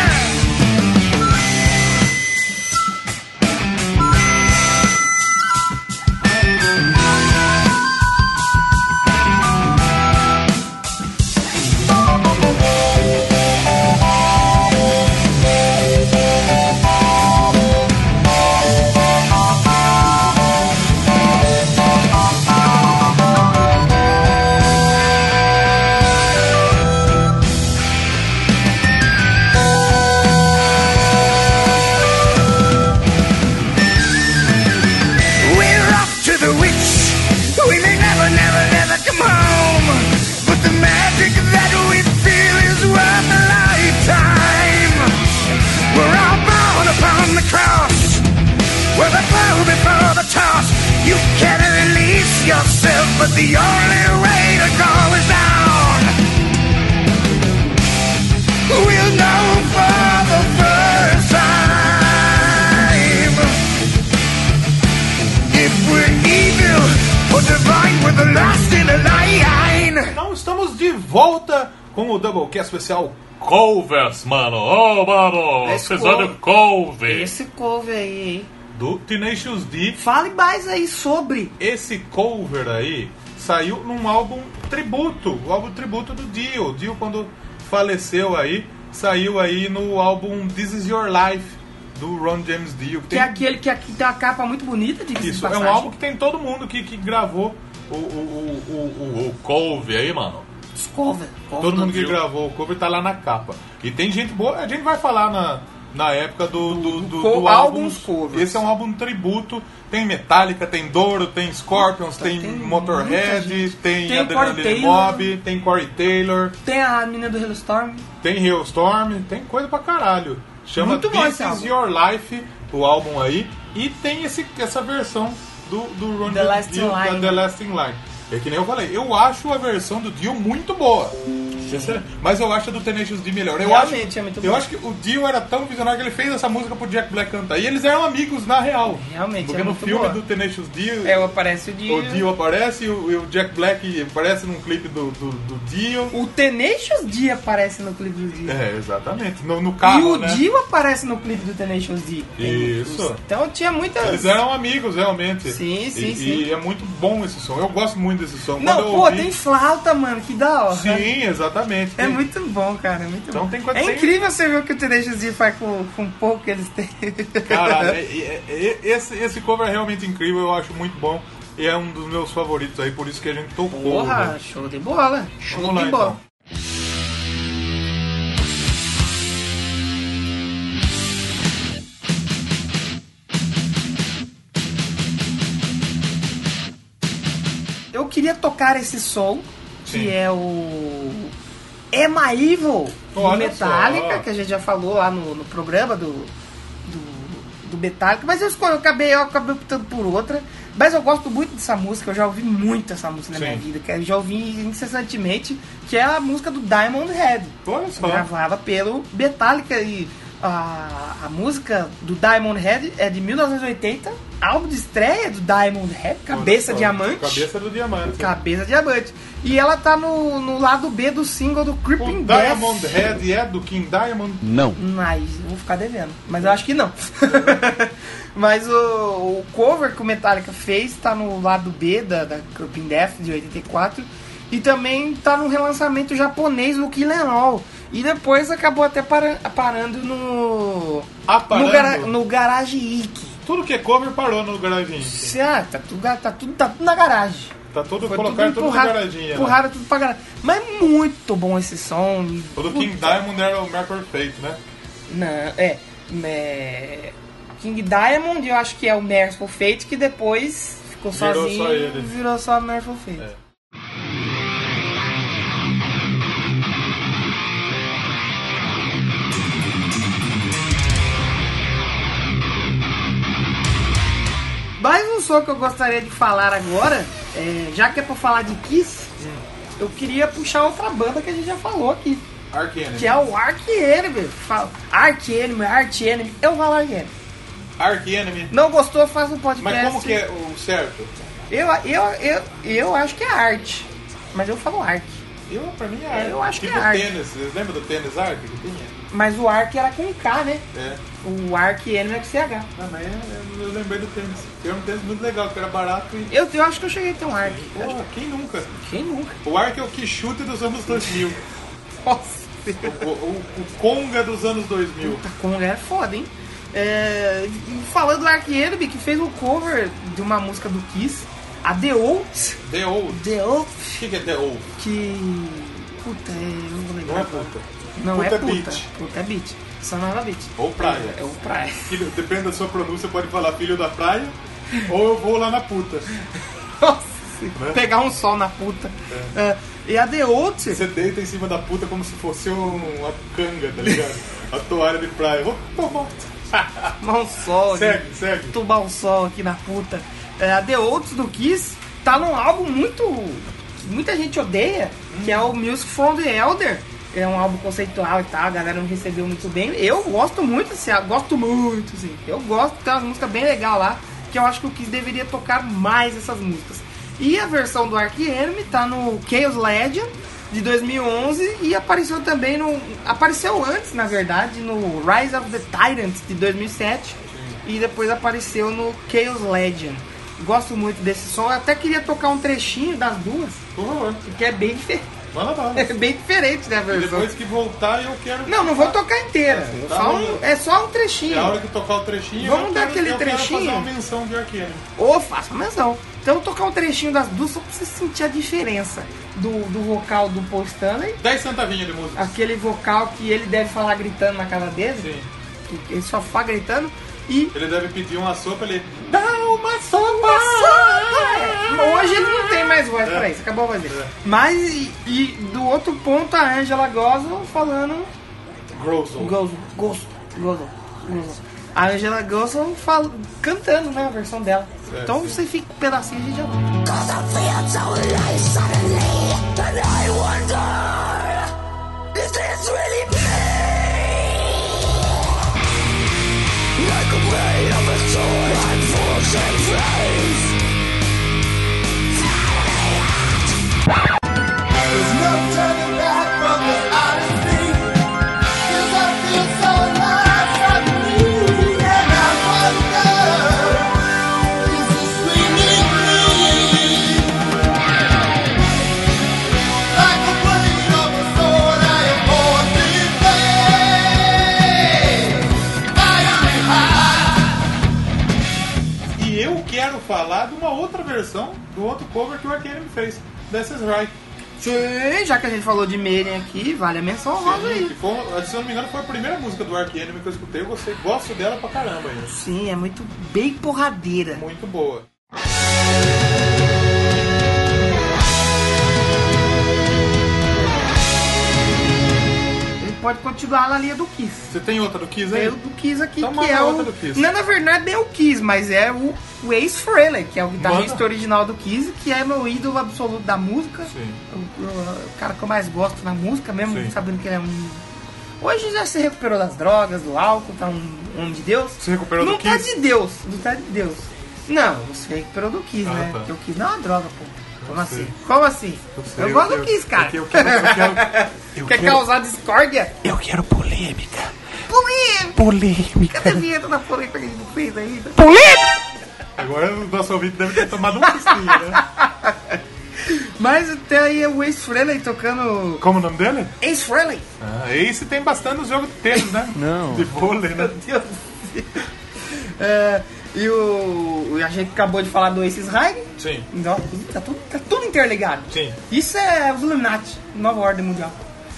[SPEAKER 7] We're off to the witch. We may never, never, never come home. But the magic that we feel is worth a lifetime. We're all born upon the cross. We're the bow before the toss. You can release yourself, but the only way to go is down. We'll know for the first time. If we're evil or divine, we're the last in a line.
[SPEAKER 2] Então estamos de volta com o Doublecast especial Covers, mano. Ô, mano,
[SPEAKER 1] Esse cover.
[SPEAKER 2] episódio Covers
[SPEAKER 1] Esse cover aí, hein?
[SPEAKER 2] do Tenacious D.
[SPEAKER 1] Fale mais aí sobre.
[SPEAKER 2] Esse cover aí saiu num álbum tributo, o álbum tributo do Dio. O Dio quando faleceu aí, saiu aí no álbum This Is Your Life do Ron James Dio.
[SPEAKER 1] Que é aquele que aqui tem uma capa muito bonita, diga-se de
[SPEAKER 2] Isso, é
[SPEAKER 1] passagem.
[SPEAKER 2] um álbum que tem todo mundo que, que gravou o, o, o, o, o, o cover aí, mano.
[SPEAKER 1] Os cover. cover
[SPEAKER 2] Todo
[SPEAKER 1] do
[SPEAKER 2] mundo que
[SPEAKER 1] Dio.
[SPEAKER 2] gravou o cover tá lá na capa. E tem gente boa, a gente vai falar na, na época do, do, do,
[SPEAKER 1] co-
[SPEAKER 2] do
[SPEAKER 1] álbuns covers.
[SPEAKER 2] Esse é um álbum tributo. Tem Metallica, tem Douro, tem Scorpions, tem,
[SPEAKER 1] Tá, tem muita
[SPEAKER 2] Motorhead,
[SPEAKER 1] gente.
[SPEAKER 2] tem,
[SPEAKER 1] Tem Corey
[SPEAKER 2] Adrenaline
[SPEAKER 1] Taylor.
[SPEAKER 2] Mob, tem Corey Taylor,
[SPEAKER 1] Tem a menina do Hellstorm.
[SPEAKER 2] tem Hailstorm, tem coisa pra caralho. Chama
[SPEAKER 1] Muito bom
[SPEAKER 2] This
[SPEAKER 1] esse
[SPEAKER 2] Is
[SPEAKER 1] álbum.
[SPEAKER 2] Your Life, o álbum aí. E tem esse, essa versão do, do Ron
[SPEAKER 1] The Last
[SPEAKER 2] Dio,
[SPEAKER 1] in
[SPEAKER 2] da
[SPEAKER 1] Line. né?
[SPEAKER 2] The Last in Line. É que nem eu falei, eu acho a versão do Dio muito boa. Sinceramente, Mas eu acho a do Tenacious D melhor. Eu
[SPEAKER 1] Realmente,
[SPEAKER 2] acho,
[SPEAKER 1] é muito
[SPEAKER 2] Eu
[SPEAKER 1] boa.
[SPEAKER 2] acho que o Dio era tão visionário que ele fez essa música pro Jack Black cantar. E eles eram amigos na real.
[SPEAKER 1] Realmente,
[SPEAKER 2] Porque
[SPEAKER 1] é
[SPEAKER 2] no
[SPEAKER 1] muito
[SPEAKER 2] filme
[SPEAKER 1] boa.
[SPEAKER 2] do Tenacious D,
[SPEAKER 1] É, aparece o Dio.
[SPEAKER 2] o Dio aparece e o, e o Jack Black aparece num clipe do, do, do Dio.
[SPEAKER 1] O Tenacious D aparece no clipe do Dio.
[SPEAKER 2] É, exatamente. No, no
[SPEAKER 1] e
[SPEAKER 2] carro,
[SPEAKER 1] o
[SPEAKER 2] né?
[SPEAKER 1] Dio aparece no clipe do Tenacious D.
[SPEAKER 2] Isso.
[SPEAKER 1] Então tinha muitas...
[SPEAKER 2] Eles eram amigos, realmente.
[SPEAKER 1] Sim, sim,
[SPEAKER 2] e,
[SPEAKER 1] sim.
[SPEAKER 2] E é muito bom esse som. Eu gosto muito desse som.
[SPEAKER 1] Não,
[SPEAKER 2] Quando eu
[SPEAKER 1] pô,
[SPEAKER 2] ouvi-
[SPEAKER 1] tem flauta, mano, que da hora.
[SPEAKER 2] Sim, exatamente.
[SPEAKER 1] É
[SPEAKER 2] Tem-
[SPEAKER 1] muito bom, cara, é muito
[SPEAKER 2] Então
[SPEAKER 1] bom.
[SPEAKER 2] tem quanto-
[SPEAKER 1] é
[SPEAKER 2] tem-
[SPEAKER 1] incrível você ver o que o Tenacious D faz com, com pouco que eles têm.
[SPEAKER 2] Caralho, é- é- é- esse, esse cover é realmente incrível, eu acho muito bom. E é um dos meus favoritos aí, por isso que a gente tocou.
[SPEAKER 1] Porra,
[SPEAKER 2] né?
[SPEAKER 1] show de bola. Show
[SPEAKER 2] Vamos lá, então.
[SPEAKER 1] de bola. Eu queria tocar esse som, que
[SPEAKER 2] Sim.
[SPEAKER 1] é o Emma Evil do
[SPEAKER 2] Olha
[SPEAKER 1] Metallica,
[SPEAKER 2] só.
[SPEAKER 1] que a gente já falou lá no, no programa do, do, do Metallica, mas eu escolhi, eu acabei, eu acabei optando por outra. Mas eu gosto muito dessa música, eu já ouvi muito essa música na
[SPEAKER 2] Sim.
[SPEAKER 1] minha vida, que eu já ouvi incessantemente, que é a música do Diamond Head.
[SPEAKER 2] Olha só.
[SPEAKER 1] Gravada pelo Metallica e a, a música do Diamond Head é de 1980, álbum de estreia do Diamond Head, Cabeça
[SPEAKER 2] Olha só.
[SPEAKER 1] Diamante.
[SPEAKER 2] Cabeça do diamante.
[SPEAKER 1] Cabeça Diamante. E ela tá no, no lado B do single do Creeping
[SPEAKER 2] O
[SPEAKER 1] Death.
[SPEAKER 2] Diamond Head é do King Diamond.
[SPEAKER 1] Mas eu vou ficar devendo. Mas eu acho que não. Mas o, o cover que o Metallica fez tá no lado B da, da Creeping Death de 84. E também tá no relançamento japonês no Killen All. E depois acabou até para, parando no.
[SPEAKER 2] Aparando?
[SPEAKER 1] No, gara, no Garage Ike.
[SPEAKER 2] Tudo que é cover parou no garagem.
[SPEAKER 1] Ah, tá tudo, tá, tudo, tá tudo na garagem.
[SPEAKER 2] Tá todo
[SPEAKER 1] Foi
[SPEAKER 2] colocaram tudo, na
[SPEAKER 1] empurrado-
[SPEAKER 2] garagem. né?
[SPEAKER 1] Empurraram tudo pra garagem. Mas é muito bom esse som.
[SPEAKER 2] O do
[SPEAKER 1] Puta.
[SPEAKER 2] King Diamond era o Mercury Fate, né?
[SPEAKER 1] Não, é, é. King Diamond, eu acho que é o Merciful Fate, que depois ficou
[SPEAKER 2] Virou só
[SPEAKER 1] sozinho
[SPEAKER 2] ele. É.
[SPEAKER 1] virou só Merciful Fate. Mais um som que eu gostaria de falar agora, é, já que é pra falar de Kiss,
[SPEAKER 2] Hum.
[SPEAKER 1] eu queria puxar outra banda que a gente já falou aqui,
[SPEAKER 2] Arcanemy.
[SPEAKER 1] que é o Ark Enemy. Fala, Ark Enemy, Ark Enemy, eu falo Ark Enemy.
[SPEAKER 2] Arcanemy.
[SPEAKER 1] Não gostou, faz um podcast.
[SPEAKER 2] Mas como que é o certo?
[SPEAKER 1] Eu, eu, eu, eu acho que é arte, mas eu falo Ark.
[SPEAKER 2] Eu, pra mim é Ark.
[SPEAKER 1] Eu acho que
[SPEAKER 2] tipo
[SPEAKER 1] é Ark.
[SPEAKER 2] tênis. Vocês lembram do tênis Ark que tinha?
[SPEAKER 1] Mas o Ark era com K, né?
[SPEAKER 2] É.
[SPEAKER 1] O Ark Enemy é com CH.
[SPEAKER 2] Ah, mas eu, eu lembrei do tênis. Tem um tênis muito legal, que era barato e.
[SPEAKER 1] Eu, eu acho que eu cheguei a ter um Ark.
[SPEAKER 2] Porra, quem nunca?
[SPEAKER 1] Quem nunca?
[SPEAKER 2] O Ark é o que chute dos anos 2000.
[SPEAKER 1] Nossa.
[SPEAKER 2] o, o, o Conga dos anos 2000.
[SPEAKER 1] Puta, Conga é foda, hein? É, e falando do Ark Enemy, que fez um cover de uma música do Kiss, a The Old,
[SPEAKER 2] The Old.
[SPEAKER 1] The Old,
[SPEAKER 2] O que, que é The Old?
[SPEAKER 1] que... Puta, eu não vou
[SPEAKER 2] Não
[SPEAKER 1] lembrar.
[SPEAKER 2] é puta.
[SPEAKER 1] Não
[SPEAKER 2] Puta
[SPEAKER 1] é
[SPEAKER 2] é
[SPEAKER 1] puta.
[SPEAKER 2] beat.
[SPEAKER 1] Puta é beat. Só não é beat.
[SPEAKER 2] Ou praia.
[SPEAKER 1] É o praia.
[SPEAKER 2] Filho, depende da sua pronúncia, pode falar filho da praia ou eu vou lá na puta.
[SPEAKER 1] Nossa,
[SPEAKER 2] Né?
[SPEAKER 1] pegar um sol na puta. É, e a The Old...
[SPEAKER 2] Você deita em cima da puta como se fosse um- uma canga, tá ligado? A toalha de praia. Vou tomar.
[SPEAKER 1] tomar um sol,
[SPEAKER 2] Segue,
[SPEAKER 1] né?
[SPEAKER 2] segue.
[SPEAKER 1] tomar um sol aqui na puta. É, a The Oats do Kiss tá num álbum muito. que muita gente odeia, que é o Music from the Elder. É um álbum conceitual e tal, a galera não recebeu muito bem. Eu gosto muito desse álbum, gosto muito, assim. Eu gosto, tem umas músicas bem legais lá, que eu acho que o Kiss deveria tocar mais essas músicas. E a versão do Ark Enemy tá no Chaos Legend de 2011 e apareceu também no apareceu antes, na verdade, no Rise of the Tyrants de 2007 e depois apareceu no Chaos Legend. Gosto muito desse som, eu até queria tocar um trechinho das duas,
[SPEAKER 2] Por favor.
[SPEAKER 1] porque é bem diferente.
[SPEAKER 2] Manda bala.
[SPEAKER 1] É bem diferente, né, a versão?
[SPEAKER 2] Depois que voltar, eu quero.
[SPEAKER 1] Não, não vou tocar inteira.
[SPEAKER 2] Tá
[SPEAKER 1] Só
[SPEAKER 2] bom.
[SPEAKER 1] um- é só um
[SPEAKER 2] É
[SPEAKER 1] trechinho.
[SPEAKER 2] a hora que tocar o trechinho.
[SPEAKER 1] Vamos
[SPEAKER 2] eu
[SPEAKER 1] dar
[SPEAKER 2] quero-
[SPEAKER 1] aquele
[SPEAKER 2] eu quero
[SPEAKER 1] trechinho?
[SPEAKER 2] fazer uma menção de Arqueiro.
[SPEAKER 1] ou faça menção. Então eu vou tocar um trechinho das duas só pra você sentir a diferença do, do vocal do Paul Stanley,
[SPEAKER 2] 10 centavinhos de música.
[SPEAKER 1] aquele vocal que ele deve falar gritando na casa dele,
[SPEAKER 2] Sim.
[SPEAKER 1] que ele só fala gritando, e
[SPEAKER 2] Ele deve pedir uma sopa, ele.
[SPEAKER 1] dá uma sopa! É, Hoje ele não tem mais voz pra isso, acabou a voz dele.
[SPEAKER 2] É.
[SPEAKER 1] Mas, e, e do outro ponto, a Angela Goswell falando
[SPEAKER 2] Grosso.
[SPEAKER 1] Gozo, gozo, gozo, gozo. A Angela Gosson fala, cantando, né, a versão dela.
[SPEAKER 2] É,
[SPEAKER 1] então
[SPEAKER 2] sim.
[SPEAKER 1] você fica um pedacinho e a gente já...
[SPEAKER 3] There's no turning back from this odyssey. 'Cause I feel so lost, I'm free. And I wonder, is this really me? Like a blade of a sword, I am born to play. I am behind.
[SPEAKER 2] E eu quero falar de uma outra versão do outro cover que o Arqueiro me fez. This is right.
[SPEAKER 1] Sim, já que a gente falou de Meren aqui, vale a menção honrosa
[SPEAKER 2] Que
[SPEAKER 1] aí.
[SPEAKER 2] foi- se eu não me engano, foi a primeira música do Ark Enemy que eu escutei. Eu gostei, gosto dela pra caramba. hein?
[SPEAKER 1] Sim, é muito bem porradeira.
[SPEAKER 2] Muito boa.
[SPEAKER 1] Ele pode continuar na linha do Kiss.
[SPEAKER 2] Você tem outra do Kiss aí?
[SPEAKER 1] Tem o do Kiss aqui,
[SPEAKER 2] Então
[SPEAKER 1] que
[SPEAKER 2] manda
[SPEAKER 1] é
[SPEAKER 2] outra
[SPEAKER 1] o...
[SPEAKER 2] do Kiss.
[SPEAKER 1] Não, na verdade, é o Kiss, mas é o, o Ace Frehley, que é o guitarrista
[SPEAKER 2] Manda.
[SPEAKER 1] original do Kiss, que é meu ídolo absoluto da música.
[SPEAKER 2] Sim.
[SPEAKER 1] O, o- o cara que eu mais gosto na música, mesmo
[SPEAKER 2] Sim.
[SPEAKER 1] sabendo que ele é um. Hoje já se recuperou das drogas, do álcool, tá um homem de Deus.
[SPEAKER 2] Se recuperou
[SPEAKER 1] não
[SPEAKER 2] do
[SPEAKER 1] tá
[SPEAKER 2] Kiss?
[SPEAKER 1] de Deus, não tá de Deus. Não, você recuperou do Kiss,
[SPEAKER 2] Ah,
[SPEAKER 1] né?
[SPEAKER 2] tá.
[SPEAKER 1] Porque o Kiss não é uma droga, pô. Como
[SPEAKER 2] sei.
[SPEAKER 1] assim? Como assim? Eu,
[SPEAKER 2] sei, eu-
[SPEAKER 1] gosto
[SPEAKER 2] eu-
[SPEAKER 1] do Kiss, cara.
[SPEAKER 2] é que eu quero- eu quero-
[SPEAKER 1] Quer causar discórdia?
[SPEAKER 8] Eu quero polêmica.
[SPEAKER 1] Polêmica!
[SPEAKER 8] Polêmica.
[SPEAKER 1] Cadê a vinheta da polêmica que a gente não fez ainda?
[SPEAKER 2] Agora o nosso ouvinte deve ter tomado um pistinho, né?
[SPEAKER 1] Mas até aí é o Ace Frehley tocando...
[SPEAKER 2] Como o nome dele?
[SPEAKER 1] Ace Frehley!
[SPEAKER 2] Ah, Ace tem bastante no jogo de tênis, né? Não. De vôlei, né?
[SPEAKER 1] Deus do céu. É, e o. A gente acabou de falar do Ace High.
[SPEAKER 2] Sim.
[SPEAKER 1] Tá tudo, tá tudo interligado.
[SPEAKER 2] Sim.
[SPEAKER 1] Isso é os Illuminati, nova ordem mundial.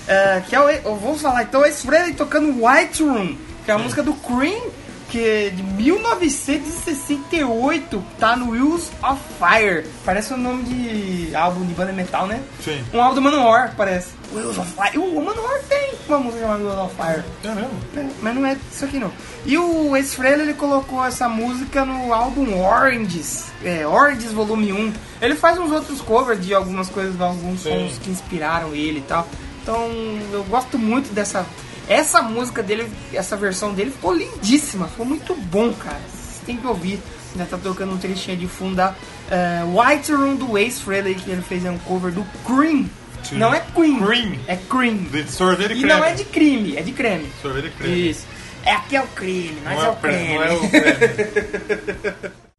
[SPEAKER 1] É, que é o, eu vou falar então, Ace Frehley tocando White Room, que é a música do Cream, que de 1968 tá no Wheels of Fire. Parece o nome de álbum de banda metal, né?
[SPEAKER 2] Sim.
[SPEAKER 1] Um álbum do Manowar, parece. Wheels of Fire. O o Manowar tem uma música chamada Wheels of Fire.
[SPEAKER 2] Caramba.
[SPEAKER 1] É, Mas não é isso aqui não. E o esse Freire, ele colocou essa música no álbum Oranges, é, Oranges Volume 1. Ele faz uns outros covers de algumas coisas, de alguns
[SPEAKER 2] Sim.
[SPEAKER 1] sons que inspiraram ele e tal. Então eu gosto muito dessa. Essa música dele, essa versão dele ficou lindíssima, ficou muito bom, cara. Vocês têm que ouvir. Já tá tocando um trechinho de fundo da eh, White Room do Ace Frehley, que ele fez é um cover do Cream.
[SPEAKER 2] Sim.
[SPEAKER 1] Não é Queen.
[SPEAKER 2] Cream.
[SPEAKER 1] É Cream.
[SPEAKER 2] De sorvete e
[SPEAKER 1] E
[SPEAKER 2] creme.
[SPEAKER 1] não é de crime, é de creme.
[SPEAKER 2] Sorvete e creme.
[SPEAKER 1] Isso. É aqui é o crime, nós
[SPEAKER 2] Não
[SPEAKER 1] é,
[SPEAKER 2] é
[SPEAKER 1] o
[SPEAKER 2] o creme,
[SPEAKER 1] creme.
[SPEAKER 2] não é o creme.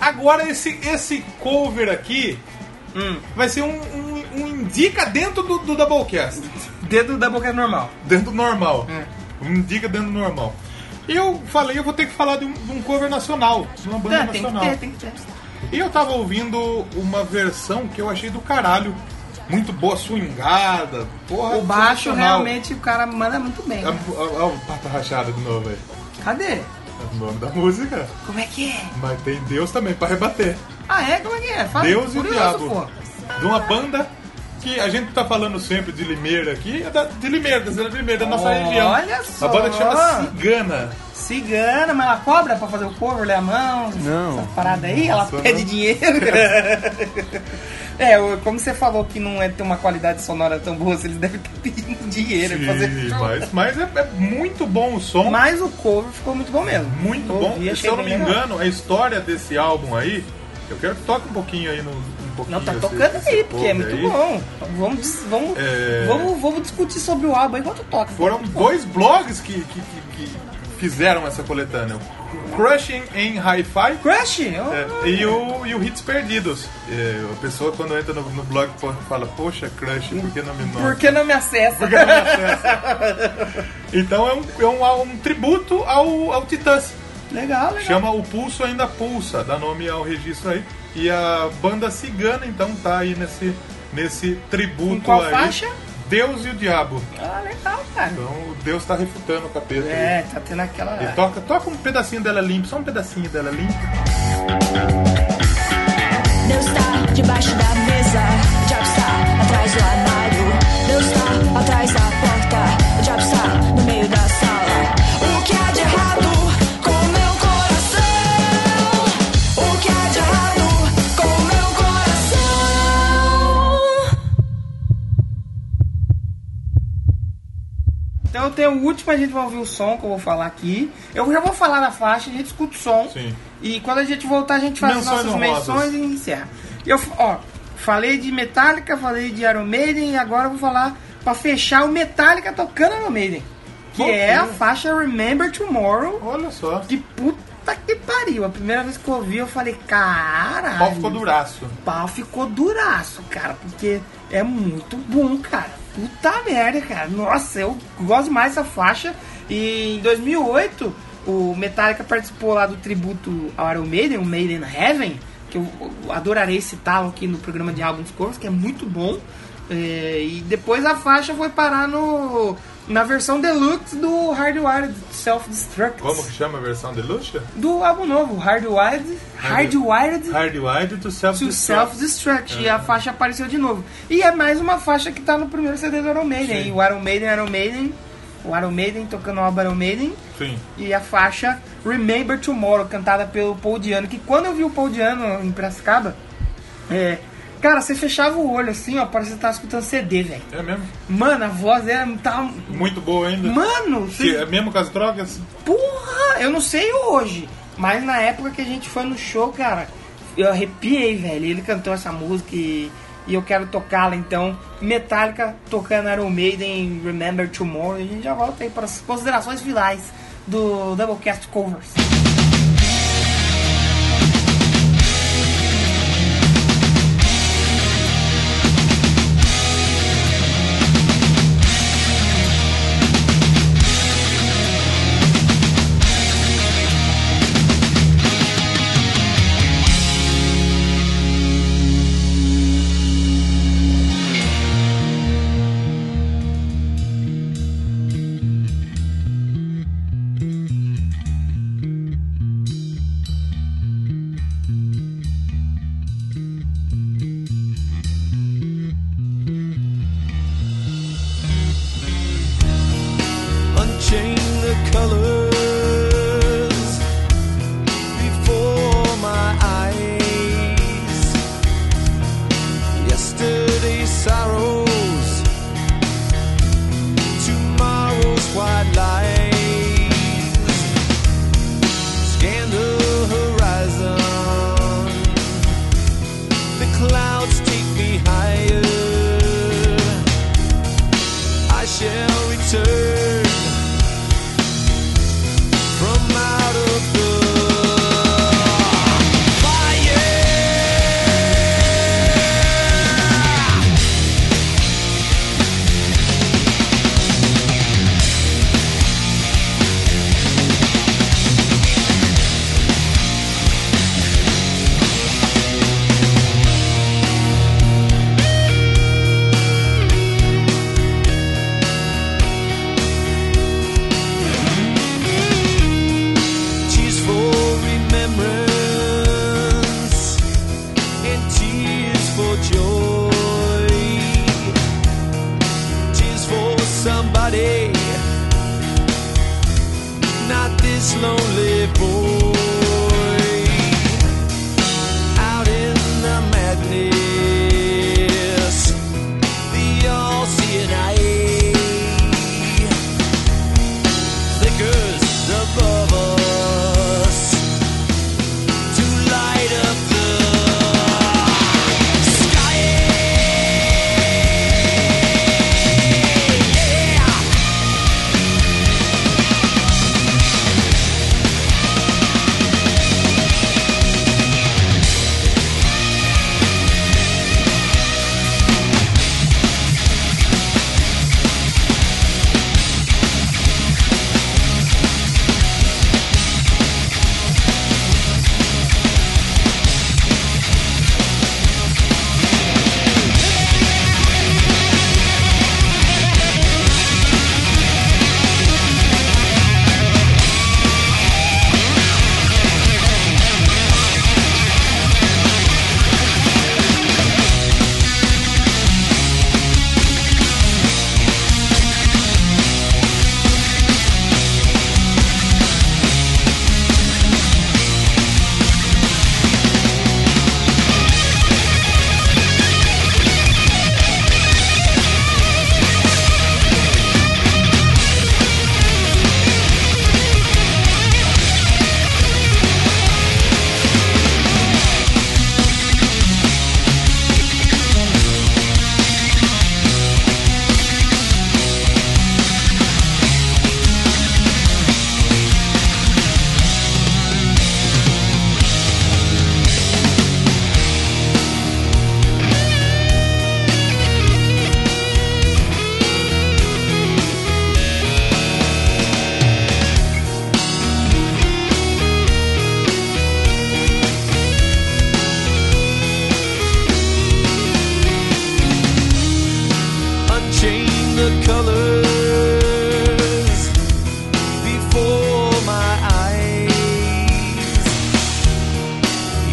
[SPEAKER 2] Agora esse, esse cover aqui
[SPEAKER 1] Hum.
[SPEAKER 2] vai ser um, um, um indica dentro do, do Doublecast.
[SPEAKER 1] Dedo da boca é normal.
[SPEAKER 2] Dentro do normal.
[SPEAKER 1] É.
[SPEAKER 2] Um indica dentro do normal. Eu falei, eu vou ter que falar de um, de um cover nacional, de uma banda
[SPEAKER 1] É, tem que
[SPEAKER 2] nacional.
[SPEAKER 1] ter, tem que ter.
[SPEAKER 2] E eu tava ouvindo uma versão que eu achei do caralho. Muito boa, swingada. Porra,
[SPEAKER 1] O baixo
[SPEAKER 2] sensacional. É,
[SPEAKER 1] realmente o cara manda muito bem.
[SPEAKER 2] Olha
[SPEAKER 1] né?
[SPEAKER 2] o Pata Rachada um de novo aí.
[SPEAKER 1] Cadê?
[SPEAKER 2] É o nome da música.
[SPEAKER 1] Como é que é?
[SPEAKER 2] Mas tem Deus também pra rebater.
[SPEAKER 1] Ah, é? Como é que é? Fala,
[SPEAKER 2] Deus e o
[SPEAKER 1] curioso,
[SPEAKER 2] Diabo.
[SPEAKER 1] pô.
[SPEAKER 2] De uma banda que a gente tá falando sempre de Limeira aqui. É da, de Limeira, da cidade de Limeira, da nossa
[SPEAKER 1] Olha
[SPEAKER 2] região.
[SPEAKER 1] só.
[SPEAKER 2] Uma banda que chama Cigana.
[SPEAKER 1] Cigana, mas ela cobra pra fazer o cover, ler a mão,
[SPEAKER 8] Não.
[SPEAKER 1] essa parada aí, ela
[SPEAKER 2] Nossa, né?
[SPEAKER 1] pede
[SPEAKER 2] não.
[SPEAKER 1] dinheiro. é, o- como você falou que não é ter uma qualidade sonora tão boa, eles devem estar pedindo dinheiro pra fazer.
[SPEAKER 2] Sim, mas mas é, é muito bom o som.
[SPEAKER 1] Mas o cover ficou muito bom mesmo.
[SPEAKER 2] Muito
[SPEAKER 1] Eu
[SPEAKER 2] bom.
[SPEAKER 1] ouvi,
[SPEAKER 2] E se
[SPEAKER 1] achei
[SPEAKER 2] eu não me
[SPEAKER 1] bem legal.
[SPEAKER 2] engano, a história desse álbum aí, eu quero que toque um pouquinho aí no. Um pouquinho
[SPEAKER 1] Não, tá
[SPEAKER 2] esse-
[SPEAKER 1] tocando
[SPEAKER 2] esse
[SPEAKER 1] aí, porque é
[SPEAKER 2] cover
[SPEAKER 1] muito
[SPEAKER 2] aí.
[SPEAKER 1] bom. Vamos, dis- vamos,
[SPEAKER 2] É.
[SPEAKER 1] vamos, vamos discutir sobre o álbum enquanto toca.
[SPEAKER 2] Foram
[SPEAKER 1] Muito bom.
[SPEAKER 2] dois blogs que, que, que- que fizeram essa coletânea: o Crushing em Hi-Fi
[SPEAKER 1] Crush? Oh, eu-
[SPEAKER 2] é, e, o, e o Hits Perdidos. É, a pessoa, quando entra no, no blog, pô, fala: Poxa, Crush, por que não me manda?
[SPEAKER 1] Por que não me acessa?
[SPEAKER 2] Então é um, é um, é um tributo ao, ao Titãs.
[SPEAKER 1] Legal, legal.
[SPEAKER 2] Chama O Pulso Ainda Pulsa, dá nome ao registro aí. E a banda cigana, então, tá aí nesse, nesse tributo
[SPEAKER 1] Em qual
[SPEAKER 2] aí.
[SPEAKER 1] faixa?
[SPEAKER 2] Deus e o Diabo.
[SPEAKER 1] Ah, legal, cara.
[SPEAKER 2] Então o Deus tá refutando o capeta.
[SPEAKER 1] É,
[SPEAKER 2] aí.
[SPEAKER 1] tá tendo aquela.
[SPEAKER 2] E toca, toca um pedacinho dela limpo, só um pedacinho dela limpo.
[SPEAKER 9] Deus tá debaixo da mesa, o diabo está atrás do armário. Deus tá atrás da porta, o diabo está no meio da sala. O que há de errado com meu coração? O que há de errado com meu coração?
[SPEAKER 1] Então eu tenho o último, a gente vai ouvir o som que eu vou falar aqui. Eu já vou falar na faixa, a gente escuta o som.
[SPEAKER 2] Sim.
[SPEAKER 1] E quando a gente voltar, a gente faz as
[SPEAKER 2] Menções
[SPEAKER 1] nossas
[SPEAKER 2] honrosas.
[SPEAKER 1] menções e encerra. Eu, ó, falei de Metallica, falei de Iron Maiden e agora eu vou falar pra fechar o Metallica tocando Iron Maiden. Que
[SPEAKER 2] Bom,
[SPEAKER 1] é a
[SPEAKER 2] sim.
[SPEAKER 1] faixa Remember Tomorrow.
[SPEAKER 2] Olha só.
[SPEAKER 1] Que puta que pariu. A primeira vez que eu ouvi, eu falei, caralho.
[SPEAKER 2] O pau ficou duraço.
[SPEAKER 1] O pau ficou duraço, cara, porque é muito bom, cara. Puta merda, cara. Nossa, eu gosto demais dessa faixa. E em 2008, o Metallica participou lá do tributo ao Iron Maiden, o Maiden Heaven, que eu eu adorarei citá-lo aqui no programa de álbuns covers, que é muito bom. É, e depois a faixa foi parar no na versão deluxe do Hardwired Self-Destruct.
[SPEAKER 2] Como que chama a versão deluxe?
[SPEAKER 1] Do álbum novo, Hardwired, Hardwired
[SPEAKER 2] Hardwired to Self
[SPEAKER 1] To Self-Destruct. E a faixa apareceu de novo. E é mais uma faixa que tá no primeiro CD do Iron Maiden.
[SPEAKER 2] Sim.
[SPEAKER 1] E o Iron Maiden, Iron Maiden. O Iron Maiden tocando o álbum Iron Maiden.
[SPEAKER 2] Sim.
[SPEAKER 1] E a faixa Remember Tomorrow, cantada pelo Paul Diano. Que quando eu vi o Paul Diano em Piracicaba, é. Cara, você fechava o olho assim, ó, parecia que tava escutando CD, velho.
[SPEAKER 2] É mesmo?
[SPEAKER 1] Mano, a voz era. Tava...
[SPEAKER 2] Muito boa ainda.
[SPEAKER 1] Mano,
[SPEAKER 2] Que
[SPEAKER 1] você
[SPEAKER 2] é mesmo com as drogas?
[SPEAKER 1] Porra! Eu não sei hoje, mas na época que a gente foi no show, cara, eu arrepiei, velho. Ele cantou essa música e, e eu quero tocá-la, então. Metallica tocando Iron Maiden, Remember Tomorrow. E a gente já volta aí para as considerações finais do Doublecast Covers.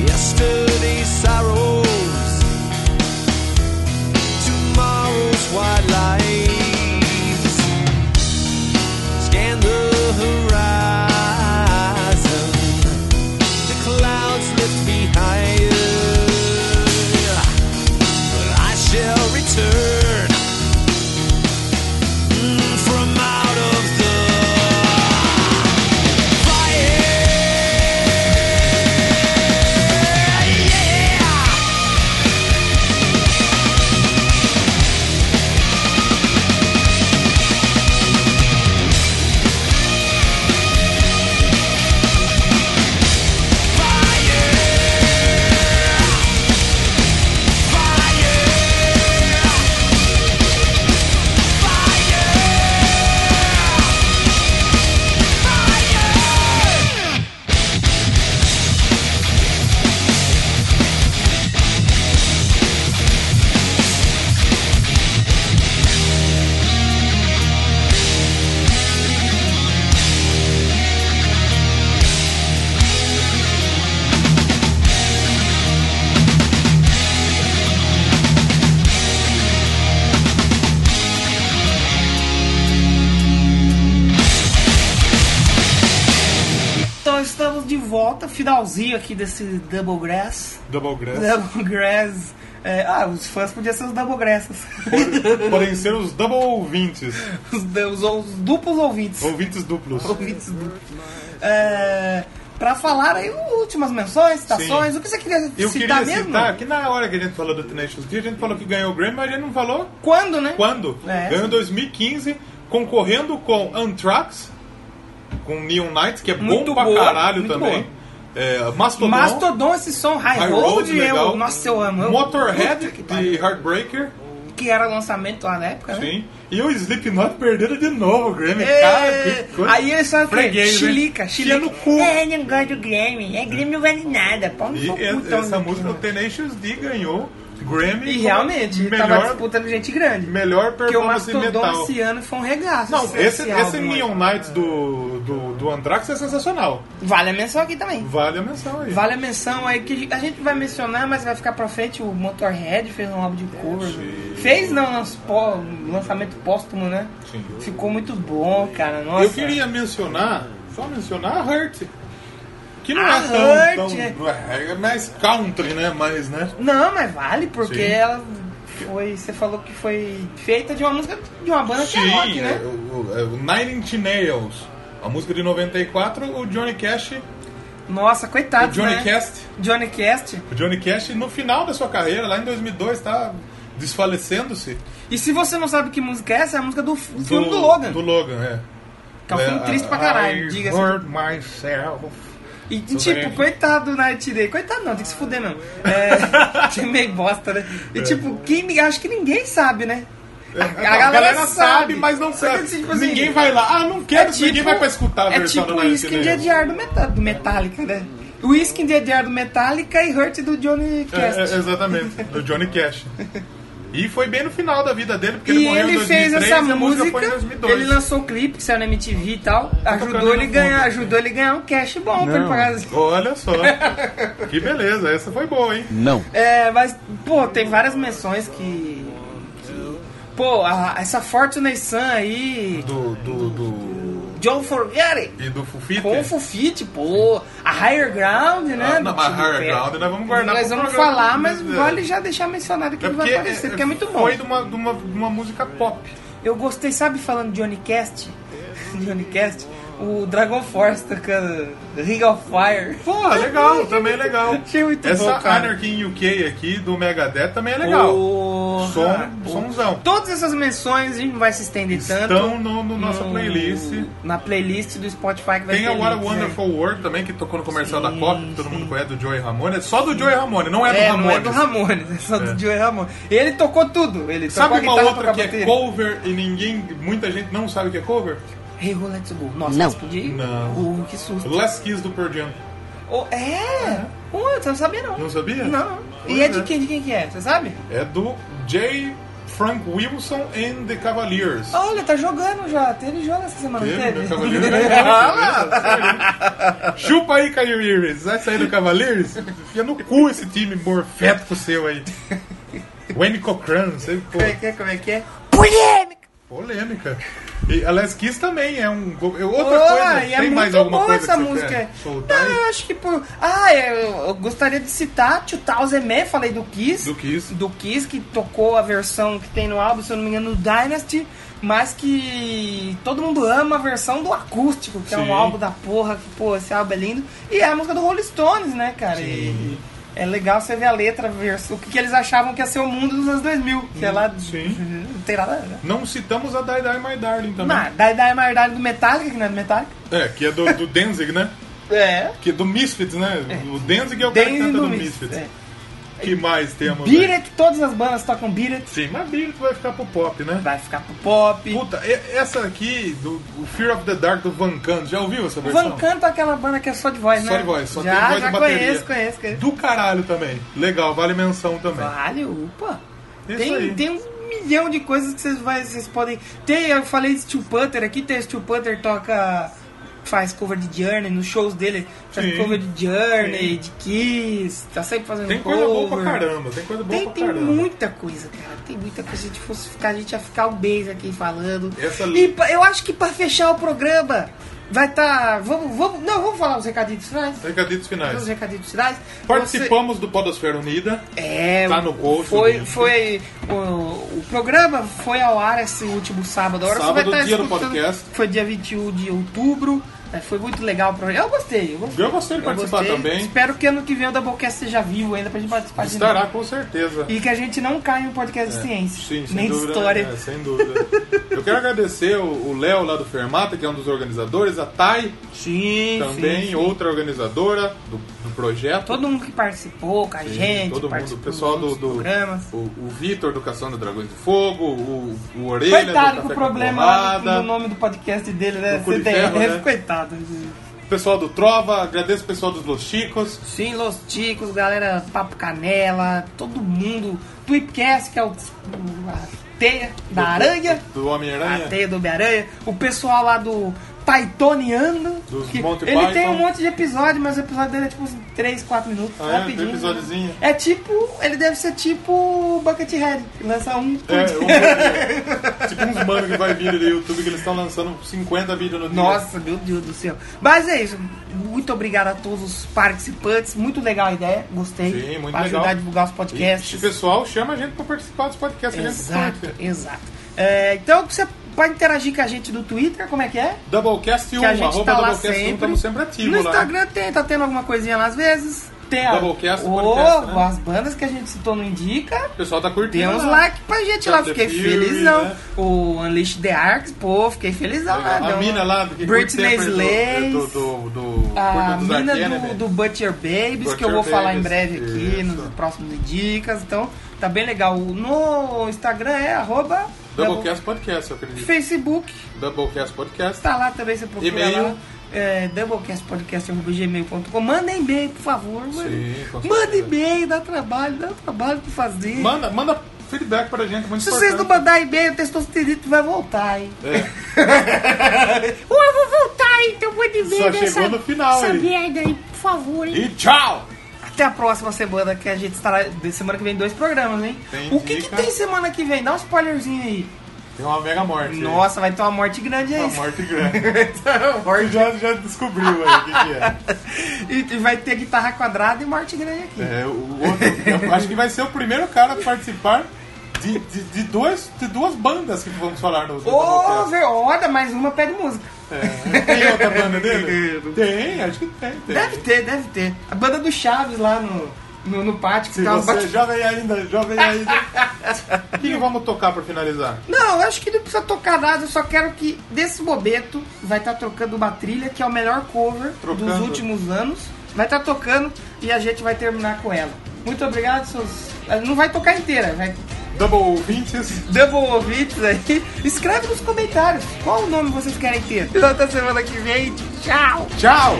[SPEAKER 7] yesterday's sorrows, tomorrow's white lies. Scan the horizon, the clouds left behind. But I shall return mm, from out of the fire. Yeah.
[SPEAKER 1] Então estamos de volta, finalzinho aqui desse Double Grass.
[SPEAKER 2] Double Grass.
[SPEAKER 1] Double Grass. é, ah, os fãs podiam ser os Double Grassas.
[SPEAKER 2] Podem- Podem ser os double ouvintes.
[SPEAKER 1] os, os, os duplos ouvintes.
[SPEAKER 2] Ouvintes duplos.
[SPEAKER 1] ouvintes duplos. É, pra falar aí últimas menções, citações,
[SPEAKER 2] Sim.
[SPEAKER 1] o que você queria
[SPEAKER 2] Eu
[SPEAKER 1] citar
[SPEAKER 2] queria
[SPEAKER 1] mesmo?
[SPEAKER 2] citar que na hora que a gente falou do Tenacious D, a gente falou que ganhou o Grammy, mas a gente não falou
[SPEAKER 1] Quando, né?
[SPEAKER 2] quando.
[SPEAKER 1] É.
[SPEAKER 2] Ganhou em 2015, concorrendo com Anthrax, com Neon Knights, que é bom
[SPEAKER 1] Muito
[SPEAKER 2] pra
[SPEAKER 1] boa,
[SPEAKER 2] caralho
[SPEAKER 1] muito
[SPEAKER 2] também.
[SPEAKER 1] boa.
[SPEAKER 2] É, Mastodon.
[SPEAKER 1] Mastodon, esse som High,
[SPEAKER 2] High
[SPEAKER 1] Road,
[SPEAKER 2] Road, legal.
[SPEAKER 1] eu, nossa, eu amo. eu-
[SPEAKER 2] Motorhead
[SPEAKER 1] Puta que
[SPEAKER 2] de
[SPEAKER 1] pariu.
[SPEAKER 2] Heartbreaker,
[SPEAKER 1] Que era lançamento lá na época, né?
[SPEAKER 2] sim. E o Slipknot perderam de novo o Grammy.
[SPEAKER 1] É,
[SPEAKER 2] Cara, que coisa.
[SPEAKER 1] Aí é eles só
[SPEAKER 2] Freguês, né?
[SPEAKER 1] chilica,
[SPEAKER 2] Enfia
[SPEAKER 1] chilica.
[SPEAKER 2] no cu.
[SPEAKER 1] É, não gosto do Grammy. É Grammy não vale nada. Pau no
[SPEAKER 2] E
[SPEAKER 1] seu cu,
[SPEAKER 2] e-
[SPEAKER 1] então,
[SPEAKER 2] essa
[SPEAKER 1] né?
[SPEAKER 2] música, o Tenacious D ganhou Grammy.
[SPEAKER 1] E
[SPEAKER 2] como
[SPEAKER 1] realmente, tava
[SPEAKER 2] melhor,
[SPEAKER 1] disputando gente grande.
[SPEAKER 2] melhor
[SPEAKER 1] Porque o
[SPEAKER 2] performance
[SPEAKER 1] Mastodon
[SPEAKER 2] metal.
[SPEAKER 1] esse ano foi um regaço.
[SPEAKER 2] Não, esse, esse
[SPEAKER 1] álbum,
[SPEAKER 2] Neon Knights do, do, do Anthrax é sensacional.
[SPEAKER 1] Vale a menção aqui também.
[SPEAKER 2] Vale a menção aí.
[SPEAKER 1] Vale a menção aí que a gente vai mencionar, mas vai ficar pra frente. O Motorhead fez um álbum de cover. Fez não, lanç- pó- lançamento póstumo, né?
[SPEAKER 2] Sim.
[SPEAKER 1] Ficou muito bom, cara. Nossa.
[SPEAKER 2] Eu queria mencionar, só mencionar a Hurt. Que não
[SPEAKER 1] A
[SPEAKER 2] é tão,
[SPEAKER 1] Hurt,
[SPEAKER 2] tão-
[SPEAKER 1] é.
[SPEAKER 2] não é- é mais country, né? Mas, né?
[SPEAKER 1] Não, mas vale, porque
[SPEAKER 2] Sim.
[SPEAKER 1] ela foi. Você falou que foi feita de uma música de uma banda que é rock,
[SPEAKER 2] é,
[SPEAKER 1] né?
[SPEAKER 2] o, o- é o Nine Inch Nails. A música de 94, o Johnny Cash,
[SPEAKER 1] Nossa,
[SPEAKER 2] é. o
[SPEAKER 1] coitado.
[SPEAKER 2] Johnny
[SPEAKER 1] né?
[SPEAKER 2] Cast,
[SPEAKER 1] Johnny Cast.
[SPEAKER 2] o Johnny Cash no final da sua carreira, lá em 2002, tá desfalecendo-se.
[SPEAKER 1] E se você não sabe que música é essa, é a música do, f- do filme do Logan.
[SPEAKER 2] Do Logan, é.
[SPEAKER 1] Que é um filme triste pra caralho,
[SPEAKER 2] I
[SPEAKER 1] diga-se.
[SPEAKER 2] hurt myself.
[SPEAKER 1] E
[SPEAKER 2] Sou
[SPEAKER 1] tipo,
[SPEAKER 2] doente.
[SPEAKER 1] coitado do Night Day. Coitado não, tem que se fuder mesmo. É, que é meio bosta, né?
[SPEAKER 2] É.
[SPEAKER 1] E tipo, quem, acho que ninguém sabe, né? A, a
[SPEAKER 2] Não, mas não
[SPEAKER 1] Só que,
[SPEAKER 2] É, sabe.
[SPEAKER 1] tipo assim,
[SPEAKER 2] ninguém vai lá. Ah, não quero,
[SPEAKER 1] é tipo-
[SPEAKER 2] ninguém vai pra escutar a
[SPEAKER 1] É
[SPEAKER 2] versão
[SPEAKER 1] tipo
[SPEAKER 2] do
[SPEAKER 1] o
[SPEAKER 2] Night
[SPEAKER 1] Whisky in the
[SPEAKER 2] Nails.
[SPEAKER 1] Jar do, Meta- do Metallica, né? O Whisky in the Jar do Metallica e Hurt do Johnny
[SPEAKER 2] É,
[SPEAKER 1] Cast.
[SPEAKER 2] é, exatamente, do Johnny Cash. E foi bem no final da vida dele, porque ele
[SPEAKER 1] E
[SPEAKER 2] morreu
[SPEAKER 1] ele
[SPEAKER 2] em 2003
[SPEAKER 1] fez essa
[SPEAKER 2] e a música
[SPEAKER 1] música,
[SPEAKER 2] foi em 2002.
[SPEAKER 1] ele lançou o clipe que saiu na MTV e tal,
[SPEAKER 2] tocando
[SPEAKER 1] ajudou
[SPEAKER 2] no
[SPEAKER 1] ele
[SPEAKER 2] fundo.
[SPEAKER 1] ganhar, ajudou ele ganhar um cash bom pra ele pagar. as-
[SPEAKER 2] Olha só. que beleza, essa foi boa, hein?
[SPEAKER 8] Não.
[SPEAKER 1] É, mas, pô, tem várias menções que. que- pô, a- essa Fortune Sun aí.
[SPEAKER 2] Do. do, do...
[SPEAKER 1] John Forget It.
[SPEAKER 2] E do Fufita.
[SPEAKER 1] Com o Fufit, pô. A Higher Ground, né?
[SPEAKER 2] Ah, não,
[SPEAKER 1] do
[SPEAKER 2] mas
[SPEAKER 1] Tim
[SPEAKER 2] Higher
[SPEAKER 1] Perry.
[SPEAKER 2] Ground nós vamos guardar
[SPEAKER 1] Nós
[SPEAKER 2] pro
[SPEAKER 1] vamos
[SPEAKER 2] programa,
[SPEAKER 1] falar, mas
[SPEAKER 2] né?
[SPEAKER 1] vale já deixar mencionado que ele vai aparecer, porque é muito bom.
[SPEAKER 2] Foi de uma, de uma, de uma música pop.
[SPEAKER 1] Eu gostei, sabe, falando de Johnny Cast? Johnny Cast, o Dragon Force tocando Ring of Fire.
[SPEAKER 2] Pô, legal, também é legal.
[SPEAKER 1] Achei muito
[SPEAKER 2] Essa
[SPEAKER 1] bom, cara.
[SPEAKER 2] Anarchy in UK aqui do Megadeth também é legal.
[SPEAKER 1] Porra,
[SPEAKER 2] Som,
[SPEAKER 1] pô.
[SPEAKER 2] somzão.
[SPEAKER 1] Todas essas menções a gente não vai se estender
[SPEAKER 2] Estão
[SPEAKER 1] tanto.
[SPEAKER 2] no, no nossa
[SPEAKER 1] No-
[SPEAKER 2] playlist.
[SPEAKER 1] Hum, Na playlist do Spotify que vai
[SPEAKER 2] Tem
[SPEAKER 1] ter
[SPEAKER 2] a What a
[SPEAKER 1] links, né?
[SPEAKER 2] Wonderful World também, que tocou no comercial da Copa, que todo mundo conhece, do Joey Ramone. É só do Joey Ramone, não é do
[SPEAKER 1] É,
[SPEAKER 2] Ramone.
[SPEAKER 1] não é do Ramones, é só do Joey Ramone. Ele tocou tudo. Ele
[SPEAKER 2] Sabe
[SPEAKER 1] tocou
[SPEAKER 2] uma
[SPEAKER 1] a guitarra,
[SPEAKER 2] outra
[SPEAKER 1] tocou
[SPEAKER 2] que
[SPEAKER 1] a
[SPEAKER 2] é
[SPEAKER 1] bateria.
[SPEAKER 2] cover e ninguém, muita gente não sabe o que é cover?
[SPEAKER 1] Hey, who let's go. Nossa,
[SPEAKER 8] Não.
[SPEAKER 1] mas podia-
[SPEAKER 2] Não.
[SPEAKER 1] Uh, que susto.
[SPEAKER 2] Last Kiss do Pearl Jam.
[SPEAKER 1] Oh, é? Uh, eu não sabia não.
[SPEAKER 2] Não sabia?
[SPEAKER 1] Não.
[SPEAKER 2] Pois
[SPEAKER 1] E é de
[SPEAKER 2] é.
[SPEAKER 1] quem, de quem que é? Você sabe?
[SPEAKER 2] É do Jay Frank Wilson and the Cavaliers.
[SPEAKER 1] Olha, tá jogando já. Teve jogo essa semana, não
[SPEAKER 2] Teve,
[SPEAKER 1] teve?
[SPEAKER 2] meu Cavaliers ganhou. Chupa aí, Caio Irres. Vai sair do Cavaliers? Enfia no cu esse time morfético seu aí. Wayne Cochran, não sei, pô.
[SPEAKER 1] Como é que é? Como é que é?
[SPEAKER 2] Polêmica. E Aliás, Kiss também é um. go- eu- Outra
[SPEAKER 1] Pô,
[SPEAKER 2] coisa,
[SPEAKER 1] e
[SPEAKER 2] tem
[SPEAKER 1] é muito
[SPEAKER 2] mais alguma
[SPEAKER 1] boa
[SPEAKER 2] coisa
[SPEAKER 1] essa
[SPEAKER 2] que você
[SPEAKER 1] música.
[SPEAKER 2] quer
[SPEAKER 1] aí. Ah.
[SPEAKER 2] soltar
[SPEAKER 1] Não,
[SPEAKER 2] aí?
[SPEAKER 1] eu acho que por. Ah, eu, eu gostaria de citar 2000 Man, falei do Kiss.
[SPEAKER 2] Do Kiss.
[SPEAKER 1] Do Kiss, que tocou a versão que tem no álbum, se eu não me engano, do Dynasty, mas que todo mundo ama a versão do acústico, que é
[SPEAKER 2] Sim.
[SPEAKER 1] um álbum da porra, que, pô, esse álbum é lindo. E é a música do Rolling Stones, né, cara? E é legal você ver a letra, a vers- o que, que eles achavam que ia ser o mundo dos anos 2000. Sei é lá,
[SPEAKER 2] Hum, sim.
[SPEAKER 1] não tem nada. Né?
[SPEAKER 2] Não citamos a Die Die My Darling também.
[SPEAKER 1] Não, daí daí é mais verdade do Metallica, que não é do Metallica.
[SPEAKER 2] É, que é do, do Danzig, né?
[SPEAKER 1] É.
[SPEAKER 2] Que é do Misfits, né? O Danzig é o cara que
[SPEAKER 1] Dance
[SPEAKER 2] canta
[SPEAKER 1] do
[SPEAKER 2] do
[SPEAKER 1] Mist.
[SPEAKER 2] Misfits.
[SPEAKER 1] é.
[SPEAKER 2] que mais temos? aí?
[SPEAKER 1] Beat It, todas as bandas tocam Beat It.
[SPEAKER 2] Sim, mas Beat It vai ficar pro pop, né?
[SPEAKER 1] Vai ficar pro pop.
[SPEAKER 2] Puta, e- essa aqui, do o Fear of the Dark do Van Canto, já ouviu essa
[SPEAKER 1] O
[SPEAKER 2] versão?
[SPEAKER 1] Van Canto é aquela banda que é só de voz, né?
[SPEAKER 2] Então. Só de voz, só
[SPEAKER 1] já,
[SPEAKER 2] tem voz
[SPEAKER 1] já
[SPEAKER 2] e bateria.
[SPEAKER 1] conheço, conheço, conheço.
[SPEAKER 2] Do caralho também. Legal, vale menção também.
[SPEAKER 1] Vale, upa.
[SPEAKER 2] Isso aí.
[SPEAKER 1] Tem, tem um milhão de coisas que vocês, vai- vocês podem... Tem, eu falei de Steel Panther aqui, tem Steel Panther toca... Faz cover de Journey, nos shows dele faz
[SPEAKER 2] Sim.
[SPEAKER 1] cover de Journey,
[SPEAKER 2] Sim.
[SPEAKER 1] de Kiss, tá sempre fazendo
[SPEAKER 2] Tem
[SPEAKER 1] cover.
[SPEAKER 2] coisa boa pra caramba, tem coisa boa
[SPEAKER 1] Tem,
[SPEAKER 2] pra
[SPEAKER 1] tem
[SPEAKER 2] caramba.
[SPEAKER 1] muita coisa, cara. Tem muita coisa. Se a gente fosse ficar, a gente ia ficar um beijo aqui falando.
[SPEAKER 2] Essa-
[SPEAKER 1] E pa- eu acho que pra fechar o programa, vai tá. Vamos, vamos. Não, vamos falar uns recadinhos finais.
[SPEAKER 2] Recaditos
[SPEAKER 1] Fazer Uns
[SPEAKER 2] finais.
[SPEAKER 1] recadinhos finais.
[SPEAKER 2] Participamos do Podosfera Unida.
[SPEAKER 1] Você- É,
[SPEAKER 2] Tá no post,
[SPEAKER 1] Foi,
[SPEAKER 2] né?
[SPEAKER 1] foi, o, o programa foi ao ar esse último sábado. Agora você vai
[SPEAKER 2] Sábado,
[SPEAKER 1] estar
[SPEAKER 2] dia do
[SPEAKER 1] escutando-
[SPEAKER 2] podcast.
[SPEAKER 1] Foi dia 21 de outubro. É, Foi muito legal o programa. Eu gostei. Eu gostei,
[SPEAKER 2] Eu gostei de participar
[SPEAKER 1] gostei.
[SPEAKER 2] também.
[SPEAKER 1] Espero que ano que vem o Doublecast esteja vivo ainda pra gente participar de novo.
[SPEAKER 2] Estará com certeza.
[SPEAKER 1] E que a gente não caia em um podcast de ciência.
[SPEAKER 2] Sim, sem
[SPEAKER 1] nem
[SPEAKER 2] dúvida.
[SPEAKER 1] de história.
[SPEAKER 2] é, sem dúvida. Eu quero agradecer o o Léo lá do Fermata, que é um dos organizadores, a Thay,
[SPEAKER 1] Sim,
[SPEAKER 2] é. também,
[SPEAKER 1] sim, sim.
[SPEAKER 2] outra organizadora do, do projeto.
[SPEAKER 1] Todo mundo que participou com a gente,
[SPEAKER 2] todo mundo, o
[SPEAKER 1] participou
[SPEAKER 2] pessoal do,
[SPEAKER 1] dos
[SPEAKER 2] do
[SPEAKER 1] programas.
[SPEAKER 2] o, o Vitor do Caçando Dragões de Fogo, o, o Orelha
[SPEAKER 1] Coitado
[SPEAKER 2] é do
[SPEAKER 1] com o
[SPEAKER 2] Café
[SPEAKER 1] problema
[SPEAKER 2] com
[SPEAKER 1] lá
[SPEAKER 2] Porrada,
[SPEAKER 1] no nome do podcast dele, né?
[SPEAKER 2] Do
[SPEAKER 1] Você tem,
[SPEAKER 2] Culiferro, né?
[SPEAKER 1] coitado.
[SPEAKER 2] o pessoal do Trova, agradeço o pessoal dos Los Chicos,
[SPEAKER 1] Sim, Los Ticos, galera, Papo Canela, todo mundo. Tweepcast, que é o, o- a teia da aranha.
[SPEAKER 2] do Homem-Aranha.
[SPEAKER 1] A teia do Homem-Aranha. O pessoal lá do Pythoniano.
[SPEAKER 2] Dos
[SPEAKER 1] que
[SPEAKER 2] Monty
[SPEAKER 1] ele tem
[SPEAKER 2] Python.
[SPEAKER 1] um monte de episódio, mas o episódio dele é tipo 3, 4 minutos.
[SPEAKER 2] Ah, é?
[SPEAKER 1] rapidinho.
[SPEAKER 2] Tem episódiozinho.
[SPEAKER 1] É tipo. Ele deve ser tipo Buckethead. que Lança um por
[SPEAKER 2] É,
[SPEAKER 1] dia.
[SPEAKER 2] um- tipo uns mano que vai vir do YouTube que eles estão lançando 50 vídeos no dia.
[SPEAKER 1] Nossa, meu Deus do céu. Mas é isso. Muito obrigado a todos os participantes. Muito legal a ideia. Gostei.
[SPEAKER 2] Sim, muito
[SPEAKER 1] pra
[SPEAKER 2] legal.
[SPEAKER 1] ajudar a divulgar os
[SPEAKER 2] Esse
[SPEAKER 1] podcasts.
[SPEAKER 2] pessoal chama a gente pra participar dos podcasts. que a gente
[SPEAKER 1] Exato,
[SPEAKER 2] participa.
[SPEAKER 1] exato. É, então você pode interagir com a gente no Twitter, como é que é?
[SPEAKER 2] Doublecast 1,
[SPEAKER 1] que a gente
[SPEAKER 2] arroba
[SPEAKER 1] tá lá
[SPEAKER 2] Doublecast 1,
[SPEAKER 1] sempre.
[SPEAKER 2] estamos sempre
[SPEAKER 1] no
[SPEAKER 2] ativos lá.
[SPEAKER 1] Instagram tem, tá tendo alguma coisinha lá às vezes. Tem a,
[SPEAKER 2] Doublecast,
[SPEAKER 1] Ô,
[SPEAKER 2] podcast, né?
[SPEAKER 1] as bandas que a gente citou no Indica.
[SPEAKER 2] O pessoal tá
[SPEAKER 1] Tem
[SPEAKER 2] curtindo.
[SPEAKER 1] uns
[SPEAKER 2] lá.
[SPEAKER 1] like pra gente lá,
[SPEAKER 2] Chapter
[SPEAKER 1] fiquei
[SPEAKER 2] Fury,
[SPEAKER 1] felizão.
[SPEAKER 2] né?
[SPEAKER 1] O Unleash the Arcs, pô, fiquei felizão lá.
[SPEAKER 2] A
[SPEAKER 1] deu
[SPEAKER 2] mina
[SPEAKER 1] uma-
[SPEAKER 2] lá que
[SPEAKER 1] Britney
[SPEAKER 2] curte sempre
[SPEAKER 1] Slays.
[SPEAKER 2] do, do, do, do
[SPEAKER 1] A
[SPEAKER 2] Portanto dos
[SPEAKER 1] mina
[SPEAKER 2] Arquenes,
[SPEAKER 1] do,
[SPEAKER 2] né?
[SPEAKER 1] do Butcher Babies, que eu
[SPEAKER 2] Butcher
[SPEAKER 1] vou falar em
[SPEAKER 2] Babies,
[SPEAKER 1] breve aqui
[SPEAKER 2] isso.
[SPEAKER 1] nos próximos dicas. Então, tá bem legal. No Instagram é arroba
[SPEAKER 2] Doublecast Podcast, eu acredito.
[SPEAKER 1] Facebook,
[SPEAKER 2] Doublecast Podcast.
[SPEAKER 1] tá lá também, você procura
[SPEAKER 2] E-mail.
[SPEAKER 1] lá. É, doublecastpodcast.gmail.com Manda e-mail, por favor. Manda,
[SPEAKER 2] Sim, com
[SPEAKER 1] manda
[SPEAKER 2] certeza.
[SPEAKER 1] e-mail, dá trabalho, dá trabalho pra fazer.
[SPEAKER 2] Manda, manda feedback pra gente, é muito
[SPEAKER 1] Se vocês não
[SPEAKER 2] importante.
[SPEAKER 1] mandar e-mail, o testosterito vai voltar, hein?
[SPEAKER 2] É,
[SPEAKER 1] Ou eu vou voltar, então manda
[SPEAKER 2] Só
[SPEAKER 1] e-mail
[SPEAKER 2] chegou
[SPEAKER 1] dessa
[SPEAKER 2] no final
[SPEAKER 1] essa
[SPEAKER 2] aí.
[SPEAKER 1] merda aí, por favor, hein?
[SPEAKER 2] E tchau!
[SPEAKER 1] Até a próxima semana, que a gente estará. Semana que vem, dois programas, hein?
[SPEAKER 2] Tem
[SPEAKER 1] o que, que
[SPEAKER 2] dica.
[SPEAKER 1] tem semana que vem? Dá um spoilerzinho aí.
[SPEAKER 2] Tem uma mega morte. aí.
[SPEAKER 1] Nossa, vai ter uma morte grande aí.
[SPEAKER 2] Uma morte grande.
[SPEAKER 1] Então,
[SPEAKER 2] Morte já, já descobriu aí o que, é. que
[SPEAKER 1] e e vai ter guitarra quadrada e morte grande aqui.
[SPEAKER 2] é. é o outro, eu acho que vai ser o primeiro cara a participar de, de, de, dois, de duas bandas que vamos falar no no
[SPEAKER 1] Ô,
[SPEAKER 2] Doublecast.
[SPEAKER 1] ver, olha, mais uma pede música.
[SPEAKER 2] É, Tem outra banda dele? Tem, acho que tem. tem.
[SPEAKER 1] Deve ter, deve ter. A banda do Chaves lá no, no, no pátio. que
[SPEAKER 2] Se
[SPEAKER 1] tava
[SPEAKER 2] você
[SPEAKER 1] bate-
[SPEAKER 2] jovem ainda, jovem ainda. O que que vamos tocar pra finalizar?
[SPEAKER 1] Não, eu acho que não precisa tocar nada, eu só quero que nesse momento vai estar trocando uma trilha, que é o melhor cover
[SPEAKER 2] Trocando.
[SPEAKER 1] dos últimos anos. Vai estar tocando e a gente vai terminar com ela. Muito obrigado, seus. Não vai tocar inteira, vai.
[SPEAKER 2] Double ouvintes.
[SPEAKER 1] Double ouvintes aí. Escreve nos comentários qual o nome vocês querem ter. E até semana que vem. Tchau!
[SPEAKER 2] Tchau!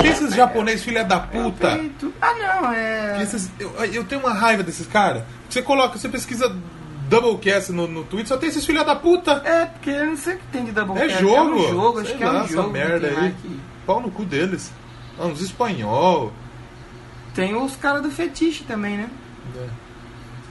[SPEAKER 2] Tem esses japoneses, filha da puta.
[SPEAKER 1] Feito. Ah, não, é.
[SPEAKER 2] Esses- eu, eu tenho uma raiva desses caras. Você coloca, você pesquisa Doublecast no, no Twitter, só tem esses filha da puta.
[SPEAKER 1] É, porque eu não sei o que tem de double
[SPEAKER 2] É
[SPEAKER 1] tap.
[SPEAKER 2] jogo.
[SPEAKER 1] É um jogo, acho
[SPEAKER 2] Sei
[SPEAKER 1] que
[SPEAKER 2] lá,
[SPEAKER 1] é um
[SPEAKER 2] essa
[SPEAKER 1] jogo. que
[SPEAKER 2] merda
[SPEAKER 1] tem
[SPEAKER 2] aí.
[SPEAKER 1] lá que-
[SPEAKER 2] Pau no cu deles. Ah, uns espanhol.
[SPEAKER 1] Tem os caras do fetiche também, né?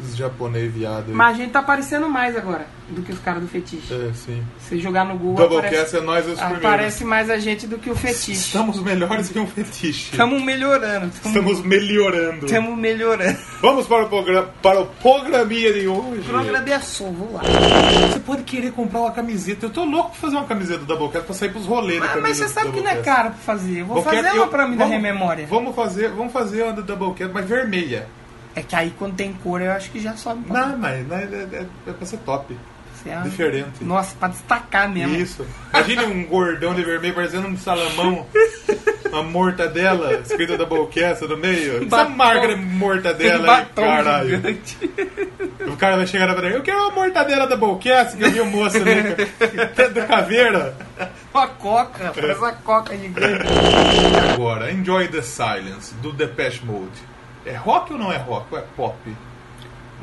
[SPEAKER 2] Esses japonês viado aí.
[SPEAKER 1] Mas a gente tá aparecendo mais agora do que os caras do fetiche.
[SPEAKER 2] É, sim.
[SPEAKER 1] Se jogar no Google, aparece,
[SPEAKER 2] Doublecast é nós os primeiros.
[SPEAKER 1] aparece mais a gente do que o fetiche.
[SPEAKER 2] Estamos melhores que um fetiche.
[SPEAKER 1] Estamos melhorando.
[SPEAKER 2] Estamos melhorando.
[SPEAKER 1] Estamos melhorando.
[SPEAKER 2] Vamos para o, progra para o programinha de hoje.
[SPEAKER 1] Programação, vamos lá.
[SPEAKER 2] Você pode querer comprar uma camiseta. Eu tô louco pra fazer uma camiseta da Boquete pra sair pros rolês da
[SPEAKER 1] Ah, mas
[SPEAKER 2] camiseta
[SPEAKER 1] você sabe
[SPEAKER 2] da
[SPEAKER 1] que não é
[SPEAKER 2] Doublecast.
[SPEAKER 1] caro pra fazer. Eu vou
[SPEAKER 2] Boquete,
[SPEAKER 1] fazer uma
[SPEAKER 2] eu-
[SPEAKER 1] pra mim
[SPEAKER 2] vamos-
[SPEAKER 1] da memória.
[SPEAKER 2] Vamos fazer, vamos fazer uma da Doublecast, mas vermelha.
[SPEAKER 1] É que aí quando tem cor eu acho que já sobe. um
[SPEAKER 2] Não, mas não, é, é, é pra ser top.
[SPEAKER 1] pouco. Você acha?
[SPEAKER 2] Diferente.
[SPEAKER 1] Nossa, pra destacar mesmo.
[SPEAKER 2] Isso. Imagine um gordão de vermelho parecendo um salamão. Uma mortadela escrita da Bolquesta no meio. Essa
[SPEAKER 1] Batom.
[SPEAKER 2] magra mortadela aí,
[SPEAKER 1] um Batom
[SPEAKER 2] caralho.
[SPEAKER 1] gigante.
[SPEAKER 2] O cara vai chegar na padaria, eu quero uma mortadela da Bolquesta, que eu vi o moço ali, cara, da caveira.
[SPEAKER 1] Uma coca, faz uma coca gigante.
[SPEAKER 2] Agora, Enjoy the Silence, do Depeche Mode. É rock ou não é rock? Ou é pop?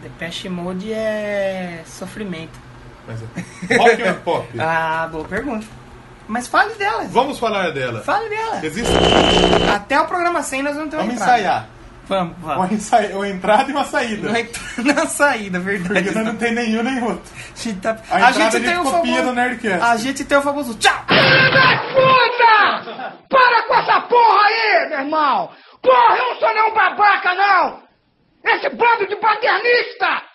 [SPEAKER 1] Depeche Mode é sofrimento.
[SPEAKER 2] Mas é rock ou é pop?
[SPEAKER 1] Ah, boa pergunta. Mas fale dela.
[SPEAKER 2] Vamos falar dela.
[SPEAKER 1] Fale dela.
[SPEAKER 2] Existe...
[SPEAKER 1] Até o programa 100 nós vamos ter uma
[SPEAKER 2] Vamos
[SPEAKER 1] entrada.
[SPEAKER 2] ensaiar.
[SPEAKER 1] Vamos, é
[SPEAKER 2] Uma,
[SPEAKER 1] vamos.
[SPEAKER 2] ensa... uma entrada e uma saída.
[SPEAKER 1] Vai entrar na saída, verdade.
[SPEAKER 2] Porque nós não tem nenhum nem outro.
[SPEAKER 1] A gente, tá-
[SPEAKER 2] A
[SPEAKER 1] a
[SPEAKER 2] entrada
[SPEAKER 1] gente
[SPEAKER 2] a gente
[SPEAKER 1] tem o
[SPEAKER 2] copia
[SPEAKER 1] famoso...
[SPEAKER 2] do Nerdcast.
[SPEAKER 1] A gente tem o famoso tchau!
[SPEAKER 7] puta! Para com essa porra aí, meu irmão! Porra, eu não sou nenhum babaca, não! Esse bando de paternista